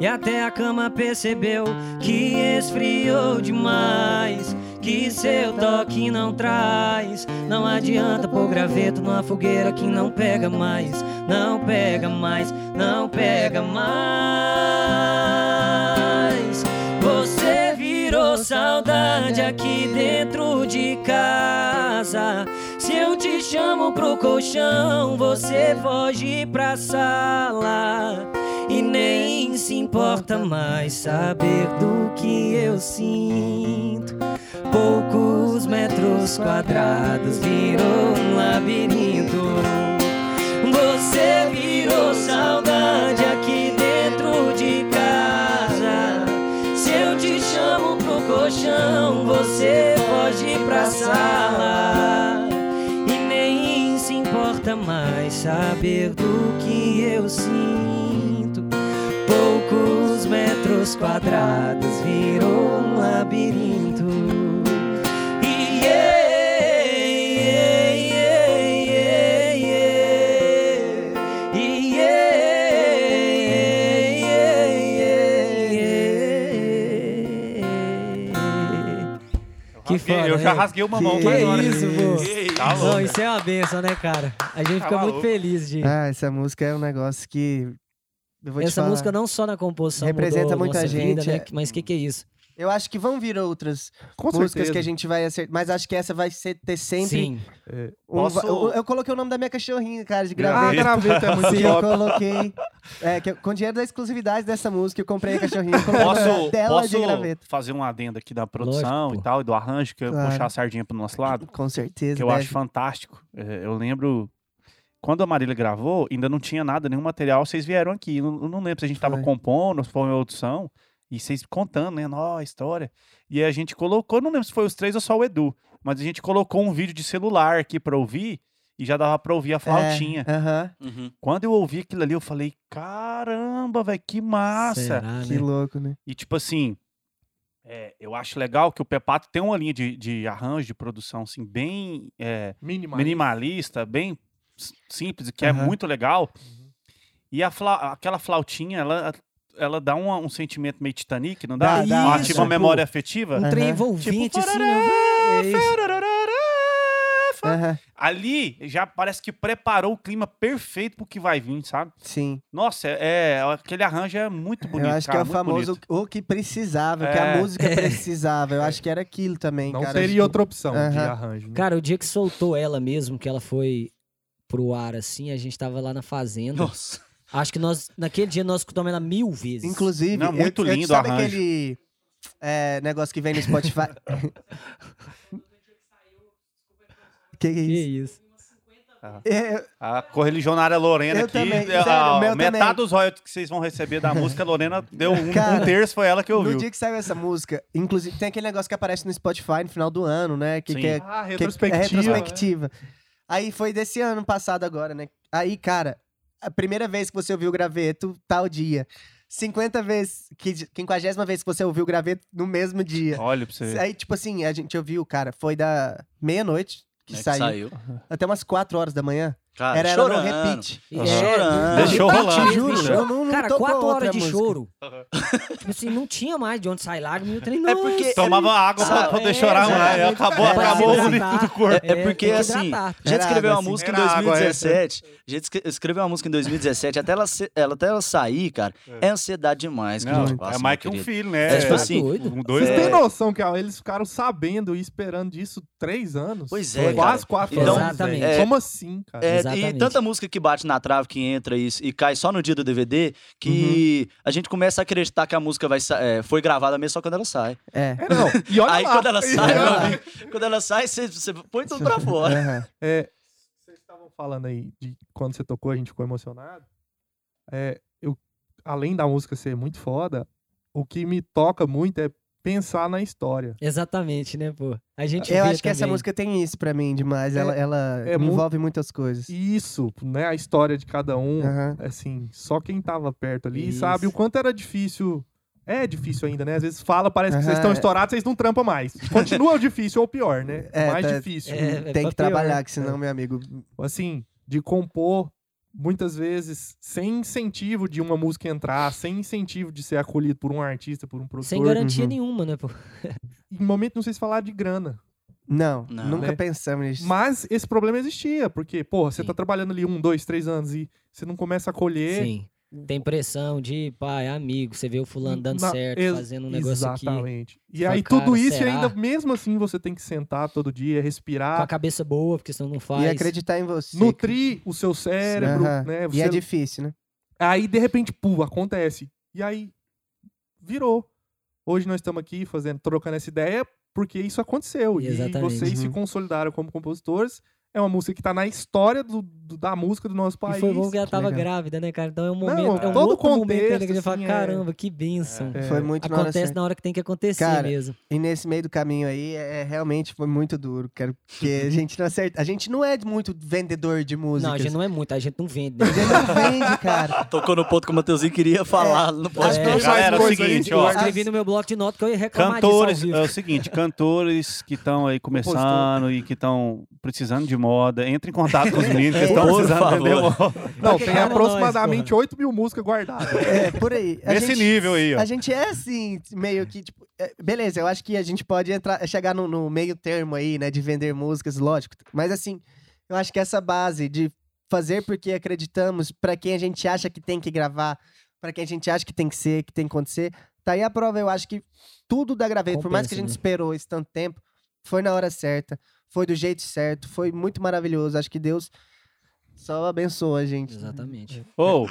S3: E até a cama percebeu que esfriou demais. Que seu toque não traz. Não adianta pôr graveto numa fogueira que não pega mais. Não pega mais, não pega mais. Você virou saudade aqui dentro de casa. Se eu te chamo pro colchão, você foge pra sala. E nem se importa mais saber do que eu sinto. Poucos metros quadrados virou um labirinto. Você virou saudade aqui dentro de casa. Se eu te chamo pro colchão, você foge pra sala. E nem se importa mais saber do que eu sinto. Poucos metros quadrados virou um labirinto. E yeah, yeah, yeah, yeah. E yeah, yeah, yeah, yeah. Que
S1: Rasguei-
S3: foda,
S1: eu já
S3: né?
S1: rasguei uma mão,
S4: Que
S1: mas olha.
S3: isso, pô.
S1: Que Tá louco.
S3: Não, isso é uma benção, né, cara? A gente
S1: Tá
S3: fica muito
S1: maluco.
S3: feliz de.
S4: Ah, essa música é um negócio que. Eu vou te
S3: Essa
S4: falar.
S3: música não só na composição
S4: Representa
S3: mudou
S4: muita
S3: nossa vida,
S4: gente,
S3: né?
S4: é.
S3: que- Mas o que, que é isso?
S4: Eu acho que vão vir outras
S2: Com
S4: músicas
S2: certeza.
S4: que a gente vai acertar. Mas acho que essa vai ser, ter sempre.
S3: Sim.
S4: um-
S1: Posso-
S4: eu, eu coloquei o nome da minha cachorrinha, cara, de
S2: Ah,
S4: graveta.
S2: graveta é muito
S4: que eu
S2: top.
S4: coloquei. É, que eu- com dinheiro da exclusividade dessa música, eu comprei a cachorrinha. eu coloquei o nome
S1: Posso,
S4: dela é de
S1: posso
S4: graveta.
S1: fazer um adendo aqui da produção
S3: Lógico, pô.
S1: e tal, e do arranjo, que eu
S4: Claro.
S1: puxar a sardinha pro nosso lado,
S4: Com certeza.
S1: que eu
S4: deve.
S1: acho fantástico. É, eu lembro. Quando a Marília gravou, ainda não tinha nada, nenhum material, vocês vieram aqui. Eu não, eu não lembro se a gente tava
S4: Foi.
S1: compondo, se foi uma audição, e vocês contando, né? Nó, a história. E aí a gente colocou, não lembro se foi os três ou só o Edu, mas a gente colocou um vídeo de celular aqui pra ouvir, e já dava pra ouvir a flautinha.
S4: É, aham,
S5: Uhum.
S1: Quando eu ouvi aquilo ali, eu falei, caramba, velho, que massa!
S3: Será,
S4: Que
S3: né?
S4: louco, né?
S1: E tipo assim, é, eu acho legal que o Pepato tem uma linha de, de arranjo, de produção, assim, bem é,
S2: Minimal.
S1: minimalista, bem s- simples, que é
S4: Aham. Uhum.
S1: muito legal. E a fla- aquela flautinha, ela, ela dá uma- um sentimento meio Titanic, não dá?
S4: Dá, dá,
S1: Ela
S4: isso,
S1: Ativa uma
S4: pô.
S1: memória
S4: É,
S1: afetiva.
S3: Um trem
S4: Aham.
S1: Tipo,
S3: envolvente, assim.
S1: farará,
S3: né? É isso.
S1: Farararará,
S4: Aham,
S1: Ali já parece que preparou o clima perfeito pro que vai vir, sabe?
S4: sim.
S1: Nossa, é, é- aquele arranjo é muito bonito.
S4: eu acho
S1: cara,
S4: que é o
S1: muito
S4: famoso
S1: bonito.
S4: o que precisava, o que a
S1: É.
S4: música precisava. Eu acho que era aquilo também,
S2: Não
S4: cara.
S2: teria outra opção de
S4: Aham.
S2: arranjo. né?
S3: Cara, o dia que soltou ela mesmo, que ela foi pro ar, assim, a gente tava lá na fazenda.
S5: Nossa.
S3: Acho que nós, naquele dia, nós escutamos ela mil vezes.
S4: Inclusive,
S1: Não, muito
S4: eu, eu,
S1: lindo o
S4: sabe
S1: arranjo.
S4: aquele é, negócio que vem no Spotify? que que é
S3: Que
S4: isso?
S3: isso.
S4: É, eu-
S1: A correligionária Lorena
S4: Eu
S1: aqui,
S4: também,
S1: a-
S4: sério,
S1: a-
S4: meu
S1: metade
S4: também.
S1: dos royalties que vocês vão receber da música, a Lorena deu um,
S4: Cara,
S1: um terço, foi ela que
S4: no
S1: ouviu.
S4: dia que saiu essa música, inclusive, tem aquele negócio que aparece no Spotify no final do ano, né? Que,
S1: Sim. né?
S4: que é
S2: Ah,
S4: Que-
S2: retrospectiva.
S4: É retrospectiva. Aí foi desse ano passado agora, né? Aí, cara, a primeira vez que você ouviu o graveto, tal dia. 50 vezes, que- 50 vez que você ouviu o graveto no mesmo dia.
S1: Olha pra você. ver.
S4: Aí, tipo assim, a gente ouviu, cara, foi da meia-noite que,
S5: É que
S4: saiu, até umas 4 horas da manhã.
S5: Cara,
S4: Era ela no
S5: chorando.
S4: repeat.
S3: E
S5: Chorando.
S3: não,
S1: Deixou
S3: eu
S1: rolar.
S3: te
S4: Juro,
S3: juro.
S4: eu tá não mundo
S3: Cara,
S4: tocou
S3: quatro
S4: outra
S3: horas de
S4: música.
S3: choro. tipo assim, não tinha mais de onde sair lágrima e o trem não.
S5: É porque-
S1: Tomava água pra
S5: Sabe?
S1: poder chorar,
S5: É,
S1: né?
S3: exatamente.
S1: Acabou,
S5: É,
S1: acabou
S5: pra
S1: o
S5: se
S1: líquido do
S3: hidratar.
S1: corpo.
S5: É,
S3: É,
S5: porque
S3: tem que
S5: assim, a
S3: hidratar.
S5: gente
S4: Era
S5: escreveu
S4: água,
S5: uma
S4: assim.
S5: música em
S1: Era água,
S5: 2017. A gente escre- escreveu uma música em 2017, até ela, se- ela, até ela sair, cara, é, ansiedade demais que a
S1: Não,
S5: gente passa.
S1: é
S5: meu
S1: mais que um
S5: querido.
S1: filho, né?
S5: É, tipo
S3: Tá
S5: assim,
S3: doido.
S1: um, dois,
S2: Vocês
S1: três.
S2: têm noção que ó, eles ficaram sabendo e esperando disso três anos?
S5: Pois é,
S2: Foi
S5: cara.
S2: Quase quatro
S5: Então,
S2: anos. velho.
S3: exatamente.
S2: Como assim, cara?
S5: É, e
S3: Exatamente.
S5: tanta música que bate na trave, que entra e, e cai só no dia do DVD, que a gente começa a acreditar que a música vai, sa- é, foi gravada mesmo só quando ela sai.
S4: É.
S2: É, não. E olha
S5: Aí
S2: lá.
S5: quando ela sai,
S2: E olha
S5: meu
S2: lá.
S5: amigo, quando ela sai, você, você põe tudo pra fora.
S4: Aham.
S2: É, vocês estavam falando aí de quando você tocou, a gente ficou emocionado. É, eu, além da música ser muito foda, o que me toca muito é pensar na história.
S3: Exatamente, né, pô? A gente
S4: Eu
S3: vê
S4: acho que essa
S3: também.
S4: música tem isso pra mim demais.
S2: É-
S4: ela ela
S2: é mu-
S4: envolve muitas coisas.
S2: E Isso, né? A história de cada um.
S4: Aham.
S2: Assim, só quem tava perto ali
S3: Isso.
S2: sabe o quanto era difícil. É difícil ainda, né? Às vezes fala, parece que vocês
S4: Aham,
S2: estão
S4: é.
S2: estourados, vocês não trampam mais. Continua difícil ou pior, né?
S4: É,
S2: mais
S4: tá-
S2: difícil.
S3: É, é pra
S4: Tem que
S3: pior.
S2: né?
S4: trabalhar, que senão, meu amigo.
S2: assim, de compor muitas vezes sem incentivo de uma música entrar, sem incentivo de ser acolhido por um artista, por um produtor.
S3: Sem garantia
S4: Uhum.
S3: nenhuma, né, pô?
S2: Em momento não sei se falar de grana.
S4: Não,
S5: Não.
S4: nunca
S2: Né?
S4: pensamos nisso.
S2: Mas esse problema existia, porque, porra, você
S3: Sim.
S2: tá trabalhando ali um, dois, três anos e você não começa a colher.
S3: Sim. Tem pressão de, pai, amigo, você vê o fulano dando
S2: na-
S3: certo,
S2: ex-
S3: fazendo um negócio aqui.
S2: Exatamente. E
S3: Fala,
S2: aí
S3: cara,
S2: tudo isso
S3: será?
S2: e ainda mesmo assim você tem que sentar todo dia,
S3: Com a
S2: respirar,
S3: cabeça boa, porque senão não faz.
S4: E acreditar em você.
S2: nutrir o seu cérebro,
S4: Aham.
S2: né?
S4: E é
S2: Você
S4: difícil, né?
S2: Aí, de repente, pum, acontece. E aí, virou. Hoje nós estamos aqui fazendo, trocando essa ideia, porque isso aconteceu. E
S3: Exatamente.
S2: vocês se
S4: Uhum.
S2: consolidaram como compositores. É uma música que tá na história do- do- da música do nosso país.
S3: E foi bom que ela
S4: que
S3: tava
S4: legal.
S3: grávida, né, cara? Então é um
S2: Não,
S3: momento, é um
S2: todo
S3: outro momento ainda que a
S2: contexto,
S3: gente fala,
S2: assim, é-
S3: caramba, que bênção.
S2: É.
S4: Foi muito na hora
S3: Acontece
S4: certa.
S3: na hora que tem que acontecer
S4: Cara,
S3: mesmo.
S4: E nesse meio do caminho aí, é, é- realmente foi muito duro. Quero porque a gente não acerta. A gente não é muito vendedor de música. assim.
S3: Não, a gente não é muito, a gente não vende. né?
S4: vende, cara.
S5: Tocou no ponto que o Mateuzinho queria falar, não pode
S3: É,
S5: perder.
S1: Galera, é o
S2: coisa aí,
S1: seguinte,
S3: Eu
S1: ó.
S3: escrevi no meu bloco de nota que eu ia reclamar
S1: Cantores,
S3: disso
S1: é o seguinte, cantores que estão aí começando e que estão precisando de moda, entre em contato com os meninos que estão
S5: Por
S1: precisando
S5: favor.
S1: vender moda.
S2: Não,
S3: Porque
S2: tem
S3: cara,
S2: aproximadamente
S3: nós,
S2: 8 mil músicas guardadas.
S4: É, por aí. A
S1: Nesse
S4: gente-
S1: nível aí, ó.
S4: A gente é assim, meio que, tipo. é, beleza, eu acho que a gente pode entrar, é, chegar no, no meio termo aí, né? De vender músicas, lógico. Mas assim, eu acho que essa base de fazer porque acreditamos, pra quem a gente acha que tem que gravar, pra quem a gente acha que tem que ser, que tem que acontecer, tá aí a prova. Eu acho que tudo da gravei, por mais que a gente
S3: Compensa, né?
S4: esperou esse tanto tempo, foi na hora certa, foi do jeito certo, foi muito maravilhoso. Acho que Deus só abençoa a gente. né?
S3: Exatamente.
S1: Ou,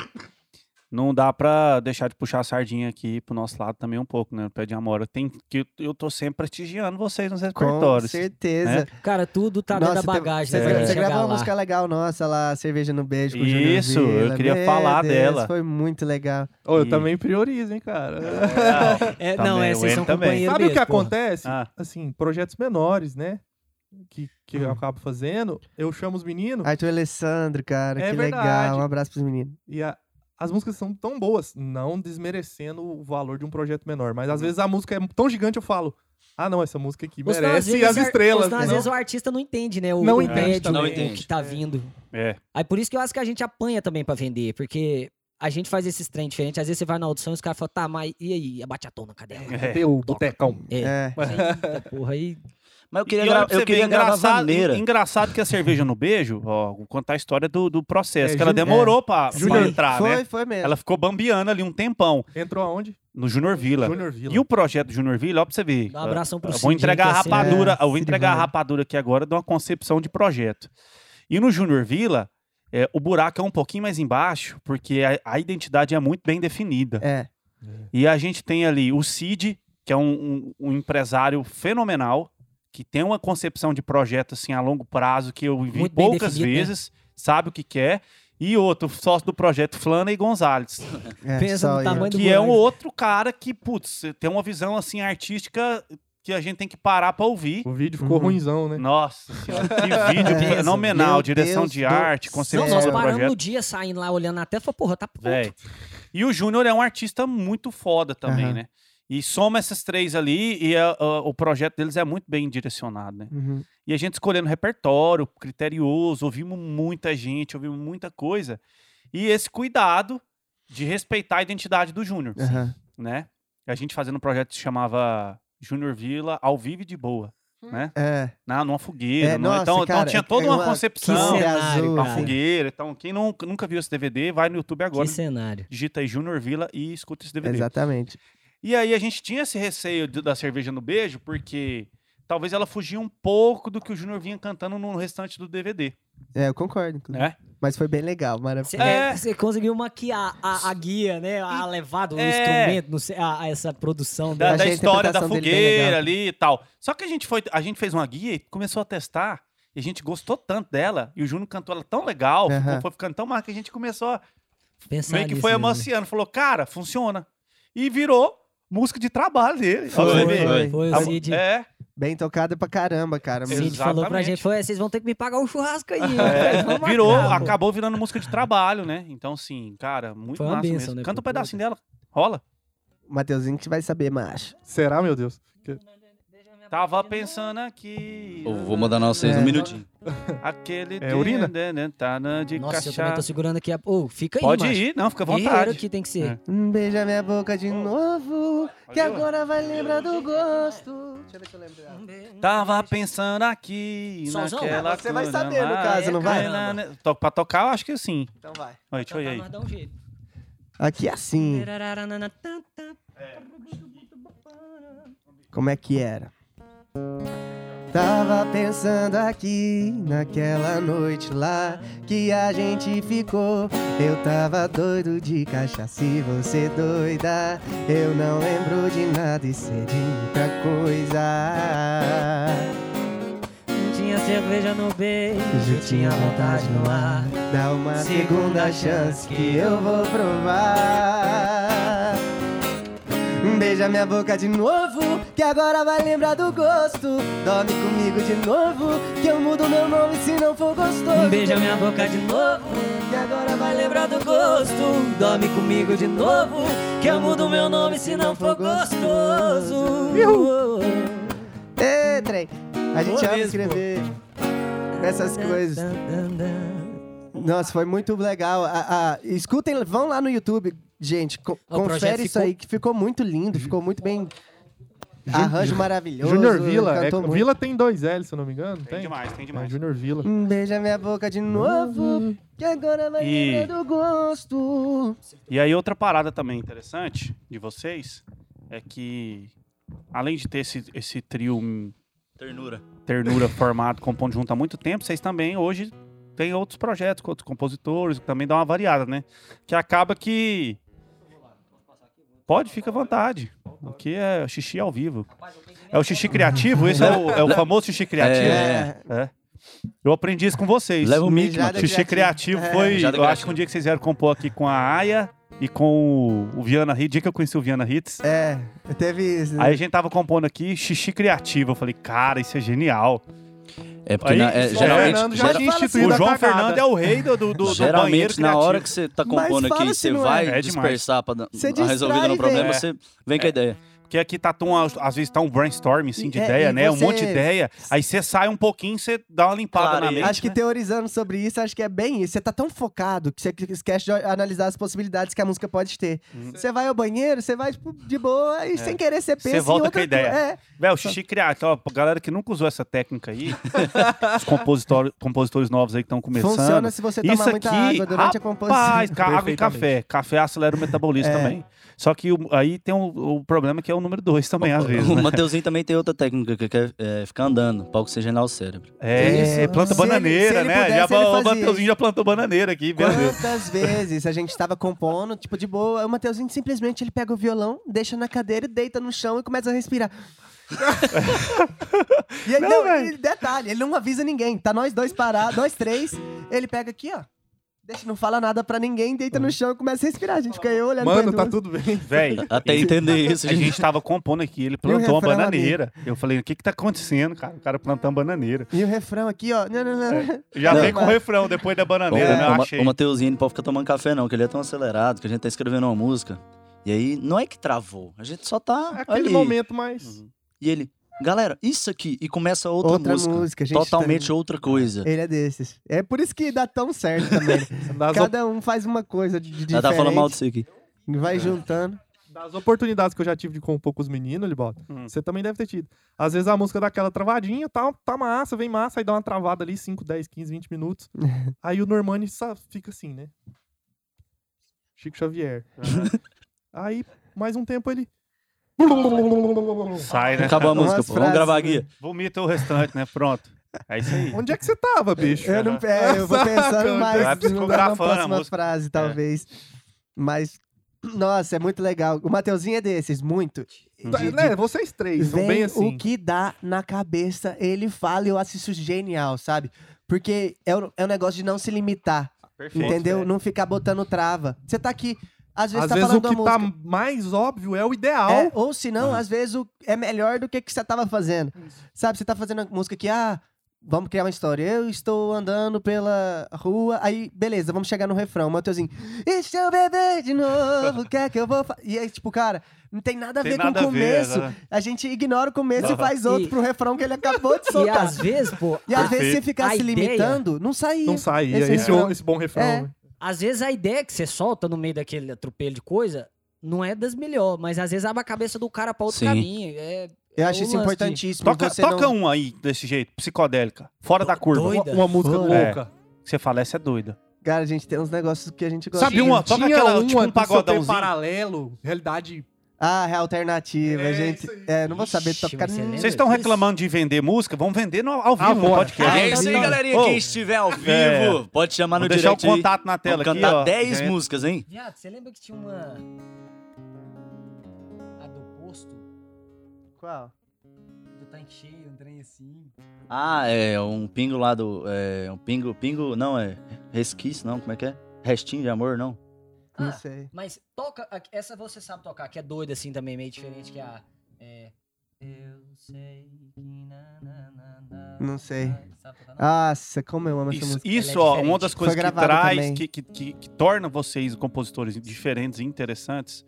S1: não dá pra deixar de puxar a sardinha aqui pro nosso lado também um pouco, né? O Pé de Amora. Tem, que eu tô sempre prestigiando vocês nos
S4: Com
S1: repertórios.
S4: certeza.
S1: Né?
S3: Cara, tudo tá
S4: Nossa,
S3: dentro da
S4: tem-
S3: bagagem.
S4: Você,
S3: né, pra
S4: gra-
S1: É.
S3: gente
S4: você gravou
S3: chegar
S4: uma
S3: lá.
S4: música legal nossa lá, Cerveja no Beijo com o Júnior
S1: Isso, eu
S4: Villa.
S1: queria
S4: Meu
S1: falar
S4: Deus,
S1: dela.
S4: Foi muito legal.
S2: Ô, eu
S1: E-
S2: também priorizo, hein, cara.
S3: É,
S1: Também,
S3: não, é,
S1: o
S3: vocês
S1: N
S3: são
S1: também.
S3: companheiros
S2: Sabe o que
S3: mesmo, porra.
S2: acontece?
S1: Ah.
S2: Assim, projetos menores, né? Que, que eu acabo fazendo. Eu chamo os meninos
S4: Arthur Alessandro, cara,
S2: É
S4: que
S2: verdade.
S4: legal. Um abraço pros meninos.
S2: E a- as músicas são tão boas, não desmerecendo o valor de um projeto menor. Mas às vezes a música é tão gigante, eu falo, ah não, essa música aqui
S3: Ou senão, às
S2: merece
S3: vezes,
S2: as
S3: ar- ou
S2: estrelas.
S3: senão, às
S2: não?
S3: vezes é um o artista não entende, né? O,
S2: Não
S3: o
S2: entende
S3: médium,
S2: também.
S5: Não
S3: o
S5: entende.
S3: que tá vindo.
S1: É.
S3: Aí por isso que eu acho que a gente apanha também pra vender, porque a gente faz esses trem diferentes. Às vezes você vai na audição e os caras falam, tá, mas e aí? Abate a tona, cadê ela?
S1: é.
S2: Tem o botecão.
S3: É.
S4: É.
S3: Eita, porra, aí.
S5: Mas eu
S1: E
S5: queria,
S1: olha
S5: gra
S1: pra você
S5: eu
S1: ver,
S5: queria gravar
S1: engraçado,
S5: Vaneira.
S1: engraçado que a cerveja no beijo, ó, vou contar a história do, do processo,
S2: É,
S1: que ela
S2: Júnior-
S1: demorou pra, pra
S3: Júnior-
S1: entrar,
S4: foi,
S1: né?
S4: foi mesmo.
S1: Ela ficou bambiando ali um tempão
S2: Entrou aonde?
S1: no Júnior Vila.
S2: Júnior Vila.
S1: E o projeto Júnior Vila, ó, pra você ver.
S3: Dá um abração pro
S1: Eu vou
S3: Cidinho,
S1: entregar a
S3: que é sempre-
S1: rapadura,
S4: É,
S1: eu vou
S4: Cid
S1: entregar a
S4: Vale.
S1: rapadura aqui agora de uma concepção de projeto. E no Júnior Vila, é, o buraco é um pouquinho mais embaixo, porque a, a identidade é muito bem definida.
S4: É.
S1: E a gente tem ali o Cid, que é um, um- um empresário fenomenal, que tem uma concepção de projeto assim a longo prazo que eu vi
S3: Muito bem
S1: poucas
S3: definido, né?
S1: vezes, sabe o que quer. E outro sócio do projeto, Flana Gonzalez,
S4: é,
S3: Pensa
S4: só
S3: no
S4: aí.
S3: tamanho do
S1: que é um
S3: buraco.
S1: outro cara que, putz, tem uma visão assim artística que a gente tem que parar pra ouvir.
S2: O vídeo ficou
S4: Uhum.
S2: ruinzão, né?
S1: Nossa senhora, que vídeo
S4: Pensa,
S1: fenomenal,
S4: meu
S1: direção
S4: Deus
S1: de
S4: do
S1: arte,
S3: Não,
S4: Sempre
S1: concepção
S3: nós
S1: do
S4: saiu
S3: paramos no
S1: né, projeto.
S3: dia saindo lá, olhando na tela, falou, porra, tá pronto.
S1: Véi. E o Júnior é um artista muito foda também,
S4: Aham.
S1: né? E soma essas três ali e a- a- o projeto deles é muito bem direcionado, né?
S4: Uhum.
S1: E a gente escolhendo repertório, criterioso, ouvimos muita gente, ouvimos muita coisa. E esse cuidado de respeitar a identidade do Júnior,
S4: Aham.
S1: né? A gente fazendo um projeto que se chamava Júnior Vila ao vivo e de boa.
S4: É.
S1: Na, numa fogueira.
S4: É,
S1: numa-
S4: nossa,
S1: então, então
S4: cara,
S1: tinha
S4: é
S1: toda uma
S4: uma-
S1: concepção.
S4: que é assim.
S1: uma
S4: cenário,
S1: Uma
S4: cara.
S1: fogueira. Então, quem nunca, nunca viu esse DVD, vai no YouTube agora,
S3: Que cenário.
S1: digita aí Júnior Vila e escuta esse DVD.
S4: Exatamente.
S1: E aí a gente tinha esse receio de- da cerveja no beijo, porque talvez ela fugia um pouco do que o Júnior vinha cantando no restante do DVD,
S4: É, eu concordo. inclusive.
S1: né?
S4: Mas foi bem legal, maravilhoso.
S1: É.
S3: Você conseguiu maquiar a, a guia, né? A levada, o
S1: É.
S3: instrumento, não sei, a, a essa produção
S1: Da,
S4: Achei
S1: da
S4: a
S1: história da
S4: interpretação dele bem
S1: fogueira
S4: legal.
S1: ali e tal. Só que a gente foi, a gente fez uma guia e começou a testar. E a gente gostou tanto dela, e o Júnior cantou ela tão legal, ficou-
S4: Aham.
S1: foi ficando tão marca que a gente começou a
S3: Pensar
S1: meio que
S3: nisso
S1: foi
S3: mesmo, né?
S1: amaciando. Falou, cara, funciona. E virou música de trabalho dele.
S5: Foi,
S1: Olha,
S4: foi.
S1: ele-
S3: Foi,
S1: a-
S3: o Cid.
S1: É,
S4: Bem tocado pra caramba, cara.
S3: O
S4: Mas-
S3: Cid falou pra
S1: Exatamente.
S3: gente, foi, vocês vão ter que me pagar um churrasco aí.
S1: é,
S3: Vamos marcar,
S1: virou,
S3: pô."
S1: acabou virando música de trabalho, né? Então, assim, cara, muito
S3: Foi uma
S1: massa
S3: bênção,
S1: mesmo.
S3: né,
S1: Canta um
S3: pro
S1: pedacinho dela. Rola.
S4: Mateuzinho que vai saber, macho.
S2: Será, meu Deus?
S1: Tava pensando aqui.
S5: Eu vou mandar na vocês
S4: É.
S5: um minutinho.
S1: Aquele.
S2: É urina?
S1: de- de- tá na de
S3: Nossa, eu também
S1: cachaça.
S3: tô segurando aqui a... Ô, fica aí,
S1: Pode
S3: macho.
S1: ir, não, fica à
S3: Guerreiro
S1: vontade.
S3: aqui tem que ser.
S1: É.
S4: Hum, Beija minha boca de novo, que
S1: Valeu.
S4: agora vai lembrar do gosto. Deixa eu ver se eu lembro dela.
S1: É.
S3: Tá,
S1: Tava pensando aqui.
S3: Solzão?
S1: naquela
S4: Você vai
S1: coisa
S4: saber, no
S1: lá.
S4: caso, não vai?
S1: Na- na- to- Pra tocar, eu acho que sim.
S4: Então vai.
S1: Olha, deixa eu ir aí.
S3: Dá um jeito.
S4: Aqui é assim. Como é que era? Tava pensando aqui naquela noite lá que a gente ficou. Eu tava doido de cachaça e você doida. Eu não lembro de nada e sei de muita coisa.
S3: Tinha cerveja no beijo,
S4: Eu tinha vontade no ar. Dá uma segunda chance que eu vou provar. Beija minha boca de novo, que agora vai lembrar do gosto. Dorme comigo de novo, que eu mudo meu nome se não for gostoso.
S3: Beija minha boca de novo,
S4: que agora
S3: vai lembrar do gosto. Dorme comigo de novo, que eu mudo meu nome se não for gostoso.
S4: Ê, trem, a gente
S3: Boa
S4: ama
S3: mesmo.
S4: escrever essas coisas. Nossa, foi muito legal. Ah, ah, escutem, vão lá no YouTube, gente. co-
S3: O projeto
S4: confere isso
S3: ficou-
S4: aí, que ficou muito lindo, ficou muito bem. Arranjo maravilhoso.
S2: Júnior Vila. É,
S4: cantou muito.
S2: Vila tem dois L, se eu não me engano.
S1: Tem
S2: Tem?
S1: demais, tem
S2: É,
S1: demais.
S2: Júnior Vila.
S4: Hum, Beija minha boca de novo, que agora vai
S1: E-
S4: lembrar do gosto.
S1: E aí, outra parada também interessante de vocês é que, além de ter esse, esse trio hum,
S5: Ternura.
S1: Ternura formado, compondo junto há muito tempo, vocês também hoje têm outros projetos com outros compositores, que também dá uma variada, né? Que acaba que. Pode, fica à vontade. Aqui é xixi ao vivo. É o xixi criativo? Esse é o, é o famoso xixi criativo?
S5: É.
S1: É. Eu aprendi isso com vocês.
S5: Leva um o mic,
S4: Mijada
S5: mano.
S1: O Xixi Criativo foi.
S5: Mijada
S1: eu acho que
S5: criativa.
S1: um dia que vocês vieram compor aqui com a Aya e com o, o Viana Hits, dia que eu conheci o Viana Hits.
S4: É, teve isso.
S1: Aí a gente tava compondo aqui Xixi Criativo. Eu falei, cara, isso é genial.
S5: É porque
S1: Aí,
S5: na- é,
S1: João
S5: geralmente,
S2: Fernando já
S5: geral-
S2: tinha instituído
S1: o
S2: a
S1: João
S2: cagada.
S1: Fernando é o rei do, do, do, do banheiro
S5: geralmente
S1: criativo.
S5: na hora que você tá
S4: Mas
S5: compondo
S4: fala
S5: aqui,
S4: se
S5: você
S4: não é.
S5: vai
S1: É demais.
S5: dispersar pra dar
S4: Você
S5: uma resolvida
S4: distrai,
S5: no problema,
S1: velho.
S5: você vem
S1: É.
S5: com a ideia.
S1: Porque aqui tá tão, às vezes tá um brainstorming assim, de
S4: É,
S1: ideia,
S4: e
S1: né? Um
S4: você-
S1: monte de ideia. Aí você sai um pouquinho, você dá uma limpada
S5: Claro,
S1: na
S5: e-
S1: mente.
S4: Acho que
S1: né?
S4: teorizando sobre isso, acho que é bem isso. Você tá tão focado que você esquece de analisar as possibilidades que a música pode ter. Você vai ao banheiro, você vai tipo, de boa e sem querer você pensa em
S1: volta com
S4: outra
S1: a ideia.
S4: coisa. É.
S1: Velho, né? xixi criativo. Ó, pra galera que nunca usou essa técnica aí, os compositores, compositores novos aí que estão começando.
S4: Funciona se você tomar
S1: Isso
S4: muita
S1: aqui,
S4: água durante a
S1: Paz,
S4: composição. É.
S1: ca- água e café.
S2: Perfeitamente.
S1: Café acelera o metabolismo também. Só que o- aí tem o, o problema que é o número dois também, às vezes,
S5: O
S1: né?
S5: Mateuzinho também tem outra técnica que é, é ficar andando pra oxigenar o cérebro.
S1: É,
S4: Isso.
S1: planta
S4: Se ele-
S1: bananeira,
S4: se ele
S1: né?
S4: pudesse,
S1: já,
S4: ele
S1: o
S4: fazia.
S1: Mateuzinho já plantou bananeira aqui, meu Deus.
S4: Quantas vezes a gente tava compondo, tipo, de boa, o Mateuzinho simplesmente ele pega o violão, deixa na cadeira e deita no chão e começa a respirar. e aí,
S1: Não,
S4: não,
S1: velho.
S4: e detalhe, ele não avisa ninguém. Tá nós dois parados, nós três. Ele pega aqui, ó. Deixa, não fala nada pra ninguém, deita no chão e começa a respirar. A gente fica aí olhando pra
S2: Mano, tá
S4: ele, mano.
S2: tudo bem.
S1: Velho,
S5: Até entender isso,
S1: a gente tava compondo aqui, ele plantou uma
S4: refrão ali?
S1: bananeira. Eu falei, o que que tá acontecendo, cara? O cara plantou uma bananeira.
S4: E o refrão aqui, ó. Não, não, não.
S1: Já
S5: Não,
S1: vem com o
S4: mas- É,
S1: refrão depois da
S5: O,
S1: bananeira, né? Eu
S5: o,
S1: achei.
S5: o Mateuzinho não pode ficar tomando café, não, que ele é tão acelerado que a gente tá escrevendo uma música. E aí, não é que travou, a gente só tá.
S2: É aquele
S5: ali.
S2: momento, mas.
S5: E ele. galera, isso aqui. E começa outra,
S4: Outra música,
S5: música.
S4: a gente
S5: Totalmente
S4: tá-
S5: outra coisa.
S4: Ele é desses. É por isso que dá tão certo também.
S2: Das, op-
S4: Cada um faz uma coisa de, de
S5: Ela
S4: diferente.
S5: tá falando mal É. disso aqui.
S4: Vai juntando.
S2: das oportunidades que eu já tive de compor com um os meninos, Libota,
S1: Hum.
S2: você também deve ter tido. Às vezes a música dá aquela travadinha, tá, tá massa, vem massa, aí dá uma travada ali, 5, 10, 15, 20 minutos. aí o Normani só fica assim, né? Chico Xavier. aí, mais um tempo ele.
S1: Sai, né?
S5: Acabou a música,
S4: Umas
S5: pô. Vamos gravar
S4: frases,
S5: aqui.
S1: Vomita o restante, né? Pronto. É isso aí.
S2: Onde é que você tava, bicho?
S4: Eu, não, é, eu vou pensando
S2: Saca,
S4: mais
S1: vai
S4: na
S1: psicografando a
S4: próxima
S1: música.
S2: É.
S4: frase, talvez. Mas, nossa, é muito legal. O Mateuzinho é desses, muito.
S2: Tá,
S4: De- de-
S2: né, vocês três são
S4: Vem
S2: bem assim.
S4: o que dá na cabeça, ele fala e eu assisto genial, sabe? Porque é o, é o negócio de não se limitar,
S1: Perfeito.
S4: entendeu?
S1: velho.
S4: Não ficar botando trava. Você tá aqui, às vezes
S2: É. Às
S4: tá
S2: vezes o
S4: falando
S2: que
S4: uma
S2: tá
S4: música.
S2: mais óbvio é o ideal.
S4: É, ou se não, às vezes o- é melhor do que que você tava fazendo. Sabe, você tá fazendo uma música que, ah, vamos criar uma história. Eu estou andando pela rua, aí, beleza, vamos chegar no refrão. O Mateuzinho, e se eu beber de novo, o que é que eu vou fa-" E aí, tipo, cara, não tem nada a
S1: Tem
S4: ver
S1: nada
S4: com
S1: a
S4: o
S1: ver,
S4: começo.
S1: né?
S4: A gente ignora o começo e faz outro
S3: E-
S4: pro refrão que ele acabou de
S3: E
S4: soltar.
S3: às vezes, pô,
S4: E às
S3: a-
S4: vezes se ficar
S3: a
S4: se
S3: ideia-
S4: limitando, não saía.
S2: Não sai.
S4: Esse
S2: Esse, esse,
S4: refrão.
S2: esse bom refrão.
S4: É.
S2: né?
S3: às vezes a ideia que você solta no meio daquele atropelo de coisa não é das melhores, mas às vezes abre a cabeça do cara pra outro
S5: Sim.
S3: caminho. É
S4: Eu
S3: É
S4: acho
S3: o
S4: isso
S3: lance de-
S4: importantíssimo.
S1: Toca,
S4: você
S1: toca
S4: não...
S1: um aí, desse jeito, psicodélica. Fora da curva.
S3: doido.
S2: Uma, uma música
S4: Fora.
S2: louca.
S1: Que Você fala, essa é doida.
S4: Cara, a gente tem uns negócios que a gente gosta.
S1: Sabe uma? Toca
S2: Tinha
S1: aquela,
S2: uma
S1: tipo um
S2: do seu
S1: pagodãozinho.
S2: tempo paralelo, realidade.
S4: Ah, é alternativa.
S2: É,
S4: a gente.
S2: isso aí.
S4: É, não vou saber
S3: Ixi,
S4: tocar.
S3: mas você lembra?
S1: Vocês estão
S3: Isso.
S1: reclamando de vender música? Vamos vender no, ao vivo, no
S2: Agora.
S1: podcast.
S5: é isso aí,
S4: Não.
S5: galerinha.
S1: Ô,
S5: Quem estiver ao vivo,
S1: é.
S5: pode chamar
S1: Vou
S5: no
S1: deixar o
S5: direct aí.
S1: contato na tela
S5: Vamos
S1: aqui,
S5: cantar
S1: ó.
S5: 10
S1: Gente,
S5: músicas, hein?
S3: Viado, você lembra que tinha uma. A do posto?
S4: Qual?
S3: Do tanque cheio, um trem assim.
S5: Ah, é um pingo lá do... É, um pingo... Pingo... Não, é... Resquício, não. Como é que é? Restinho de amor, não.
S4: Não
S3: Ah,
S4: sei.
S3: mas toca. a- Essa você sabe tocar, que é doida assim também, meio diferente que a. É. Eu sei que. na, na, na, na,
S4: Não sei.
S3: na, sabe tocar, não?
S4: Nossa, como eu amo essa
S1: Isso,
S4: música.
S1: isso,
S3: Ela é
S1: ó,
S3: diferente.
S1: uma das coisas
S4: Foi
S1: que
S4: gravada
S1: traz,
S4: também.
S1: que, que, que, que torna vocês compositores diferentes e interessantes,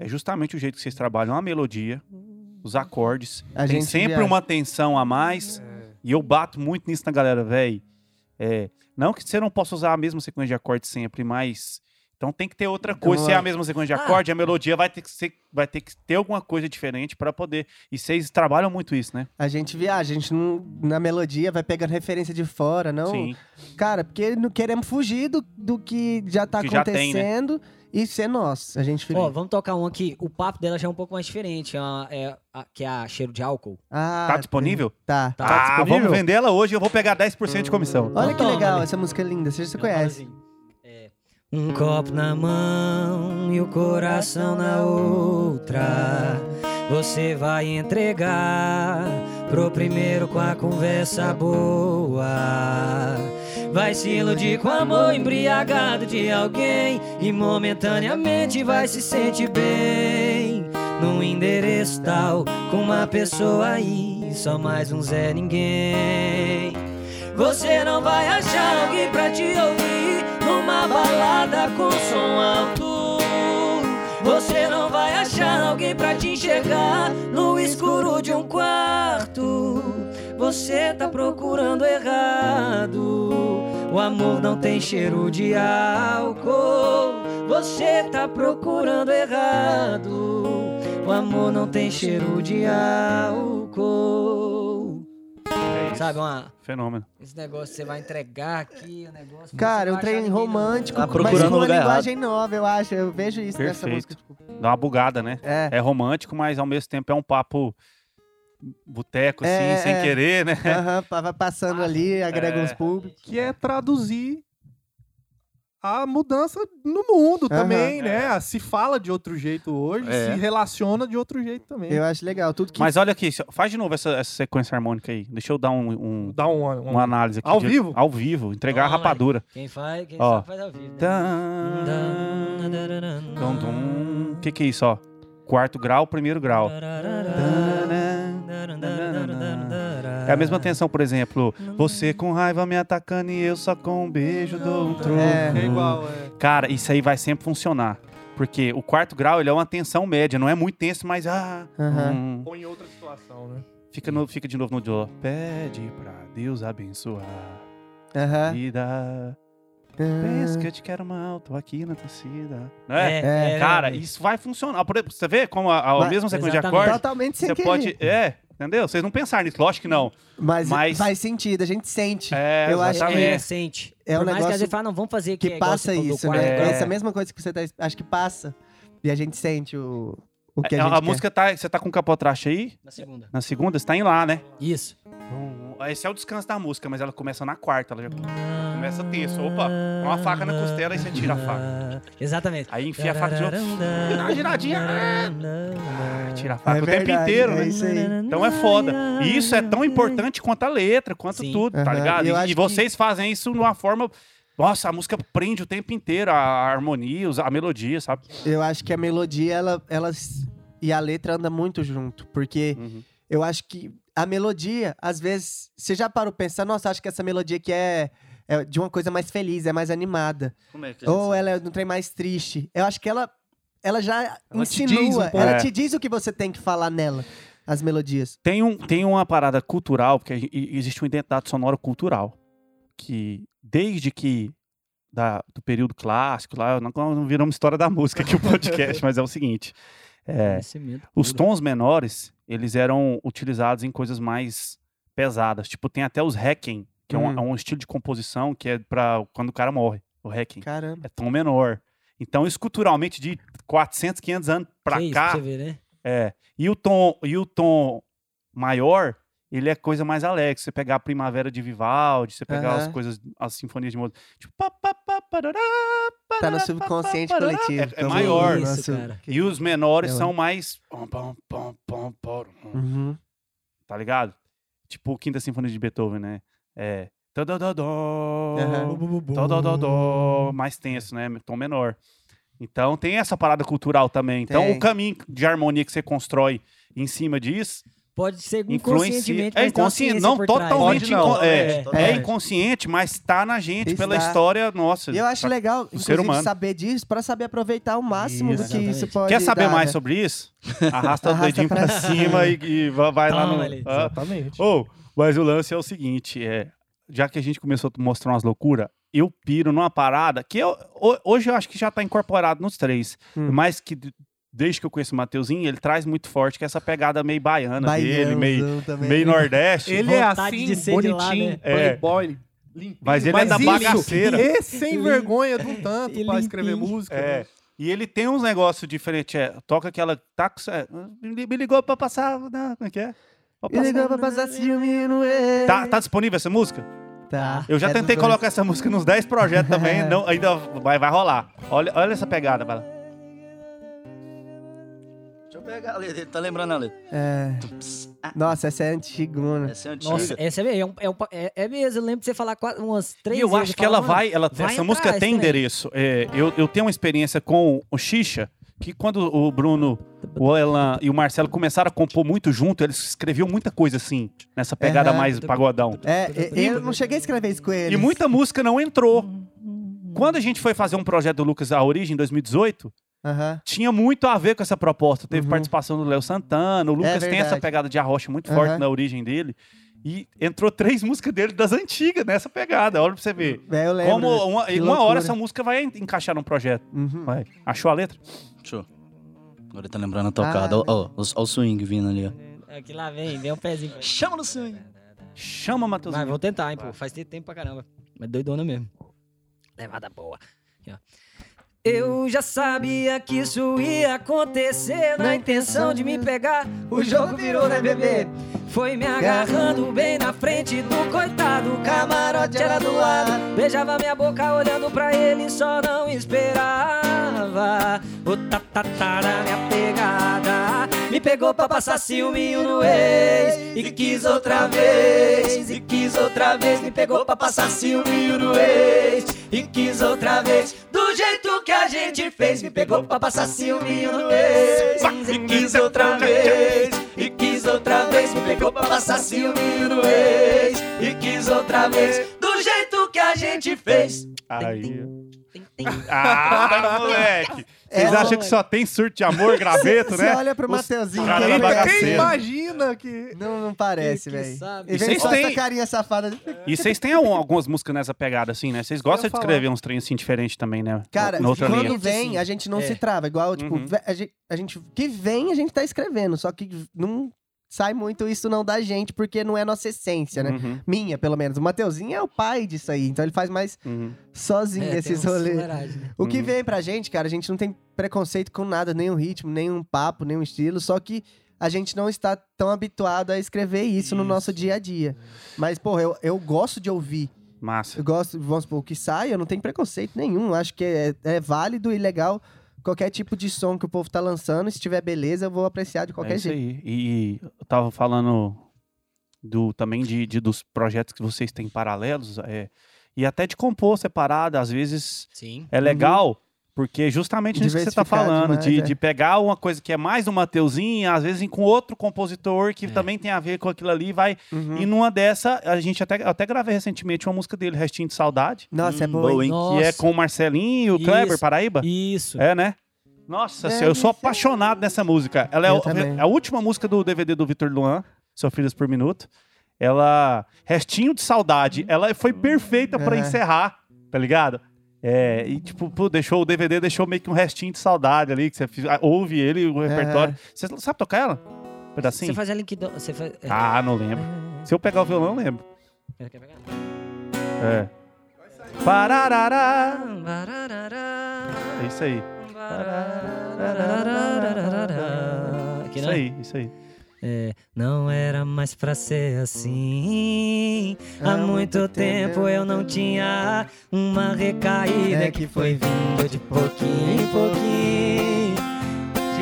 S1: é justamente o jeito que vocês trabalham a melodia,
S3: Hum.
S1: os acordes.
S4: A
S1: tem
S4: gente
S1: sempre
S4: viaja.
S1: uma tensão a mais.
S3: É.
S1: E eu bato muito nisso na galera, velho. É, não que você não possa usar a mesma sequência de acorde sempre, mas. Então tem que ter outra coisa. Se é a mesma sequência de
S3: Ah.
S1: acorde, a melodia vai ter que, ser, vai ter, que ter alguma coisa diferente pra poder. E vocês trabalham muito isso, né?
S4: A gente viaja, a gente não, na melodia vai pegando referência de fora, não?
S1: Sim.
S4: Cara, porque não queremos fugir do, do que já tá
S1: Que já tem, né?
S4: acontecendo e ser nós. A gente fica.
S3: Ó, vamos tocar uma que o papo dela já é um pouco mais diferente, é uma- é a- que é a cheiro de álcool.
S4: Ah,
S1: tá disponível?
S4: Tá.
S3: Tá.
S1: ah,
S2: disponível?
S1: vamos Então, vender ela hoje, eu vou pegar 10% de comissão.
S4: Hum. Olha que
S3: Toma,
S4: legal,
S3: né?
S4: essa música é linda. Você já
S3: Ela
S4: conhece.
S3: fala assim, é, um copo na mão e o coração na outra. Você vai entregar pro primeiro com a conversa boa. Vai se iludir com amor embriagado de alguém e momentaneamente vai se sentir bem. Num endereço tal, com uma pessoa aí, só mais um Zé Ninguém. Você não vai achar alguém pra te ouvir numa balada com som alto. Você não vai achar alguém pra te enxergar no escuro de um quarto. Você tá procurando errado. O amor não tem cheiro de álcool. Você tá procurando errado. O amor não tem cheiro de álcool.
S1: É isso.
S3: Sabe uma
S1: Fenômeno.
S3: esse negócio você vai entregar aqui, o negócio.
S4: Cara,
S3: você não vai
S4: um
S3: achar
S4: trem
S3: ninguém
S4: romântico,
S5: Tá
S3: no-
S4: mas
S5: procurando
S4: com
S5: o
S4: uma
S5: lugar
S4: linguagem nova, eu acho. Eu vejo isso nessa
S1: um Perfeito.
S4: música. tipo,
S1: Dá uma bugada, né?
S4: é.
S1: É romântico, mas ao mesmo tempo é um papo boteco, assim,
S4: É,
S1: sem
S4: é.
S1: querer, né?
S4: Aham, pa- vai passando
S1: Ah,
S4: ali, agrega uns públicos.
S2: Que é traduzir a mudança no mundo
S4: Aham.
S1: É.
S2: também, né? Se fala de outro jeito hoje,
S5: É.
S2: se relaciona de outro jeito também.
S4: Eu acho legal. Tudo que.
S1: Mas olha aqui, faz de novo essa, essa sequência harmônica aí. Deixa eu dar um- um,
S2: Dá um, um-
S1: uma análise aqui.
S2: Ao
S1: de-
S2: vivo?
S1: Ao vivo, entregar a
S3: Toma,
S1: rapadura.
S3: Quem faz, quem
S1: Ó.
S3: sabe faz ao vivo. Né?
S1: Dum, dum. O que, que é isso, ó? Quarto grau, primeiro grau. É a
S4: Ah.
S1: mesma tensão, por exemplo. Você com raiva me atacando e eu só com um beijo dou um troco.
S4: é." É.
S2: É igual, é.
S1: Cara, isso aí vai sempre funcionar. Porque o quarto grau, ele é uma tensão média. Não é muito tenso, mas... Ah,
S4: Aham.
S1: hum.
S2: Ou em outra situação, né?
S1: Fica, no, fica de novo no Jô. Pede pra Deus abençoar a
S4: Aham.
S1: vida. Pensa que eu te quero mal, tô aqui na torcida. Não é?
S4: É,
S1: Cara, isso vai funcionar. Por exemplo, você vê como a, a
S4: Vai,
S1: mesma sequência de
S3: exatamente.
S1: acorde,
S4: Totalmente sem
S1: você
S4: querer.
S1: pode... É, entendeu? Vocês não pensaram nisso, lógico que não.
S4: Mas,
S1: mas-
S4: faz sentido, a gente sente.
S1: É,
S4: Eu acho
S1: exatamente.
S3: É, sente.
S4: É um
S3: Por mais que
S4: negócio
S3: às vezes fala, não, vamos fazer
S4: que
S3: é igual
S4: passa
S3: você falou do
S4: isso,
S3: quarto.
S4: né?
S1: É.
S4: Essa mesma coisa que você tá. Acho que passa. E a gente sente o, o que a,
S1: É,
S4: gente
S1: a,
S4: quer.
S1: música tá... Você tá com o capotraste aí?
S3: Na segunda.
S1: Na segunda, você tá em lá, né?
S3: Isso.
S1: Bom, Esse é o descanso da música, mas ela começa na quarta. Ela já começa tenso. Opa, põe uma faca na costela e você tira a faca.
S3: Exatamente.
S1: Aí enfia a faca de novo. Dá uma giradinha. Ah, tira a faca
S4: É
S1: o tempo
S4: verdade,
S1: inteiro,
S4: é
S1: né?
S4: isso aí.
S1: Então é foda. E isso é tão importante quanto a letra, quanto
S3: Sim.
S1: tudo, tá
S4: Aham.
S1: ligado?
S4: Eu
S1: E- E,
S4: acho que-
S1: vocês fazem isso de uma forma. Nossa, a música prende o tempo inteiro, a harmonia, os- a melodia, sabe?
S4: Eu acho que a melodia, ela, ela s- e a letra andam muito junto. Porque
S1: Uhum.
S4: eu acho que a melodia, às vezes, você já parou pra pensar, nossa, acho que essa melodia aqui é, é de uma coisa mais feliz, é mais animada.
S5: Como é que
S4: Ou ela é de um trem mais triste. Eu acho que ela, ela já
S2: Ela te
S4: insinua,
S2: diz um pouco.
S4: ela
S1: É.
S4: te diz o que você tem que falar nela, as melodias.
S1: Tem, um, tem uma parada cultural, porque a gen- e- existe uma identidade sonora cultural. Que desde que. da- do período clássico, lá, não, não viramos história da música aqui o podcast, mas é o seguinte. É,
S3: Conhecimento
S1: Os
S3: puro.
S1: tons menores, eles eram utilizados em coisas mais pesadas. Tipo, tem até os hacking, que é, um,
S4: Hum.
S1: é um estilo de composição que é pra quando o cara morre, o hacking.
S4: Caramba.
S1: É tom menor. Então, isso culturalmente, de 400, 500 anos pra
S3: Que isso,
S1: cá,
S3: você vê, né?
S1: é. E o tom, e o tom maior, ele é coisa mais alegre. Você pegar a Primavera de Vivaldi, você pegar as
S4: Aham.
S1: coisas, as sinfonias de Mozart. Tipo, pá, pá, pá, parará,
S4: Tá no
S1: parará,
S4: subconsciente
S1: pá, parará.
S4: coletivo.
S1: É- É,
S4: Tá no
S1: maior.
S3: Isso,
S4: nosso-
S3: cara.
S1: E os menores
S4: É,
S1: são mais. pom, pom, pom, pom, pom, pom.
S4: Uhum.
S1: tá ligado? Tipo, Quinta Sinfonia de Beethoven, né? É. Dó, dó, dó, dó,
S4: Aham.
S1: dó, dó, dó, dó, mais tenso, né? Tom menor. Então tem essa parada cultural também. Então
S4: Tem.
S1: o caminho de harmonia que você constrói em cima disso
S3: Pode ser
S1: influencia. É
S3: inconscientemente, mas tem uma
S1: inconsciente,
S3: ciência
S1: não,
S3: por trás, né?
S1: totalmente.
S5: Pode não,
S1: incon- é,
S3: é.
S1: é
S4: É.
S1: inconsciente, mas tá na gente pela
S4: Está.
S1: história nossa.
S4: E eu acho
S1: Tá-
S4: legal,
S1: ser
S4: inclusive,
S1: humano.
S4: saber disso pra saber aproveitar o máximo do
S3: Isso,
S4: que isso
S3: exatamente.
S4: pode
S1: Quer saber
S4: dar,
S1: mais
S4: né?
S1: sobre isso? Arrasta o
S4: Arrasta
S1: dedinho pra
S4: pra
S1: cima e, e va- vai lá
S3: Toma,
S1: no.
S3: Lelê.
S1: Ah,
S2: Exatamente.
S1: Ô, mas o lance é o seguinte, é, já que a gente começou a mostrar umas loucuras, eu piro numa parada que eu- ho- hoje eu acho que já tá incorporado nos três,
S4: Hum.
S1: mas que de- desde que eu conheço o Mateuzinho, ele traz muito forte que é essa pegada meio baiana dele,
S4: Baianzão
S1: meio,
S4: também,
S1: meio
S4: né?
S1: nordeste.
S2: Ele é
S3: Vontade
S2: assim,
S3: de ser de
S2: bonitinho,
S3: lá, né?
S1: É.
S2: playboy, limpinho.
S1: Mas ele é da
S2: isso,
S1: bagaceira.
S2: E sem
S3: Lim-
S2: vergonha do tanto
S3: e
S2: pra escrever
S3: limpinho.
S2: música. né?
S1: É. E ele tem uns negócios diferentes, é, toca aquela táxi, é, me me ligou pra passar, na- como é que é? Pra
S4: Me
S1: passar-
S4: ligou pra passar ciúme no erro.
S1: Tá, tá disponível essa música?
S4: Tá.
S1: Eu já
S4: É dos
S1: tentei
S4: dois.
S1: colocar essa música nos 10 projetos também, não, ainda vai, vai rolar. Olha, olha essa pegada, vai lá.
S5: Deixa eu pegar a letra, ele tá lembrando a letra.
S4: É.
S5: Pss, ah,
S4: Nossa, essa é antigona.
S5: Essa é antiga.
S3: Nossa, essa é, é, um- é, um pa- é, é mesmo. Eu lembro de você falar quase umas três
S1: E eu
S3: vezes,
S1: acho que
S3: falo,
S1: ela
S3: mano,
S1: vai. Ela,
S3: vai
S1: essa
S3: atrás
S1: música tem
S3: também.
S1: endereço. É, eu, eu tenho uma experiência com o Xixa, que quando o Bruno, o Elan e o Marcelo começaram a compor muito junto, eles escreviam muita coisa assim, nessa pegada
S4: Aham.
S1: mais pagodão.
S4: É, e- eu não cheguei a escrever isso com ele.
S1: E muita música não entrou. Quando a gente foi fazer um projeto do Lucas A Origem em 2018,
S4: Aham.
S1: tinha muito a ver com essa proposta. Teve
S4: Uhum. É
S1: participação do Léo Santana, o Lucas tem essa
S4: verdade. Uhum.
S1: pegada de arrocha muito forte
S4: Aham.
S1: na origem dele. E entrou três músicas dele das antigas nessa pegada. Olha pra você ver.
S4: É, eu lembro.
S1: Como uma,
S4: Que
S1: uma hora
S4: loucura.
S1: essa música vai en- encaixar num projeto.
S4: Uhum.
S1: Vai. Achou a letra?
S5: Deixa eu- Agora ele tá lembrando a tocada.
S4: Ah,
S5: Ó, ó, os- ó o swing vindo ali, ó.
S3: Aqui lá vem, vem um pezinho.
S5: Chama no swing.
S1: Chama, Matheus.
S3: Mas vou tentar, hein, pô. Faz te- tempo pra caramba. Mas doidona mesmo. Levada boa. Aqui, ó. Eu já sabia que isso ia acontecer Na intenção de me pegar O jogo virou, né, bebê? Foi me agarrando bem na frente do coitado Camarote era do lado Beijava minha boca olhando pra ele Só não esperava O tatatara minha pegada Me pegou pra passar ciúminho no ex E quis outra vez E quis outra vez Me pegou pra passar ciúminho no ex E quis outra vez Do jeito que a gente fez Me pegou pra passar ciúminho no ex E quis outra vez E quis outra vez Me pegou pra passar ciúminho no ex E quis outra vez Do jeito que a gente fez
S1: Aí.
S3: Tem, tem.
S1: Ah, moleque! Vocês
S4: É,
S1: acham que só tem surto de amor, graveto,
S4: Você
S1: né?
S4: olha pro
S1: Os-
S4: Mateuzinho.
S1: Cara,
S4: que
S1: ele
S4: ele
S1: é
S4: parece-
S1: bagaceiro.
S2: Quem imagina que.
S4: Não, não parece,
S3: Ele que
S4: velho.
S3: sabe.
S4: E
S1: E
S4: vem
S1: vocês
S4: só essa
S1: têm-
S4: carinha safada.
S1: E vocês têm al- algumas músicas nessa pegada, assim, né? Vocês gostam
S2: Eu ia
S1: de
S2: falar.
S1: escrever uns trem assim diferente também, né?
S4: Cara,
S1: Na outra
S4: quando
S1: linha.
S4: vem,
S3: Assim,
S4: a gente não
S3: é.
S4: se trava. Igual, tipo,
S1: Uhum.
S4: ve- a gente, a gente- Que vem, a gente tá escrevendo. Só que não sai muito isso não da gente, porque não é nossa essência, né?
S1: Uhum,
S4: Minha, pelo menos. O Mateuzinho é o pai disso aí. Então ele faz mais
S1: uhum.
S4: sozinho
S3: É,
S4: esses
S3: tem uns
S4: rolês.
S3: fuleiragem, né?
S4: O que
S1: Uhum.
S4: vem pra gente, cara, a gente não tem preconceito com nada, nenhum ritmo, nenhum papo, nenhum estilo, só que a gente não está tão habituado a escrever isso, no nosso dia a dia. Mas, porra, eu, eu gosto de ouvir.
S1: Massa.
S4: Eu gosto, vamos supor, o que sai, eu não tenho preconceito nenhum. Acho que é, é válido e legal qualquer tipo de som que o povo tá lançando. Se tiver beleza, eu vou apreciar de
S1: é
S4: qualquer
S1: isso
S4: jeito.
S1: aí. E eu tava falando do, também de, de- dos projetos que vocês têm paralelos, é, e até de compor separado, às vezes
S3: Sim.
S1: é legal, porque é justamente nisso que você tá
S4: Uhum. Diversificar
S1: falando, de,
S4: demais, é.
S1: de pegar uma coisa que é mais do Mateuzinho, às vezes ir com outro compositor que
S3: É.
S1: também tem a ver com aquilo ali, vai.
S4: Uhum.
S1: E numa dessa, a gente até, eu até gravei recentemente uma música dele, Restinho de Saudade,
S4: Nossa, é
S5: Hum,
S4: boa. hein?
S5: hein?
S3: Nossa.
S1: que é com o Marcelinho e o
S3: Isso.
S1: Kleber, Paraíba.
S3: Isso.
S1: É, né? Nossa
S4: É,
S1: senhora, eu sou
S4: isso é-
S1: apaixonado nessa música. Ela é
S4: Eu
S1: o-
S4: também.
S1: a, última música do DVD do Vitor Luan, Sofridas por Minuto. Ela. Restinho de saudade. Ela foi perfeita pra
S4: É.
S1: encerrar, tá ligado? É, e tipo, pô, deixou o DVD, deixou meio que um restinho de saudade ali, que você fi- ah, ouve ele e o
S4: É.
S1: repertório. Você sabe tocar ela? Um
S3: Você
S1: pedacinho?
S3: faz a linkidão. Você faz. é.
S1: Ah, não lembro. Se eu pegar o violão, eu lembro.
S3: Quer pegar?
S1: É. Pararará. É isso aí.
S3: Aqui,
S1: Isso
S3: né?
S1: aí, isso aí.
S3: É, não era mais pra ser assim. Há muito tempo eu não tinha uma recaída É que foi vindo de pouquinho em pouquinho.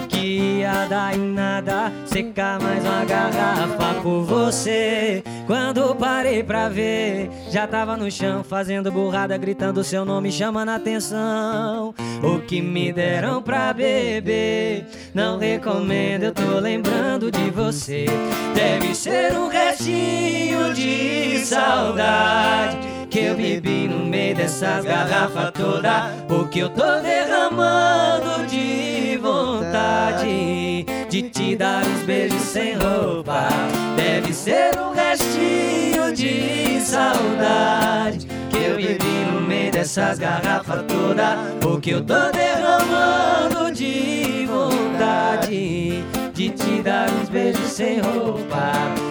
S3: De que ia dar em nada, secar mais uma garrafa por você. Quando parei pra ver, já tava no chão fazendo burrada, gritando seu nome, chamando a atenção. O que me deram pra beber, não recomendo, eu tô lembrando de você. Deve ser um restinho de saudade. Que eu bebi no meio dessas garrafas toda O que eu tô derramando de vontade De te dar uns beijos sem roupa Deve ser um restinho de saudade Que eu bebi no meio dessas garrafas toda O que eu tô derramando de vontade De te dar uns beijos sem roupa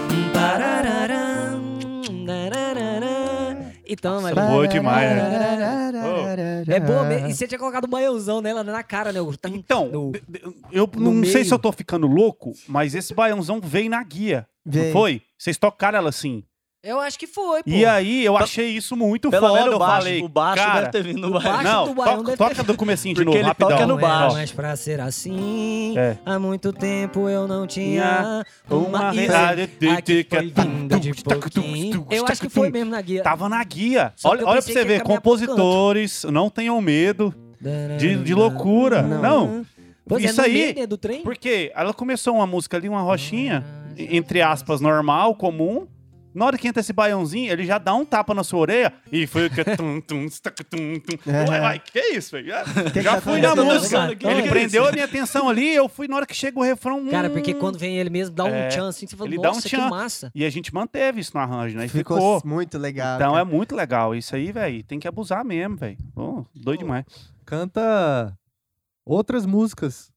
S3: Um Pararará, dararará. E toma,
S1: Nossa,
S3: gente.
S1: boa demais, né?
S3: É boa mesmo. E você tinha colocado um baiãozão nela na cara, né? O tan-
S1: Então,
S3: no-
S1: de- de- eu
S3: no
S1: não sei
S3: meio.
S1: se eu tô ficando louco, mas esse baiãozão veio na guia. Não
S4: Veio.
S1: foi? Vocês tocaram ela assim.
S3: Eu acho que foi, pô. tá
S1: E aí eu achei isso muito
S5: Pelo
S1: foda.
S5: menos o
S1: eu
S5: baixo,
S1: falei,
S5: o baixo
S1: cara,
S5: deve ter vindo no
S3: o
S5: baixo.
S3: baixo
S1: não,
S3: do baião
S1: to-
S3: deve ter-
S1: toca do comecinho de
S5: Porque
S1: novo,
S5: ele
S1: rapidão.
S5: toca no
S3: Não era
S5: baixo.
S3: mais pra ser assim.
S1: É.
S3: Há muito tempo eu não tinha
S1: Uma
S3: uma
S1: verdade
S3: Aqui
S1: de-
S3: Ah, foi vindo de pouquinho. Eu acho que foi mesmo na guia.
S1: Tava na guia.
S3: Só que
S1: Olha,
S3: eu
S1: olha pra
S3: pensei
S1: você
S3: que ia
S1: ver,
S3: caminhar pro canto.
S1: compositores, não tenham medo de, de loucura. Não.
S3: Pois
S1: Isso
S3: é, no
S1: aí-
S3: meio, né, do trem. Ah,
S1: Porque ela começou uma música ali, uma rochinha, entre aspas, normal, comum. Na hora que entra esse baiãozinho, ele já dá um tapa na sua orelha e foi o que. é tum, tum, stac, tum, tum.
S4: É.
S1: Ué, ué, que isso, velho? Ah, Já,
S4: que
S1: já
S4: tá
S1: fui na
S5: acontecendo?
S1: música.
S5: Tô
S3: dançando
S1: Ele
S3: aqui.
S1: prendeu a minha atenção ali, eu fui na hora que chega o refrão. hum,
S3: Cara, porque quando vem ele mesmo, dá um
S1: É,
S3: chance assim, você fala,
S1: ele dá um
S3: nossa, que
S1: tchan.
S3: massa.
S1: E a gente manteve isso no arranjo, né? E
S4: Ficou,
S1: ficou.
S4: muito legal.
S1: Então
S4: cara.
S1: é muito legal. Isso aí, velho, tem que abusar mesmo, velho. Ô, doido demais.
S2: Canta outras músicas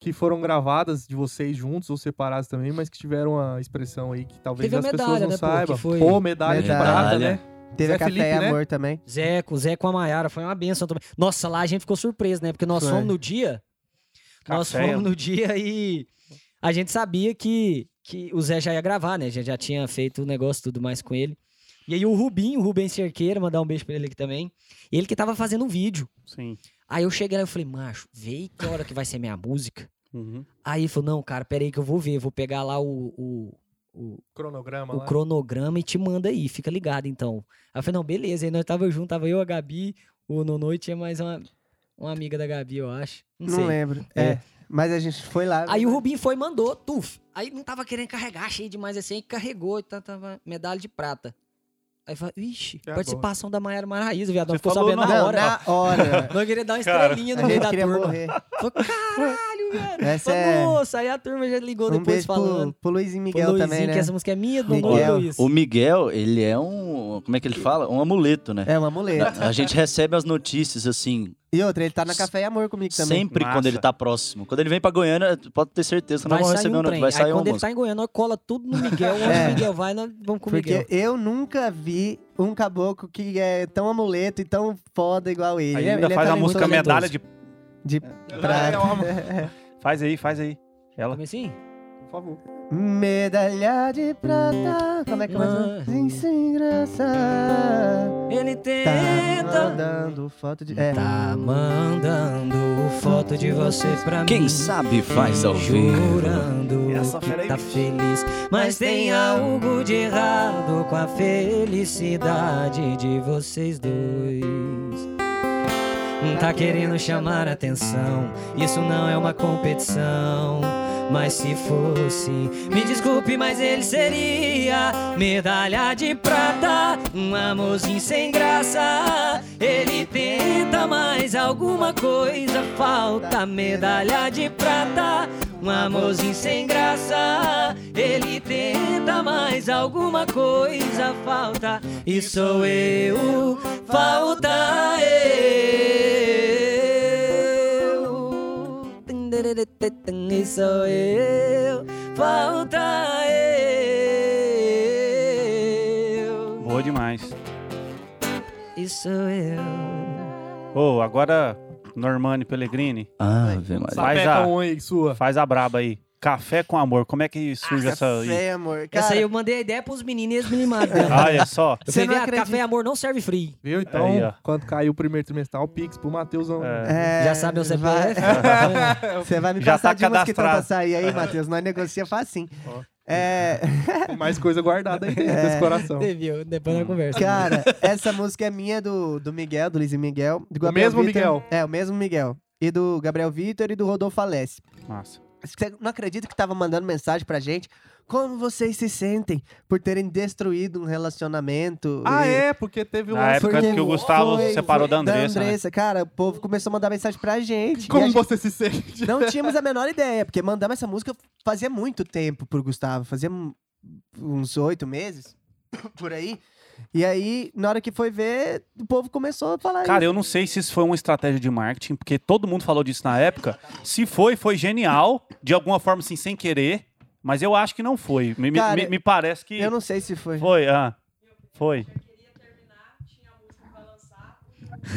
S2: que foram gravadas de vocês juntos ou separadas também, mas que tiveram uma expressão aí que talvez
S3: Teve a
S2: as pessoas
S3: medalha,
S2: não
S3: né, pô,
S2: saibam.
S3: que foi-
S2: Pô, medalha, de
S4: Medalha.
S2: prata, né?
S1: é
S4: Teve
S2: Zé
S4: a Café
S2: Felipe,
S4: e
S2: né?
S4: Amor também.
S3: Zé, com- Zé com a Maiara, foi uma benção também. Nossa, lá a gente ficou surpreso, né? Porque nós
S4: Foi.
S3: fomos no dia. Nós
S1: Café.
S3: fomos no dia e a gente sabia que, que o Zé já ia gravar, né? A gente já tinha feito o negócio e tudo mais com ele. E aí o Rubinho, o Rubens Cerqueira, mandar um beijo pra ele aqui também. Ele que tava fazendo um vídeo.
S1: Sim.
S3: Aí eu cheguei lá e falei, macho, vê que hora que vai ser minha música.
S1: Uhum.
S3: Aí ele falou, não, cara, peraí que eu vou ver, vou pegar lá o- o- o,
S2: Cronograma
S3: o
S2: lá.
S3: cronograma e te manda aí, fica ligado então. Aí eu falei, não, beleza. Aí nós tava junto, tava eu, a Gabi, o Nonô e tinha mais uma, uma amiga da Gabi, eu acho. Não,
S4: Não,
S3: sei.
S4: lembro. né? É.
S3: É.
S4: Mas a gente foi lá.
S3: Aí o Rubinho foi e mandou, tuf. Aí não tava querendo carregar, cheio demais assim, aí carregou, tá, tava medalha de prata. Aí fala, ixi,
S2: É
S3: participação da Maiara Maraíza, viado.
S1: Você
S3: Ficou
S1: falou
S3: sabendo na
S4: Não,
S3: hora.
S4: na hora.
S3: Nós queria dar uma
S1: Cara,
S3: estrelinha no
S4: a
S3: meio
S4: gente
S3: da
S4: queria
S3: turma.
S4: morrer.
S3: Falou, caralho, velho.
S4: Essa
S3: Falou,
S4: é-
S3: Nossa, aí a turma já ligou
S4: Um
S3: depois
S4: beijo
S3: falando.
S4: pro, pro Luizinho Miguel
S3: Ô, Luizinho,
S4: também, né?
S3: que essa música é minha, do
S4: Miguel.
S3: Luiz.
S5: O Miguel, ele é um. Como é que ele fala? Um amuleto, né?
S4: É uma muleta.
S5: A gente recebe as notícias, assim,
S4: E outra, ele tá na Café e Amor comigo também.
S5: sempre
S1: Massa.
S5: quando ele tá próximo. Quando ele vem pra Goiânia, pode ter certeza que nós
S3: Vai
S5: vamos
S3: sair
S5: receber
S3: um
S5: uma notícia.
S3: trem.
S5: Vai
S3: aí
S5: sair uma
S3: quando ele
S5: música.
S3: tá em Goiânia, nós cola tudo no Miguel. Onde
S4: É.
S3: o Miguel vai, né? nós vamos com o Miguel.
S4: Porque eu nunca vi um caboclo que é tão amuleto e tão foda igual ele.
S1: Aí
S4: Ele é-
S1: ainda
S4: ele é
S1: faz a
S4: talentoso.
S1: música medalha de.
S4: de
S1: Ah, é
S4: prata.
S1: uma- Faz aí, faz aí. Ela.
S3: Como assim?
S2: Por favor.
S4: Medalha de prata. Como é que
S3: Ah.
S4: começa? Sim, sem graça.
S3: Ele tenta.
S4: Tá mandando foto de. É.
S3: Tá mandando foto de você pra mim.
S5: Quem sabe faz ao vivo.
S3: Jurando
S1: Essa fera
S3: que
S1: aí,
S3: tá
S1: bicho.
S3: feliz. Mas tem algo de errado com a felicidade de vocês dois. Tá querendo chamar atenção. Isso não é uma competição. Mas se fosse, me desculpe, mas ele seria medalha de prata, um amorzinho sem graça. Ele tenta mais alguma coisa, falta medalha de prata, um amorzinho sem graça. Ele tenta mais alguma coisa, falta e sou eu, falta eu. E sou eu, falta eu.
S1: Boa demais.
S3: E sou eu.
S1: Ô, agora, Normani Pellegrini,
S5: Ave Maria.
S1: Faz
S2: Sapeca
S1: a-
S2: um aí, sua.
S1: faz a braba aí. Café com amor. Como é que surge essa.
S4: Ah, Café, é amor. Cara,
S3: Essa aí eu mandei a ideia pros meninos e eles me limaram.
S1: Ah, Olha só.
S3: Eu
S4: Você
S3: falei,
S4: não
S3: viado, café
S4: acredita.
S3: amor não serve free.
S2: Viu? Então,
S1: Aí, ó.
S2: quando caiu o primeiro trimestral, o Pix pro Matheusão.
S1: É.
S4: é,
S3: Já sabe o
S4: vai-
S3: CPF?
S4: Você vai me
S1: Já
S4: passar
S1: tá
S4: de umas que
S1: cadastrado.
S4: pra sair aí, Matheus. Nós negocia facinho.
S2: Ó.
S4: É,
S2: Tem mais coisa guardada aí dentro
S3: É.
S2: desse coração.
S3: Deviu, depois da conversa.
S4: cara, essa música é minha do, do Miguel, do Luiz e Miguel. Do Gabriel
S2: mesmo
S4: Vitor-
S2: Miguel?
S4: É, o mesmo Miguel. E do Gabriel Vitor e do Rodolfo Alessi.
S1: Massa.
S4: Você não acredita que tava mandando mensagem pra gente? Como vocês se sentem por terem destruído um relacionamento?
S2: Ah,
S4: E-
S2: é, porque teve um
S1: Na
S2: lance-
S1: época
S4: Porque
S1: que o Gustavo
S4: foi-
S1: separou
S4: foi
S1: da Andressa. né?
S4: Cara, o povo começou a mandar mensagem pra gente. E a
S2: Como
S4: gente
S2: você se sente?
S4: não tínhamos a menor ideia, porque mandamos essa música fazia muito tempo pro Gustavo. Fazia um- uns oito meses, por aí. E aí, na hora que foi ver, o povo começou a falar
S1: Cara, eu não sei se isso foi uma estratégia de marketing, porque todo mundo falou disso na época. Se foi, foi genial, de alguma forma, assim, sem querer. Mas eu acho que não foi. Me, me-
S4: Cara,
S1: me- me parece que
S4: isso. Eu não sei se foi.
S1: foi. Ah, foi.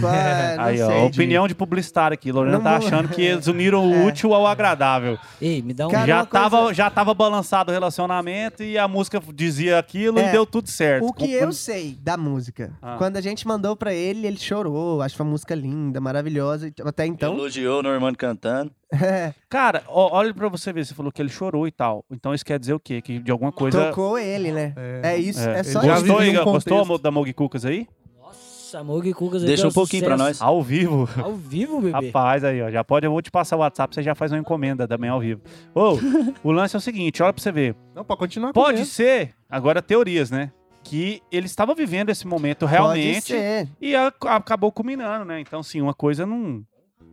S4: Ah, não
S1: Aí, ó,
S4: sei.
S1: opinião de publicitário aqui. Lorena
S4: Não
S1: tá
S4: vou-
S1: achando que eles uniram o
S4: É.
S1: útil ao agradável.
S3: Ei, me dá um.
S4: Cara,
S1: já,
S4: uma coisa-
S1: tava, já tava balançado o relacionamento e a música dizia aquilo e
S4: É.
S1: deu tudo certo.
S4: O que eu sei da música,
S1: Ah.
S4: quando a gente mandou pra ele, ele chorou, acho uma música linda, maravilhosa, e até então.
S5: Elogiou o Normando cantando.
S1: Cara, ó, olha pra você ver. Você falou que ele chorou e tal. Então isso quer dizer o quê? Que de alguma coisa...
S4: Tocou ele, né? É, isso, é,
S1: É.
S4: só
S2: Já
S4: isso.
S1: Gostou,
S2: vivi um
S1: Igor? Gostou
S2: contexto.
S1: da Mogi Cucas aí?
S3: Nossa, Mogi Cucas aqui
S5: Deixa
S3: é
S5: um pouquinho pra
S3: sucesso.
S5: nós.
S1: Ao vivo.
S3: Ao vivo, bebê.
S1: Rapaz, aí, ó. Já pode, eu vou te passar o WhatsApp, você já faz uma encomenda também ao vivo. Ô, o lance é o seguinte, olha pra você ver.
S2: Não, pode continuar com
S1: Pode
S2: ele.
S1: ser, agora teorias, né? Que ele estava vivendo esse momento
S4: Pode
S1: realmente
S4: ser.
S1: e a- acabou culminando, né? Então, sim, uma coisa não.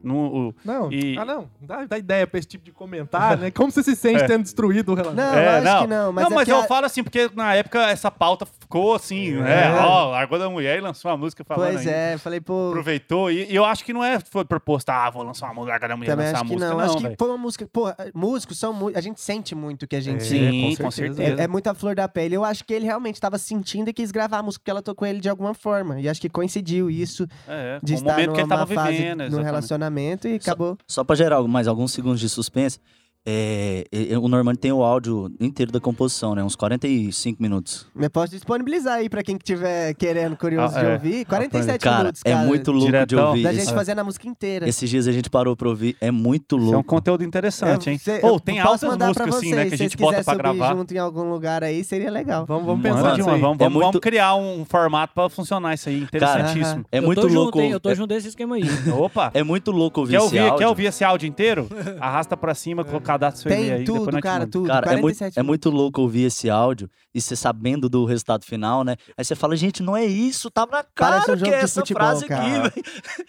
S1: não o-
S2: Não,
S1: E-
S2: ah, não. Dá, dá ideia pra esse tipo de comentário, né? Como você se sente
S1: É.
S2: tendo destruído o relacionamento?
S4: Não,
S1: É,
S4: lógico que não, mas,
S1: não,
S4: é
S1: mas
S4: que
S1: eu
S4: a- É.
S1: falo assim, porque na época essa pauta ficou assim, né? Ó, largou da mulher e lançou uma música falando
S4: Pois
S1: aí.
S4: é, eu falei, pô.
S1: Aproveitou e, e eu acho que não é foi proposta, ah, vou lançar uma música, largar da mulher
S4: Também
S1: lançar
S4: acho
S1: a
S4: que
S1: música,
S4: não.
S1: não,
S4: Acho que
S1: velho.
S4: foi uma música. Pô, músicos são muito. A gente sente muito o que a gente.
S1: Sim,
S2: É,
S1: com
S2: com
S1: certeza.
S2: certeza.
S4: É, é muita flor da pele. Eu acho que ele realmente tava sentindo e quis gravar a música porque ela tocou ele de alguma forma. E acho que coincidiu isso
S1: É, com
S4: de
S1: o
S4: estar
S1: momento que ele
S4: numa
S1: tava
S4: fase
S1: vivendo,
S4: num
S1: exatamente.
S4: relacionamento e acabou.
S5: Só pra gerar mais alguns segundos de suspense, é, e- e- o Normando tem o áudio inteiro da composição, né? Uns 45 minutos.
S4: Eu posso disponibilizar aí pra quem que tiver querendo, curioso
S1: Ah,
S4: de
S1: é.
S4: ouvir. 47
S5: cara,
S4: minutos, cara.
S5: é muito louco de
S1: Diretão.
S5: ouvir.
S4: Da
S5: esse-
S4: gente fazendo a música
S3: É.
S4: inteira.
S5: Esses dias a gente parou pra ouvir, é muito
S1: Isso é um
S5: louco.
S1: conteúdo interessante,
S4: Eu-
S1: hein?
S4: cê-
S1: Ou
S4: eu
S1: tem
S4: posso
S1: altas
S4: mandar pra
S1: músicas, assim, né?
S4: vocês,
S1: Que a
S4: se
S1: gente
S4: vocês
S1: bota pra
S4: quiserem subir
S1: gravar.
S4: junto em algum lugar aí, seria legal.
S2: Vamos, vamos
S1: Manda
S2: pensar
S1: de
S2: nisso
S1: uma,
S2: aí.
S1: vamos,
S5: É
S1: vamos- vamos
S5: muito-
S1: criar um formato pra funcionar isso aí. Interessantíssimo.
S5: É
S3: Eu
S5: muito
S3: tô
S5: louco.
S3: Junto, hein? Eu tô
S5: é-
S3: junto desse esquema aí.
S1: Opa!
S5: é, muito louco ouvir
S1: Quer
S5: esse
S1: ouvir,
S5: áudio.
S1: quer ouvir esse áudio inteiro? Arrasta pra cima, coloca cadastro seu e-mail
S4: Tem
S1: aí, depois
S4: tudo,
S1: nós te
S4: cara,
S1: manda.
S4: tudo.
S5: Cara, é muito,
S4: 47
S5: é muito louco ouvir esse áudio e você sabendo do resultado final, né? Aí você fala, gente, não é isso, tava na cara
S4: Parece um
S5: que
S4: jogo
S5: é
S4: de
S5: essa
S4: futebol,
S5: frase
S4: cara.
S5: aqui, velho.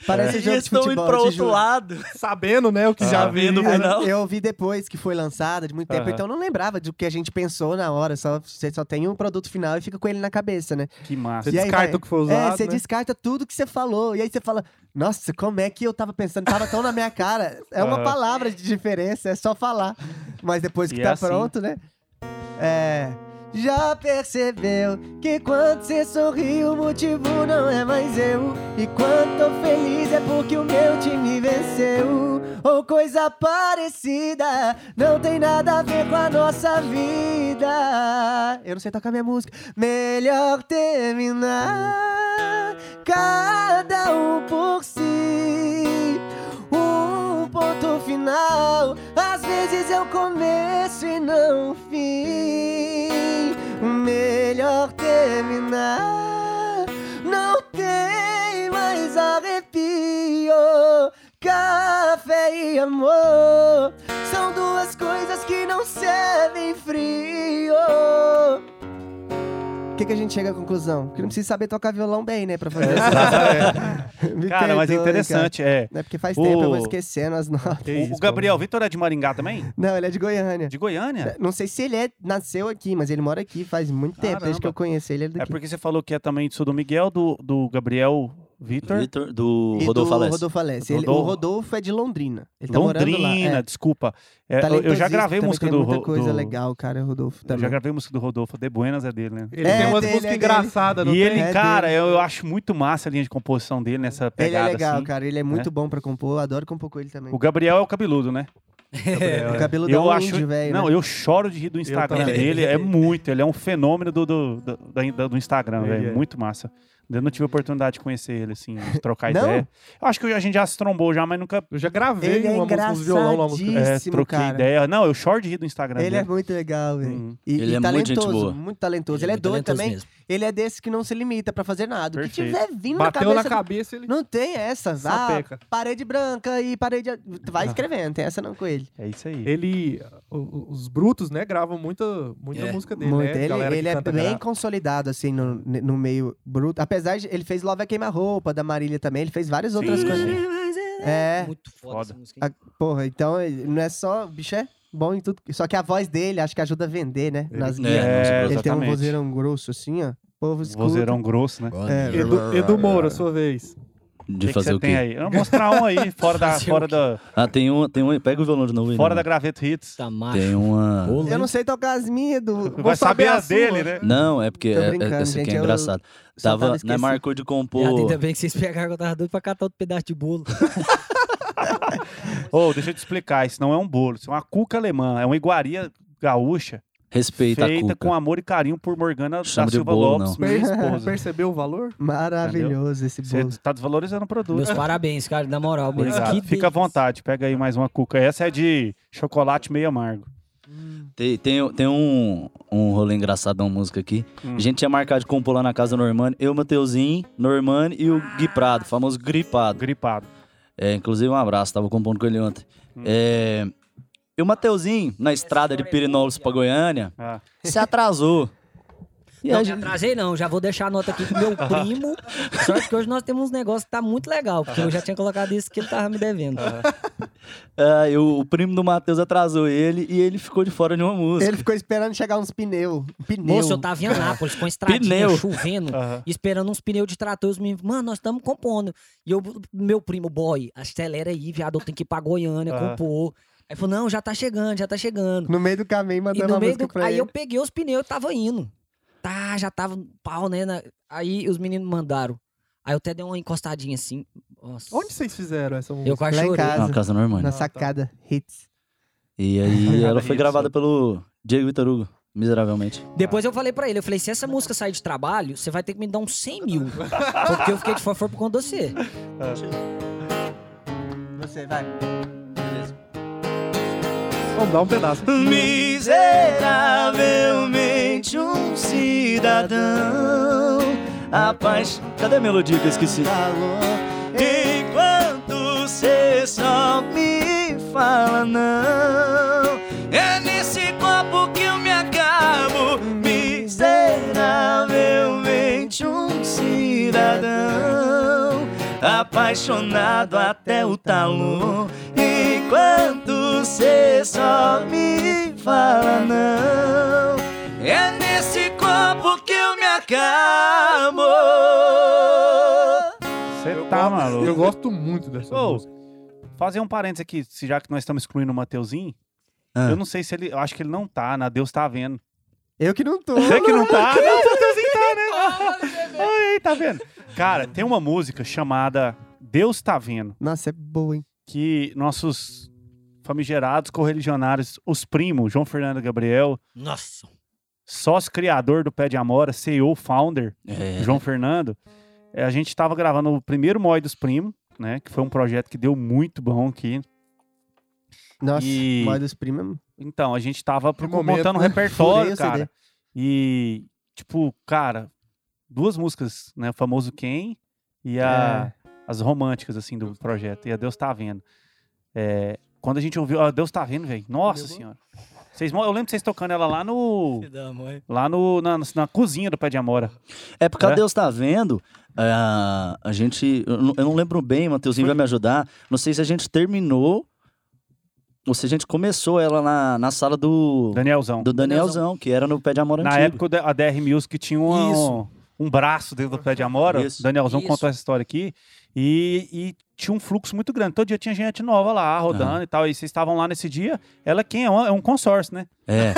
S4: Parece
S5: É.
S4: um
S5: Eles
S4: jogo de
S5: estão indo
S4: futebol,
S5: pra
S4: te
S5: outro
S4: juro.
S5: lado.
S2: Sabendo, né, o que
S5: Ah,
S2: já
S4: É,
S5: vendo
S2: viria, né?
S5: o final.
S4: Eu ouvi depois que foi lançada, de muito tempo,
S1: Aham.
S4: então eu não lembrava do que a gente pensou na hora. Só, você só tem um produto final e fica com ele na cabeça, né?
S1: Que massa.
S2: Você
S4: E aí,
S2: descarta
S4: vai.
S2: o que foi usado,
S4: é, você
S2: né?
S4: descarta tudo que você falou. E aí você fala, nossa, como é que eu tava pensando? Tava tão na minha cara. É uma
S1: Aham.
S4: palavra de diferença, é só falar. Mas depois que
S1: E é
S4: tá
S1: assim.
S4: pronto, né? É. Já percebeu que quando você sorri o motivo não é mais eu E quando tô feliz é porque o meu time venceu Ou coisa parecida, não tem nada a ver com a nossa vida Eu não sei tocar minha música Melhor terminar cada um por si um ponto final. Às vezes é o começo e não o fim. Melhor terminar. Não tem mais arrepio. Café e amor são duas coisas que não servem frio. O que, que a gente chega à conclusão? Que não precisa saber tocar violão bem, né? Pra fazer isso. Me
S1: Cara, mas é
S4: perdoe, cara.
S1: interessante, é.
S4: É porque faz tempo eu vou
S1: O-
S4: esquecendo as notas.
S2: Que
S1: O-
S2: isso,
S1: o Gabriel Vitor é de Maringá também?
S4: Não, ele é de Goiânia.
S1: De Goiânia?
S4: Não sei se ele é- nasceu aqui, mas ele mora aqui faz muito tempo, desde que
S1: Caramba.
S4: eu conheço ele. ele é
S1: É
S4: daqui.
S1: porque você falou que é também do do Miguel, do, do Gabriel Vitor.
S5: Vitor, do
S4: E
S5: Rodolfo
S4: do
S5: Alessio.
S4: Rodolfo Alessi. Ele- o
S1: Rodolfo.
S4: Rodolfo é de Londrina. Ele tá morando lá.
S1: Londrina,
S4: É.
S1: desculpa. É, eu- eu já
S4: Talentosíssimo
S1: gravei
S4: também,
S1: música do,
S4: tem muita
S1: Ro-
S4: coisa
S1: do-
S4: legal, cara, o Rodolfo
S1: Eu
S4: também.
S1: já gravei música do Rodolfo, de Buenas é dele, né?
S2: Ele
S4: É
S2: tem umas
S4: dele,
S2: músicas
S4: é dele.
S2: engraçadas, não
S1: E
S2: tem?
S1: ele,
S4: É
S1: cara,
S4: dele.
S1: eu, eu acho muito massa a linha de composição dele nessa
S4: Ele
S1: pegada.
S4: é legal,
S1: assim.
S4: cara. Ele é muito bom pra compor. Adoro compor com ele também.
S1: O Gabriel é o cabeludo, né?
S4: O cabelo
S1: eu
S4: dá um
S1: acho.
S4: índio, velho.
S1: não,
S4: né?
S1: eu choro de rir do Instagram
S2: também.
S1: dele. É muito. Ele é um fenômeno do, do, do, da- do Instagram,
S2: Ele
S1: velho.
S2: é.
S1: Muito massa. Eu não tive a oportunidade de conhecer ele, assim, de trocar
S4: Não?
S1: ideia. Eu acho que a gente já se trombou já, mas nunca
S2: Eu já gravei
S4: Ele é
S2: uma música dos violão lá, uma música.
S1: é,
S4: engraçadíssimo,
S1: troquei
S4: cara.
S1: ideia. Não, eu choro de rir do Instagram
S4: Ele é
S1: dele.
S4: muito legal, velho.
S1: Uhum.
S4: E,
S5: Ele
S4: e
S5: é muito gente
S4: talentoso,
S5: boa.
S4: Muito talentoso. Ele, é
S3: muito
S4: doido
S3: talentoso
S4: também.
S3: mesmo.
S4: Ele é desse que não se limita pra fazer nada. O que
S1: Perfeito.
S4: tiver vindo
S2: Bateu
S4: na
S2: na
S4: cabeça
S2: cabeça, ele...
S4: Não tem essas. Ah,
S2: Sapeca.
S4: parede branca e parede. Vai escrevendo, tem essa não com ele.
S1: É isso aí.
S2: Ele... o- Os brutos, né, gravam muita, muita
S5: É.
S2: música dele,
S4: Muito.
S2: né?
S4: Ele,
S2: Galera que
S4: ele é
S2: canta
S4: bem
S2: gra-
S4: consolidado, assim, no, no meio bruto. Apesar de ele fez Love é Queima-Roupa, da Marília também, ele fez várias outras
S1: Sim.
S4: coisas. É,
S3: Muito foda,
S1: Foda.
S3: essa música. hein?
S4: porra, então ele- não é só. O bicho é bom em tudo. Só que a voz dele acho que ajuda a vender, né?
S2: Ele-
S4: Nas
S5: É,
S4: guias.
S5: não,
S4: ele tem um
S1: exatamente.
S4: vozeirão grosso, assim, ó. O Povo escuta. É,
S1: Vozeirão grosso, né?
S2: Edu, Edu Moura, sua vez.
S1: O que
S5: De
S1: que
S5: fazer
S1: você
S5: o
S1: tem
S5: quê?
S1: aí? Eu vou mostrar um aí, fora da,
S3: Fazer o
S1: fora
S3: quê?
S1: da,
S5: Ah, tem um, tem um. Pega o violão de novo aí.
S1: fora da
S5: né?
S1: Graveto Hits.
S3: Tá macho.
S5: Tem uma.
S3: Rolo,
S4: Eu
S3: hein?
S4: não sei tocar as minhas do.
S1: Vai
S2: saber
S1: saber
S2: a
S1: a dele,
S2: sua.
S1: né?
S5: Não, é porque
S4: Tô
S5: é- é-
S4: brincando,
S5: essa aqui
S4: gente,
S5: é
S4: eu
S5: engraçado.
S4: só tava
S5: Tava, né,
S4: esquecendo.
S5: marcou de
S3: Ah,
S5: compor.
S3: Ainda bem que vocês pegaram, que eu tava doido pra catar outro pedaço de bolo.
S2: né?
S1: Ô, deixa eu te explicar, isso não é um bolo, isso é uma cuca alemã, é uma iguaria gaúcha
S5: Respeita a
S1: feita
S5: Cuca.
S1: com amor e carinho por Morgana
S5: Chama
S1: da
S5: de
S1: Silva
S5: bolo,
S1: Lopes,
S5: não.
S1: minha
S2: Per-
S1: esposa.
S2: Percebeu o valor?
S4: Maravilhoso esse
S1: Você
S4: bolo.
S1: tá desvalorizando o produto.
S3: Meus parabéns, cara, na moral. mano.
S1: Obrigado.
S3: Que
S1: Fica à
S3: delícia.
S1: vontade, pega aí mais uma cuca. Essa é de chocolate meio amargo.
S5: Tem, tem, tem um, um rolê engraçado, uma música aqui.
S1: Hum.
S5: A gente tinha marcado de compor lá na casa do Normani. Eu, Mateuzinho, Normani e o
S3: Ah.
S5: Gui Prado, famoso gripado.
S1: Gripado.
S5: É, inclusive, um abraço, tava compondo com ele ontem.
S1: Hum.
S5: É, e o Mateuzinho, na estrada
S3: é
S5: de Pirinópolis pra Goiânia,
S1: Ah,
S5: se atrasou. E
S3: Não,
S5: a
S3: me
S5: gente,
S3: atrasei não, já vou deixar a nota aqui pro meu primo. Só que hoje nós temos uns negócios que tá muito legal, porque eu já tinha colocado isso que ele tava me devendo.
S5: é, eu- o primo do Mateus atrasou ele e ele ficou de fora de uma música.
S4: Ele ficou esperando chegar uns pneus. Pneu.
S3: Moço, eu tava em Anápolis com a estradinha
S5: Pneu.
S3: chovendo,
S1: Aham.
S3: e esperando uns pneus de trator. Os meninos, mano, nós estamos compondo. E eu, meu primo, boy, acelera aí, viado, eu tenho que ir pra Goiânia
S1: Aham.
S3: compor. Aí falou, não, já tá chegando, já tá chegando.
S4: No meio do caminho,
S3: E
S4: mandando
S3: no
S4: uma
S3: meio
S4: é música
S3: do...
S4: pra
S3: Aí
S4: ele.
S3: eu peguei os pneus e tava indo. Tá, já tava no pau, né? na- Aí os meninos mandaram. Aí eu até dei uma encostadinha assim. Nossa.
S2: Onde vocês fizeram essa música?
S3: Eu quase
S4: Lá em
S3: chorei.
S4: casa.
S5: Na casa do Normani.
S4: Na
S2: Ah, tá.
S4: sacada, hits.
S5: E aí ela foi
S1: Isso.
S5: gravada pelo Diego Vitor Hugo, miseravelmente.
S3: Depois eu falei pra ele, eu falei, se essa música sair de trabalho, você vai ter que me dar uns 100 mil. porque eu fiquei de fofor por conta de você.
S4: Você vai.
S2: Vamos dar um pedaço.
S5: Miseravelmente um cidadão apaixonado. Cadê a melodia que eu esqueci?
S4: Falou.
S5: Enquanto cê só me fala não é
S3: um
S5: um cidadão, apaixonado até o talão. Enquanto cê só me fala não, é nesse corpo que eu me acabo.
S1: Você tá
S2: Eu
S1: maluco.
S2: gosto muito dessa
S1: Ô,
S2: música.
S1: Fazer um parênteses aqui, se- já que nós estamos excluindo o Mateuzinho.
S5: Ah.
S1: Eu não sei se ele. Eu acho que ele não tá, na Deus tá vendo.
S4: Eu que não tô.
S1: Você que não tá? Não, o Mateuzinho tá, né? Ai, tá vendo? Cara, tem uma música chamada Deus tá vendo.
S4: Nossa, é boa, hein?
S1: que nossos famigerados correligionários, os primos, João Fernando Gabriel,
S3: Nossa.
S1: sócio criador do Pé de Amora, CEO, founder,
S5: É.
S1: João Fernando, eh, a gente estava gravando o primeiro Mói dos Primos, né? Que foi um projeto que deu muito bom aqui.
S4: Nossa,
S1: E-
S4: Mói dos Primos.
S1: Então, a gente tava pro-
S2: momento,
S1: montando um
S2: né?
S1: repertório,
S4: Furei o
S1: cara. E, tipo, cara, duas músicas, né? O famoso Quem e a- as românticas, assim, do projeto. E a Deus Tá Vendo. É, quando a gente ouviu, a Deus Tá Vendo, velho. Nossa Senhora. Vocês, mo- eu lembro de vocês tocando ela lá no. Lá no, na, na cozinha do Pé de Amora.
S5: É porque
S1: É?
S5: a Deus tá vendo. ah, a gente. Eu não, eu não lembro bem, Matheusinho vai me ajudar. Não sei se a gente terminou ou se a gente começou ela na, na sala do,
S1: Danielzão.
S5: do Danielzão, que era no pé de amor
S1: na
S5: antigo.
S1: época, o D- a DR Music tinha um,
S3: Isso.
S1: um braço dentro do Pé de Amora.
S5: Isso.
S1: O Danielzão
S3: Isso.
S1: contou essa história aqui. E, e tinha um fluxo muito grande. Todo dia tinha gente nova lá, rodando e tal. E vocês estavam lá nesse dia. Ela quem é? Um, é um consórcio, né?
S5: É.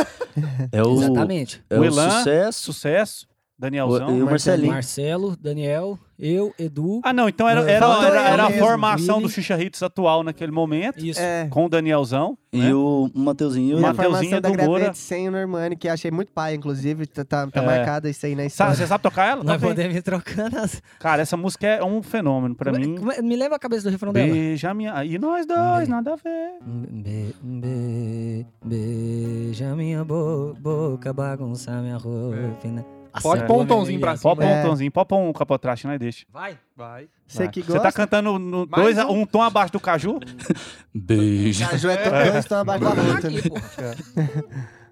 S5: É o,
S3: Exatamente.
S5: é o
S1: O Elan,
S5: sucesso.
S1: Sucesso.
S5: o-
S1: Danielzão.
S5: E o Marcelinho.
S3: Marcelo, Daniel, eu, Edu.
S1: Ah, não. Então era,
S3: Não,
S1: era,
S4: faltou
S1: era-
S4: eu
S1: era a
S4: mesmo,
S1: formação
S3: Willy.
S1: do Xuxa Hits atual naquele momento.
S3: Isso.
S4: É.
S1: Com o Danielzão. né?
S5: E o Mateuzinho.
S1: Uma-
S4: Minha
S1: Mateuzinho
S4: formação da
S1: do Moura.
S4: gravete sem o Normani, que eu achei muito pai, inclusive. Tá, tá, tá
S1: É. tá.
S4: marcado isso aí na
S1: Sabe,
S4: história.
S1: você sabe tocar ela?
S3: Nós
S1: Toca aí.
S3: podemos ir trocando as.
S1: Cara, essa música é um fenômeno pra
S3: Como é-
S1: mim.
S3: como é- me leva a cabeça do refrão dela. Um
S1: Beija minha. E nós dois, nada a ver.
S3: Be- be- beija minha bo- boca, bagunça minha
S1: É.
S3: roupa. né?
S2: Pode
S3: Nossa,
S2: pôr um
S3: eu
S2: tomzinho pra
S3: ia-
S2: cima.
S1: Popa
S4: É.
S1: um tonzinho, popa um capotraste, né? Deixa.
S3: Vai.
S2: Vai.
S4: Você
S1: Vai.
S4: que
S1: Você tá
S4: gosta.
S1: cantando no
S2: Mais
S1: dois,
S2: um.
S1: um tom abaixo do caju?
S5: Beijo.
S4: A Ju é todo dois tão abaixo da luta, né?
S3: Aqui, porra.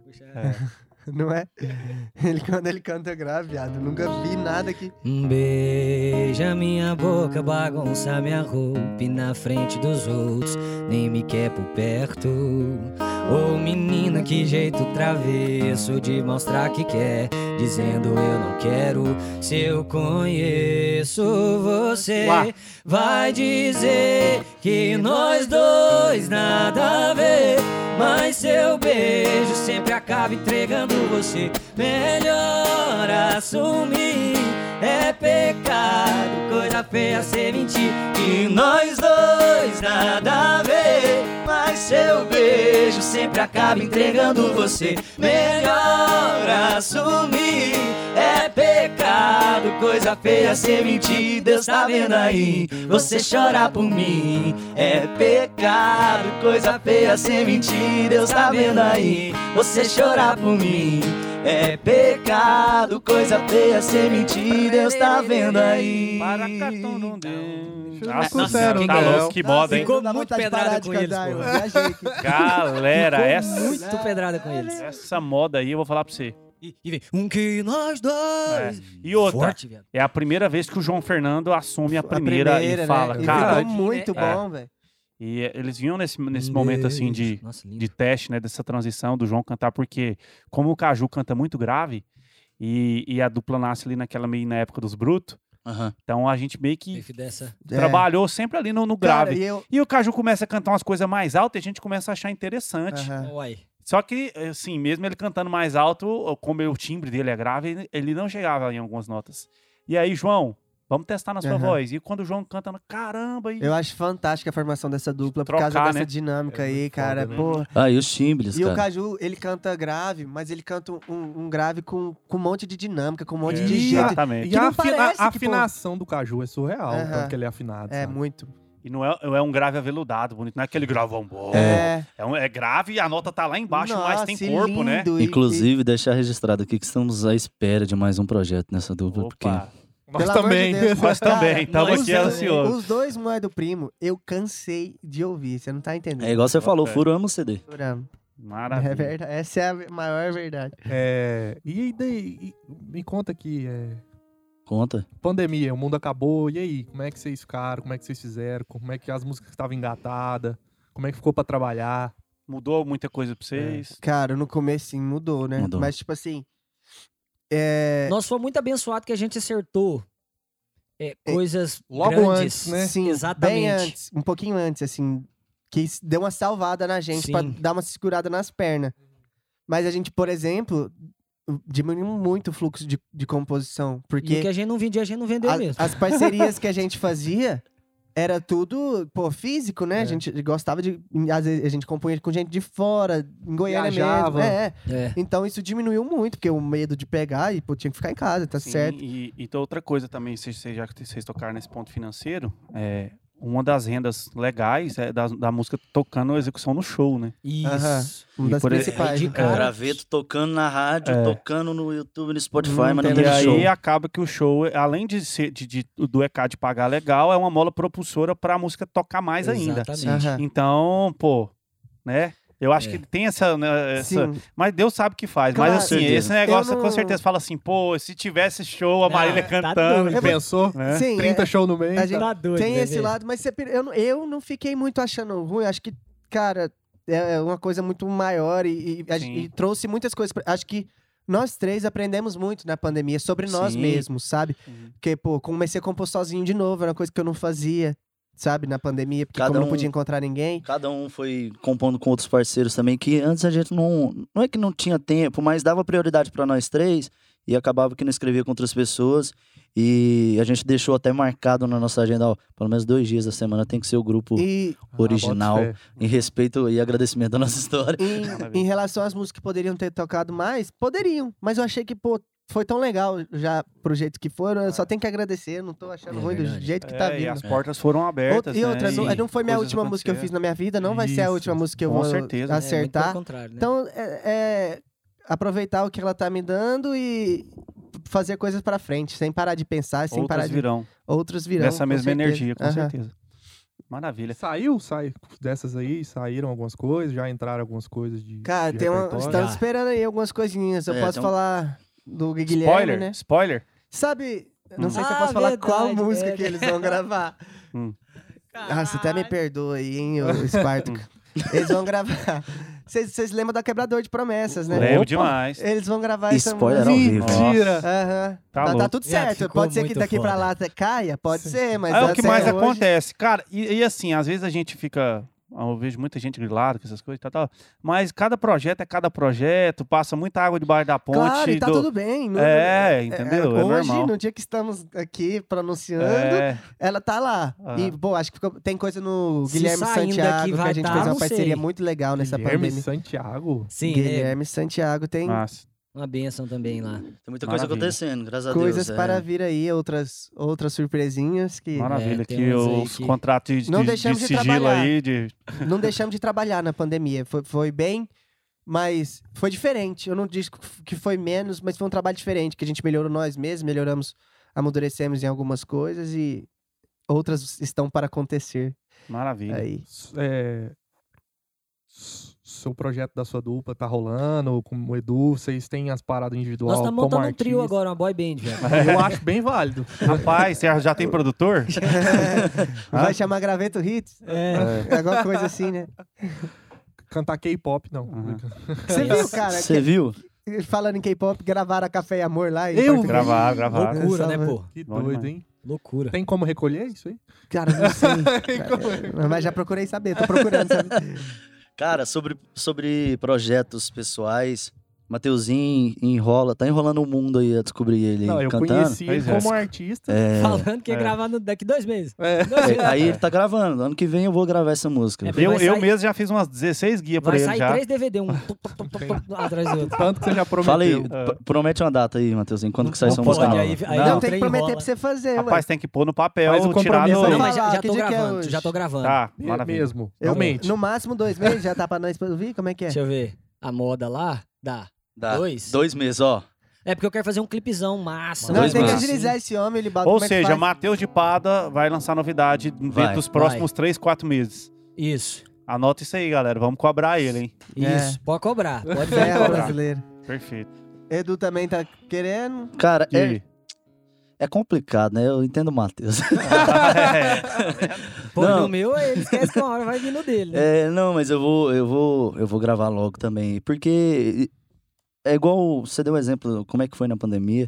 S3: Puxa.
S4: não é? Ele, quando ele canta grave, viado. eu Nunca vi nada que.
S3: Beija Um minha boca, bagunça minha roupa e na frente dos outros, nem me quer por perto. Ô menina, que jeito travesso de mostrar que quer, dizendo eu não quero. Se eu conheço você,
S1: Uá.
S3: vai dizer que nós dois nada a ver. Mas seu beijo sempre acaba entregando você. Melhor assumir. É pecado, coisa feia ser mentir. E nós dois nada a ver. Mas seu beijo sempre acaba entregando você. Melhor assumir. É pecado, coisa feia ser mentir. Deus tá vendo aí, você chora por mim. É pecado, coisa feia ser mentir. Deus tá vendo aí, você chora por mim. É pecado, coisa feia ser mentir. Deus tá vendo aí.
S1: Então, Nossa,
S2: Nossa,
S1: Senhora,
S2: que
S1: tá
S2: legal.
S1: louco, que moda, hein?
S3: Ficou
S4: Dá
S3: muito
S4: vontade de parar
S3: pedrada
S4: de
S3: com eles,
S4: cantar, eu
S3: pô.
S4: viajei aqui.
S1: Galera, essa,
S3: Muito pedrada com eles.
S1: essa moda aí eu vou falar pra você.
S3: E, e vem, um que nós dois.
S1: E outra,
S3: Forte, viado.
S1: é a primeira vez que o João Fernando assume a
S4: A
S1: primeira, e fala,
S4: né?
S1: cara.
S4: E ficou muito
S1: É.
S4: bom, velho.
S1: E é, eles vinham nesse, nesse
S3: Um
S1: momento assim de,
S3: beijo. Nossa, lindo.
S1: de teste, né? Dessa transição do João cantar, porque como o Caju canta muito grave e, e a dupla nasce ali naquela meio na época dos brutos,
S5: Aham.
S1: então a gente meio que
S3: Meio que dessa.
S4: É.
S1: trabalhou sempre ali no, no
S4: Cara,
S1: Um grave.
S4: e eu...
S1: E o Caju começa a cantar umas coisas mais altas e a gente começa a achar interessante.
S4: Aham.
S3: Uai.
S1: Só que, assim, mesmo ele cantando mais alto, como o timbre dele é grave, ele- ele não chegava em algumas notas. E aí, João, vamos testar na sua
S4: Aham.
S1: voz. E quando o João canta, caramba, e...
S4: Eu acho fantástica a formação dessa dupla por
S1: Trocar,
S4: causa dessa
S1: né?
S4: dinâmica
S2: É
S4: aí,
S2: muito
S4: cara.
S2: foda, né?
S4: Pô.
S5: Ah, e os timbres,
S4: E o
S5: cara.
S4: Caju, ele canta grave, mas ele canta um, um grave com, com um monte de dinâmica, com um monte
S2: É.
S4: de
S2: E
S4: jeito.
S1: Exatamente.
S2: E
S4: Que
S2: a,
S4: não
S2: afina-
S4: parece
S2: a
S4: que, pô-
S2: afinação do Caju é surreal,
S4: Aham.
S2: tanto que ele é afinado.
S4: É,
S2: sabe?
S4: muito.
S1: E não é, é um grave aveludado, bonito. Não é aquele gravão bom. É,
S4: É.
S1: um- é grave e a nota tá lá embaixo, mas tem
S4: Nossa,
S1: corpo, né?
S4: lindo, e-
S5: Inclusive, deixar registrado aqui que estamos à espera de mais um projeto nessa dupla. Porque...
S1: Opa,
S4: e-
S2: Nós
S4: pelo amor de
S2: também.
S4: Deus,
S1: nós
S4: cara,
S1: também, estamos
S3: nós
S1: aqui
S3: também.
S1: ansiosos.
S4: Os dois moedas do primo, eu cansei de ouvir. Você não tá entendendo.
S5: É igual você falou,
S1: É.
S5: furo ama o CD.
S4: Juramos. É
S1: Maravilha.
S4: verdade. Essa é a maior verdade.
S2: É, e aí, daí, e- me conta aqui, é,
S5: Conta.
S2: Pandemia, o mundo acabou. E aí, como é que vocês ficaram? Como é que vocês fizeram? Como é que as músicas estavam engatadas? Como é que ficou pra trabalhar?
S1: Mudou muita coisa pra vocês?
S4: Cara, no começo sim, mudou, né?
S5: Mudou.
S4: Mas, tipo assim. É...
S3: Nós fomos muito abençoados que a gente acertou é, coisas
S2: Logo
S3: grandes.
S2: antes, né?
S4: Sim, bem
S3: Exatamente.
S4: antes, um pouquinho antes, assim, que isso deu uma salvada na gente
S3: Sim.
S4: pra dar uma segurada nas pernas. Mas a gente, por exemplo, diminuiu muito o fluxo de, de
S3: E
S4: composição,
S3: o que
S4: porque
S3: a gente não vendia, a gente não vendeu
S4: a-
S3: mesmo.
S4: as parcerias que a gente fazia era tudo, pô, físico, né? A gente gostava de, às vezes a gente compunha com gente de fora, em Goiânia
S2: Viajava.
S4: mesmo. É, é.
S3: É.
S4: Então isso diminuiu muito, porque o medo de pegar e pô, tinha que ficar em casa, tá
S1: Sim,
S4: certo?
S1: E, e tem outra coisa também, se vocês, já que vocês tocaram nesse ponto financeiro, é, uma das rendas legais é da, da música tocando a execução no show, né?
S3: Isso.
S4: Aham. Uma
S1: E
S4: das
S1: por- é,
S4: principais.
S3: de
S4: né?
S3: Cara,
S5: Graveto tocando na rádio,
S1: é. Hum,
S5: tocando no YouTube, no Spotify,
S4: Não
S5: mas
S4: tem
S5: não
S1: E
S5: teve
S1: aí
S5: show.
S1: acaba que o show, além de ser de, de- do ECAD pagar legal, é uma mola propulsora pra música tocar mais ainda.
S3: Exatamente.
S4: Aham.
S1: Então, pô, né? Eu acho
S3: É.
S1: que tem essa, né, essa-
S4: Sim.
S1: Mas Deus sabe o que faz.
S4: Claro.
S1: Mas assim,
S5: Certeza.
S1: esse negócio
S4: Eu não-
S1: com certeza fala assim, pô, se tivesse show, a
S3: Não,
S1: Marília
S3: tá
S1: cantando.
S3: doido.
S2: Ele pensou?
S1: né?
S4: Sim,
S2: 30
S4: Ah, é-
S2: show no meio.
S4: a gente-
S3: Tá doido,
S4: Tem
S3: né,
S4: esse
S3: velho?
S4: lado, mas você per- eu, não- eu não fiquei muito achando ruim. Acho que, cara, é é uma coisa muito maior e, e- a-
S1: Sim.
S4: e trouxe muitas coisas. pra- Acho que nós três aprendemos muito na pandemia sobre nós
S5: Sim.
S4: mesmos, sabe?
S1: Uhum.
S4: Porque, pô, comecei a compor sozinho de novo, era uma coisa que eu não fazia, sabe, na pandemia, porque
S5: Cada
S4: como
S5: um-
S4: não podia encontrar ninguém.
S5: Cada um foi compondo com outros parceiros também, que antes a gente não. Não é que não tinha tempo, mas dava prioridade pra nós três e acabava que não escrevia com outras pessoas. E a gente deixou até marcado na nossa agenda, ó, pelo menos dois dias da semana tem que ser o grupo
S4: E
S5: original,
S2: Ah, bota fé.
S5: em respeito e agradecimento da nossa história.
S4: em, em relação às músicas que poderiam ter tocado mais, poderiam, mas eu achei que, pô. Foi tão legal já pro jeito que foram, eu só tenho que agradecer, eu não tô achando
S3: É
S4: ruim do
S3: verdade.
S4: jeito que tá
S1: É, e
S4: vindo.
S1: as portas foram abertas.
S4: Out- e
S1: né?
S4: outra, não, é,
S1: E
S4: não foi minha
S1: coisas
S4: última música que eu
S1: aconteceram.
S4: fiz na minha vida, não vai ser a
S2: Isso,
S4: última música que eu
S1: com
S4: vou
S1: certeza. né?
S3: É, muito pelo
S4: acertar.
S3: contrário, né?
S4: então, é, é aproveitar o que ela tá me dando e fazer coisas pra frente, sem parar de pensar, sem
S1: Outras
S4: parar de.
S1: virão.
S4: Outros virão.
S1: Dessa
S4: com
S1: mesma
S4: certeza.
S1: energia, com
S4: Aham.
S1: certeza. Maravilha.
S2: Saiu, sai dessas aí, saíram algumas coisas, já entraram algumas coisas de.
S4: Cara,
S2: de
S4: tem uma,
S2: repertório.
S4: estamos esperando aí algumas coisinhas. Eu
S5: É,
S4: posso
S5: então-
S4: falar do Guilherme,
S1: spoiler,
S4: né?
S1: spoiler.
S4: Sabe. Não
S1: Hum.
S4: sei se eu
S3: Ah,
S4: posso falar qual
S3: verdade,
S4: música
S3: é.
S4: que eles vão gravar. Ah, você até me perdoa aí, hein, o Spartaco.
S1: Hum.
S4: eles vão gravar. Vocês vocês lembram da Quebrador de Promessas, né?
S1: Lembro demais.
S4: Eles vão gravar essa
S5: Spoiler
S4: música.
S5: ao vivo.
S2: Mentira!
S4: Aham.
S1: Tá
S4: Tá, tá
S1: louco.
S4: tudo
S3: Viado,
S4: certo.
S3: ficou
S4: pode ser que
S3: muito
S4: daqui pra
S3: foda.
S4: lá até caia, pode
S2: Sim.
S4: ser, mas.
S1: é o
S4: até
S1: que mais
S4: hoje-
S1: acontece. Cara, e, e assim, às vezes a gente fica. Eu vejo muita gente grilada com essas coisas e tal, tal. Mas cada projeto é cada projeto, passa muita água debaixo da ponte.
S4: Claro, e tá
S1: do-
S4: tudo bem. não-
S1: É, entendeu? É
S4: hoje,
S1: normal.
S4: no dia que estamos aqui pronunciando,
S1: É,
S4: ela tá lá.
S1: Ah.
S4: E, pô, acho que ficou- tem coisa no
S3: Se
S4: Guilherme
S3: saindo daqui
S4: Santiago que
S3: vai
S4: a gente
S3: tá,
S4: fez uma
S3: não sei.
S4: parceria muito legal nessa
S2: Guilherme
S4: pandemia.
S2: Santiago.
S3: Sim, é
S4: Guilherme Santiago tem
S1: mas-
S3: uma benção também lá.
S5: Tem muita coisa
S1: Maravilha.
S5: acontecendo, graças
S4: coisas
S5: a Deus. é.
S4: para vir aí, outras, outras surpresinhas que
S1: maravilha.
S3: É, tem
S1: que
S3: uns aí
S1: os
S3: que-
S1: contratos de,
S4: Não
S1: de- de
S4: deixamos de
S1: sigilo
S4: trabalhar.
S1: aí, de
S4: não deixamos de trabalhar na pandemia. Foi, foi bem, mas foi diferente. Eu não disse que foi menos, mas foi um trabalho diferente, que a gente melhorou nós mesmos, melhoramos, amadurecemos em algumas coisas e outras estão para acontecer
S1: maravilha.
S4: aí.
S2: S- é, s- seu projeto da sua dupla tá rolando com o Edu, vocês têm as paradas individual
S3: Nós estamos
S2: como
S3: montando um trio
S2: artista.
S3: agora, uma boy band, velho.
S2: Eu acho bem válido.
S1: Rapaz, você já tem produtor?
S4: Vai chamar Graveto Hits?
S3: É.
S4: Alguma coisa assim, né?
S2: Cantar K-pop, não.
S1: Aham.
S4: Você viu, cara?
S5: Você viu?
S4: que- Falando em K-pop, gravaram a Café e Amor lá. em
S2: Eu
S4: Portugal.
S1: Gravar, gravar. É.
S3: Loucura,
S4: Essa
S3: né,
S4: vai-
S3: pô?
S2: Que
S1: Bom
S2: doido,
S1: demais.
S2: hein?
S3: Loucura.
S2: Tem como recolher isso aí?
S4: Cara, não sei.
S2: Tem como recolher.
S4: Mas já procurei saber, tô procurando saber.
S5: Cara, sobre, sobre projetos pessoais, Mateuzinho enrola, tá enrolando o mundo aí a descobrir ele
S2: Não,
S5: aí,
S2: eu
S5: cantando.
S2: conheci ele
S1: Pois é.
S2: como artista.
S5: É,
S3: Falando que ia
S1: É.
S3: gravar no- daqui dois meses.
S2: É.
S5: é, aí ele tá gravando. Ano que vem eu vou gravar essa música.
S3: É,
S1: Eu,
S3: Vai
S1: eu
S3: sair-
S1: mesmo já fiz umas 16 guias pra
S3: Vai
S1: ele
S3: sair
S1: já.
S3: três DVD, um tup, tup, tup, tup, tup, atrás do outro.
S2: Tanto que você já prometeu.
S5: Fala aí,
S1: É.
S5: p- promete uma data aí, Mateuzinho. Quando que sai
S1: Não
S5: sua
S1: pode,
S5: música nova?
S3: aí- aí-
S4: Não,
S3: o
S4: tem
S3: trem
S4: que prometer
S3: rola.
S4: pra você fazer, ué.
S1: Rapaz, tem que pôr no papel,
S2: Faz o
S1: tirar
S2: compromisso
S1: no...
S2: aí.
S3: Não, mas já,
S4: falar,
S3: já
S4: que
S3: tô
S4: dia que é
S3: gravando,
S4: hoje?
S3: já tô gravando.
S1: Tá,
S2: Me-
S1: maravilha.
S2: Mesmo.
S4: Eu,
S2: Realmente.
S4: no máximo dois meses, já tá pra nós ouvir como é que é.
S3: Deixa eu ver. A moda lá dá.
S5: Dá
S3: Dois?
S5: Dois meses, ó.
S3: É porque eu quero fazer um clipezão massa.
S4: Não,
S5: Dois
S4: tem que
S5: meses.
S4: agilizar esse homem, ele bate
S1: Ou
S4: como é que
S1: seja,
S4: faz?
S1: Matheus de Pada vai lançar novidade dentro
S5: Vai,
S1: dos próximos 3, 4 meses.
S3: Isso.
S1: Anota isso aí, galera. Vamos cobrar ele, hein?
S4: É.
S3: Isso. Pode cobrar. Pode
S4: Ferro
S3: cobrar.
S4: brasileiro.
S1: Perfeito.
S4: Edu também tá querendo.
S5: Cara, é,
S1: E-
S5: É complicado, né? Eu entendo o Matheus.
S3: Pô,
S5: Não.
S3: no meu, ele esquece que uma hora vai vir no dele. né?
S5: É, não, mas eu vou, eu vou, eu vou gravar logo também, porque é igual você deu um exemplo, como é que foi na pandemia.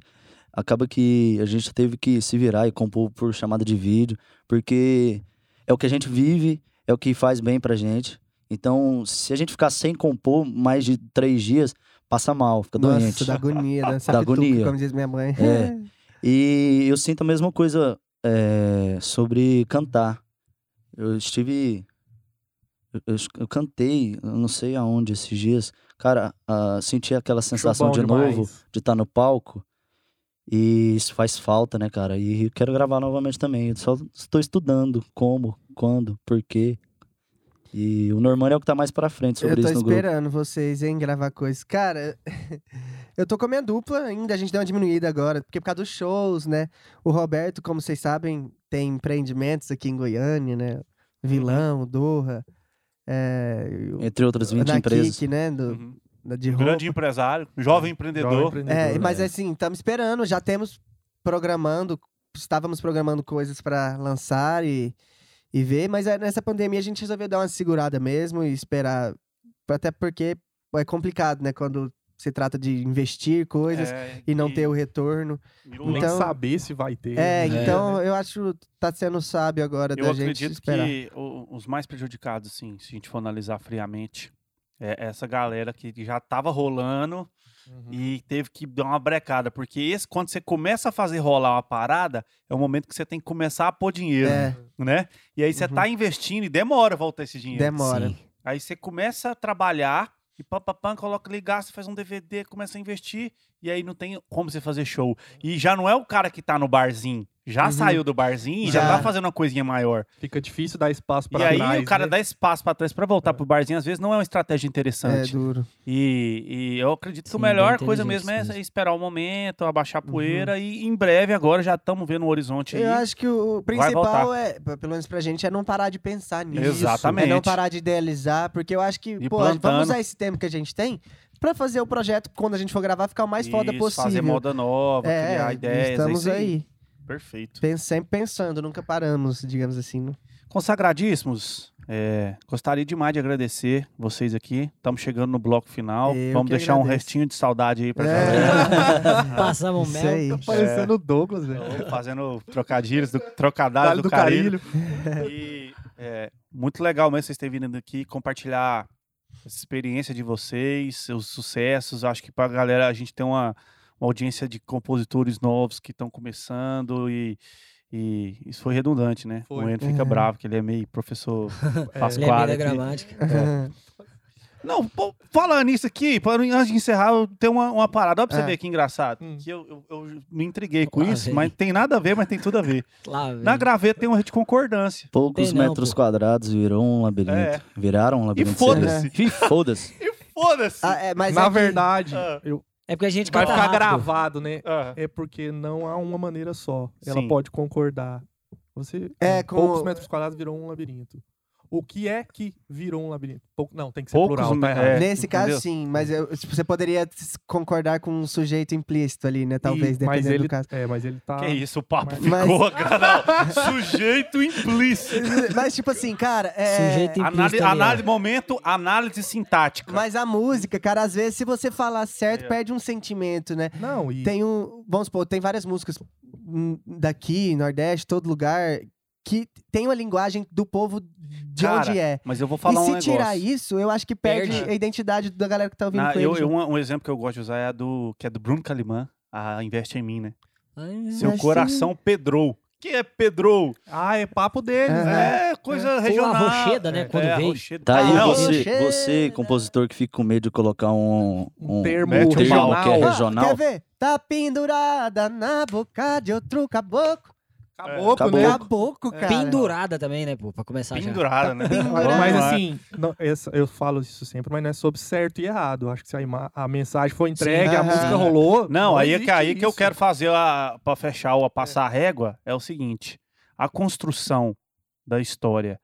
S5: Acaba que a gente teve que se virar e compor por chamada de vídeo, porque é o que a gente vive, é o que faz bem pra gente. Então, se a gente ficar sem compor mais de três dias, passa mal, fica doente.
S4: Nossa, da agonia, né? Essa
S5: Dá
S4: pituca,
S5: agonia.
S4: Como diz minha mãe.
S5: É. E eu sinto a mesma coisa é, sobre cantar. Eu estive. Eu, eu- eu cantei, eu não sei aonde esses dias. Cara, ah, senti aquela sensação de
S2: Show bom demais.
S5: novo de estar no palco. E isso faz falta, né, cara? E eu quero gravar novamente também. Eu só estou estudando como, quando, por quê. E o Normando é o que tá mais pra frente sobre
S4: eu tô
S5: isso no grupo.
S4: esperando vocês, hein, gravar coisas. Cara, eu tô com a minha dupla ainda, a gente deu uma diminuída agora, porque por causa dos shows, né? O Roberto, como vocês sabem, tem empreendimentos aqui em Goiânia, né? Vilão, Doha, é,
S5: Entre outras 20
S4: na
S5: empresas.
S4: Kik, né? Do,
S1: Uhum.
S4: da- de roupa.
S1: Grande né? empresário, jovem empreendedor.
S2: Jovem
S4: É,
S2: empreendedor. né?
S4: mas
S5: é.
S4: assim, estamos esperando, já temos programando, estávamos programando coisas para lançar e, e ver, mas aí nessa pandemia a gente resolveu dar uma segurada mesmo e esperar, até porque é complicado, né, quando se trata de investir coisas
S1: É,
S4: e não ter o retorno.
S1: e o
S2: Nem
S1: lance-
S4: Então-
S2: saber se vai ter.
S4: É,
S2: né?
S4: então eu acho que tá sendo sábio agora
S1: eu
S4: da gente
S1: acredito
S4: esperar.
S1: que o- os mais prejudicados, assim, se a gente for analisar friamente, é essa galera que já tava rolando
S4: Uhum.
S1: e teve que dar uma brecada. Porque esse, quando você começa a fazer rolar uma parada, é o momento que você tem que começar a pôr dinheiro,
S4: É,
S1: né? E aí você
S4: Uhum.
S1: tá investindo e demora voltar esse dinheiro.
S4: demora.
S5: Sim.
S1: Aí você começa a trabalhar e pam, pam, pam, coloca ali, gasta, faz um DVD, começa a investir e aí não tem como você fazer show. E já não é o cara que tá no barzinho. Já
S4: Uhum.
S1: saiu do barzinho e já.
S4: Já.
S1: tá fazendo uma coisinha maior.
S2: Fica difícil dar espaço pra
S1: e aí
S2: trás,
S1: o cara
S2: né?
S1: dá espaço pra trás pra voltar pro barzinho, às vezes não é uma estratégia
S4: É
S1: interessante.
S4: duro.
S1: E, e eu acredito que
S3: Sim,
S1: a
S3: bem
S1: melhor coisa
S3: inteligente
S1: mesmo é
S3: mesmo.
S1: esperar o momento, abaixar a poeira e em breve agora já estamos vendo o horizonte aí.
S4: Uhum. Eu acho que
S1: Vai
S4: o principal
S1: voltar.
S4: é, p- pelo menos pra gente, é não parar de pensar nisso.
S1: Exatamente.
S4: É não parar de idealizar, porque eu acho que,
S1: E
S4: pô,
S1: plantando.
S4: vamos usar esse tempo que a gente tem pra fazer o projeto, quando a gente for gravar, ficar o mais foda
S1: Isso,
S4: possível.
S1: Fazer moda nova,
S4: é,
S1: criar ideias. é
S4: estamos
S1: isso
S4: aí.
S1: Perfeito.
S4: Pen- sempre pensando, nunca paramos, digamos assim. né?
S1: Consagradíssimos, é, gostaria demais de agradecer vocês aqui. Estamos chegando no bloco final.
S4: Eu
S1: Vamos
S4: que
S1: deixar um
S4: agradeço.
S1: restinho de saudade aí pra galera.
S4: É.
S3: Passamos um
S4: Isso
S3: mel.
S4: aí.
S2: Tá
S1: É.
S2: parecendo o Douglas, velho.
S1: Tô Fazendo trocadilhos, do, trocadalho
S2: Dale
S1: do,
S2: do
S1: carilho.
S2: Carilho.
S1: E, é, muito legal mesmo vocês terem vindo aqui compartilhar essa experiência de vocês, seus sucessos. Acho que pra galera a gente tem uma, uma audiência de compositores novos que estão começando e. e isso foi redundante, né?
S2: Foi.
S1: O Eno fica
S4: É.
S1: bravo, que ele é meio professor
S2: É.
S3: Lembrei
S1: Pasquale.
S3: da
S1: aqui.
S3: gramática.
S1: Não, pô, falando isso aqui, pra- antes de encerrar, eu tenho uma, uma parada. Olha pra você
S2: É.
S4: Ah.
S1: ver que engraçado.
S2: Hum.
S1: Que eu, eu- eu me intriguei com
S3: Lá
S1: isso,
S3: vem.
S1: mas tem nada a ver, mas tem tudo a ver.
S3: Lá, velho.
S1: Na graveta tem um de concordância.
S5: Poucos
S3: Tem não,
S5: metros
S3: pô.
S5: quadrados virou um labirinto.
S1: É.
S5: Viraram um labirinto.
S1: foda-se.
S2: É.
S5: E foda-se.
S1: E foda-se!
S4: Ah, é, mas
S2: Na
S4: é que-
S2: verdade,
S1: Ah.
S2: eu-
S3: É porque a gente
S2: vai
S3: canta
S2: ficar
S3: rápido.
S2: gravado, né?
S1: Ah,
S2: É porque não há uma maneira só. Ela
S1: Sim.
S2: pode concordar. Você,
S4: É,
S2: em
S4: com-
S2: poucos metros quadrados virou um labirinto. O que é que virou um labirinto? Pouco- Não, tem que ser
S1: Poucos
S2: plural.
S1: me-
S2: Tá errado.
S1: é.
S4: Nesse
S1: entendeu?
S4: caso, sim, mas eu- tipo, você poderia s- concordar com um sujeito implícito ali, né? Talvez,
S2: E- mas
S4: dependendo
S2: ele,
S4: do caso.
S2: É, mas ele tá...
S4: ah,
S1: Que isso, o papo
S2: Mas-
S1: ficou, cara. Sujeito implícito.
S4: Mas, tipo assim, cara, é...
S3: Sujeito
S1: Análise,
S3: implícito, aliás.
S1: análise- momento, análise sintática.
S4: Mas a música, cara, às vezes, se você falar certo,
S1: É.
S4: perde um sentimento, né?
S2: Não, e...
S4: Tem um. Vamos supor, tem várias músicas hum, daqui, Nordeste, todo lugar, que tem uma linguagem do povo de
S1: Cara,
S4: onde é.
S1: Mas eu vou falar
S4: e
S1: um
S4: se
S1: negócio.
S4: tirar isso, eu acho que perde,
S3: Perde.
S4: a identidade da galera que tá ouvindo
S1: Na-
S4: com
S1: eu-
S4: ele.
S1: eu- um, um exemplo que eu gosto de usar é a do que é do Bruno Calimã, a Investe em Mim, né?
S3: Ai,
S1: Seu
S4: Investe em
S1: coração pedrou. Que é pedrou?
S2: Ah, é papo deles,
S4: É.
S2: né?
S1: É, coisa regional.
S3: Rocheda, né, quando
S1: é,
S3: veio.
S1: Rocheda.
S5: Tá aí
S1: Ah, não,
S5: você,
S4: Oxê.
S5: você, compositor que fica com medo de colocar um,
S2: Um termo
S1: mete o pau,
S5: termo que é
S2: regional.
S5: regional.
S4: Ah, Quer ver? Tá pendurada na boca de outro caboclo.
S1: É.
S2: Acabou,
S5: Acabou.
S2: né?
S4: Caboclo, cara.
S3: Pendurada também, né, pô? Pra começar já.
S1: Pendurada, né?
S4: Pendurada.
S2: Mas assim, não, essa- eu falo isso sempre, mas não é sobre certo e errado. Eu Acho que se a, ima- a mensagem foi entregue,
S4: Sim.
S2: a
S4: Aham.
S2: música rolou.
S1: Não, aí, é
S2: existe
S1: que, aí que eu
S2: isso.
S1: quero fazer a, pra fechar ou a passar a régua é o seguinte: a construção da história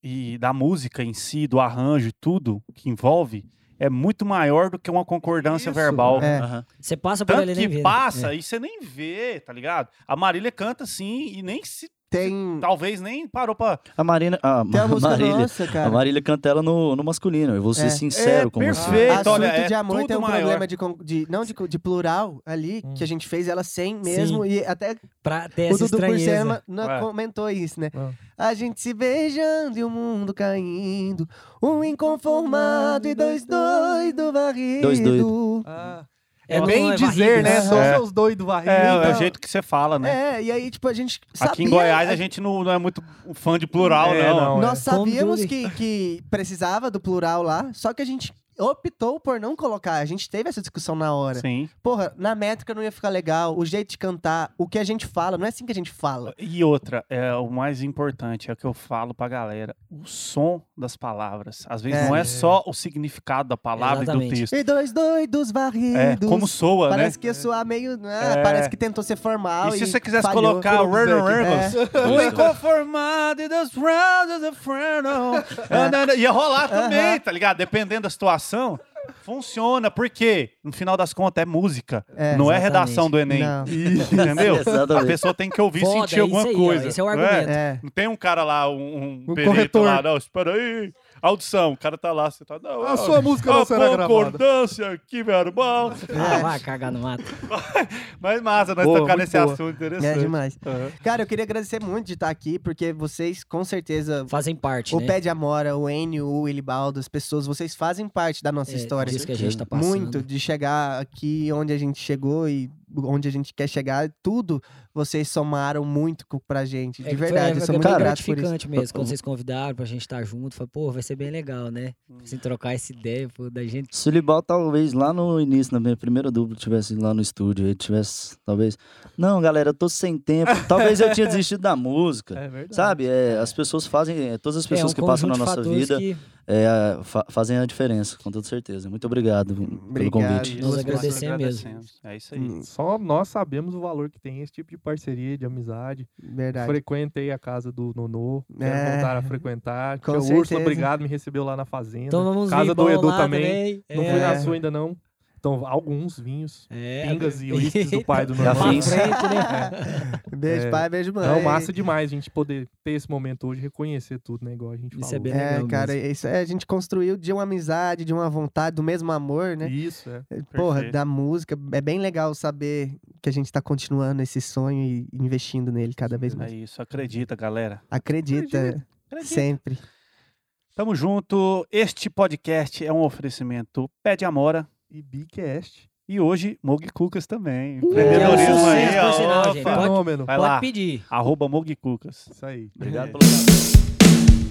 S1: e da música em si, do arranjo e tudo que envolve, é muito maior do que uma concordância
S2: Isso,
S1: verbal.
S4: É.
S5: Aham.
S3: Você passa por
S1: Tanto
S3: ele nem vê.
S1: que
S3: né?
S1: passa e você nem vê, tá ligado? A Marília canta assim e nem se.
S4: Tem,
S1: Talvez nem parou pra.
S5: A Marina. A,
S4: tem a
S5: Ma-
S4: música
S5: Marília.
S4: nossa,
S5: A
S4: cara.
S5: Marília canta ela no, no masculino. Eu vou ser
S4: É.
S5: sincero
S1: É,
S5: com você.
S1: perfeito.
S4: Assunto
S1: olha, é
S4: de amor
S1: tudo
S4: tem um
S1: maior.
S4: problema de, con- de- não de, co- de plural ali, que a gente fez ela sem mesmo, e até
S3: Pra ter
S4: o
S3: essa
S4: Dudu
S3: estranheza.
S4: Porcema não
S1: Ué.
S4: comentou isso, né?
S2: Ah.
S4: A gente se beijando e o mundo caindo, um inconformado e dois doidos varrido.
S5: Dois doido.
S2: Ah,
S3: É
S2: é bem
S3: uma
S2: dizer,
S3: varrida.
S2: né? São
S1: É.
S2: seus doidos varridos.
S1: É, é o
S4: Então-
S1: jeito que você fala, né?
S4: É, e aí, tipo, a gente sabia...
S1: Aqui em Goiás a gente não, não é muito fã de plural,
S2: É,
S1: não.
S2: não.
S4: Nós
S3: é. Como
S4: sabíamos
S3: tudo.
S4: que, que precisava do plural lá, só que a gente optou por não colocar. A gente teve essa discussão na hora.
S1: Sim.
S4: Porra, na métrica não ia ficar legal, o jeito de cantar, o que a gente fala, não é assim que a gente fala.
S1: E outra, é o mais importante, é o que eu falo pra galera: o som das palavras. Às vezes
S4: É.
S1: não é só o significado da palavra e do
S3: Exatamente.
S1: texto.
S4: E dois doidos varridos.
S1: É, como soa, né?
S4: Parece que ia soar meio. ah,
S1: É.
S4: Parece que tentou ser formal.
S1: E
S4: E,
S1: se você quisesse
S4: falhou.
S1: colocar o Random
S4: É.
S1: Ramos, o
S5: Dois, dois.
S1: inconformado e dos rounds of Fernando. Ia rolar também, tá ligado? Dependendo da situação, funciona. Por quê? No final das contas, é música.
S4: É,
S1: não é
S3: exatamente.
S1: redação do Enem.
S4: Não.
S1: Entendeu?
S5: Exatamente.
S1: A pessoa tem que ouvir e
S3: Foda,
S1: sentir alguma
S3: isso aí, ó,
S1: coisa.
S3: esse é o
S1: não
S3: argumento.
S4: É.
S1: Não tem um cara lá, um, um
S2: Um
S1: perito
S2: corretor.
S1: lá, não, espera aí. Audição, o cara tá lá, você tá. Não,
S2: A sua música não será
S1: A
S2: gravada.
S1: concordância aqui, meu irmão.
S3: Ah, vai cagar no mato.
S1: Mas massa, nós
S2: Boa,
S1: tocar
S2: muito
S1: nesse
S2: boa.
S1: assunto
S4: É
S1: interessante.
S4: demais.
S1: Aham.
S4: Cara, eu queria agradecer muito de estar aqui, porque vocês, com certeza,
S3: Fazem parte,
S4: o
S3: né?
S4: Pé de Amora, o Enio, o Ilibaldo, as pessoas, vocês fazem parte da nossa
S3: É,
S4: história.
S3: disso que a gente tá passando.
S4: Muito de chegar aqui onde a gente chegou e onde a gente quer chegar, tudo vocês somaram muito co- pra gente.
S3: É,
S4: De
S3: foi-
S4: verdade,
S3: é,
S4: eu sou
S3: é
S4: muito
S3: bem
S4: grato por isso.
S3: gratificante mesmo. Quando vocês convidaram pra gente estar junto, foi, pô, vai ser bem legal, né?
S2: Hum.
S3: Assim, trocar essa ideia, pô, da gente.
S5: Sulibal, talvez lá no início, na minha primeira dupla, tivesse lá no estúdio, ele tivesse, talvez. Não, galera, eu tô sem tempo. Talvez eu tinha desistido da música.
S2: É verdade.
S5: Sabe? É, as pessoas fazem, é, todas as pessoas
S3: é, um
S5: que passam na
S3: conjunto de
S5: nossa
S3: fatores
S5: vida
S3: que
S5: é, fa- fazem a diferença, com toda certeza. Muito obrigado, hum, pelo
S4: Obrigado.
S5: convite.
S1: Isso,
S4: Nós
S1: nós
S3: agradecemos mesmo.
S1: agradecemos. É isso aí.
S4: Hum,
S2: Só nós sabemos o valor que tem esse tipo de parceria, de amizade.
S4: Verdade.
S2: Frequentei a casa do Nonô, quero
S4: É.
S2: voltar a frequentar.
S4: Com
S2: Tia Úrsula,
S4: certeza.
S2: obrigado, me recebeu lá na fazenda.
S3: tomamos
S2: casa do
S3: vinho Então bom
S2: Edu
S3: lá
S2: também. Não fui na
S3: É,
S2: sua ainda, não. Então, alguns vinhos,
S3: é,
S2: pingas e uísques do pai do
S5: Eita.
S3: Pra
S2: Nonô.
S5: Afins.
S3: frente, né?
S4: Beijo,
S2: É.
S4: pai, beijo, mãe.
S2: Não, massa demais a gente poder ter esse momento hoje, reconhecer tudo, né? Igual a gente
S3: Isso
S2: falou.
S3: é bem
S4: É,
S3: legal
S4: cara, isso é, a gente construiu de uma amizade, de uma vontade, do mesmo amor, né?
S2: Isso, é.
S4: Porra,
S1: Perfeito.
S4: da música. É bem legal saber que a gente tá continuando esse sonho e investindo nele cada vez
S1: É
S4: mais.
S1: isso, acredita, galera.
S4: Acredita, sempre.
S1: Tamo junto. Este podcast é um oferecimento Pé de Amora
S2: E Bicast.
S1: e hoje Mog Cucas também.
S3: que é um
S1: Empreendedorismo aí,
S3: sucesso, por sinal,
S1: ó.
S3: gente.
S1: Opa.
S3: Pode-
S2: Fenômeno.
S1: Vai lá,
S3: Pode É. pedir.
S1: arroba Mog Cucas.
S2: Isso aí.
S5: Obrigado pelo convite.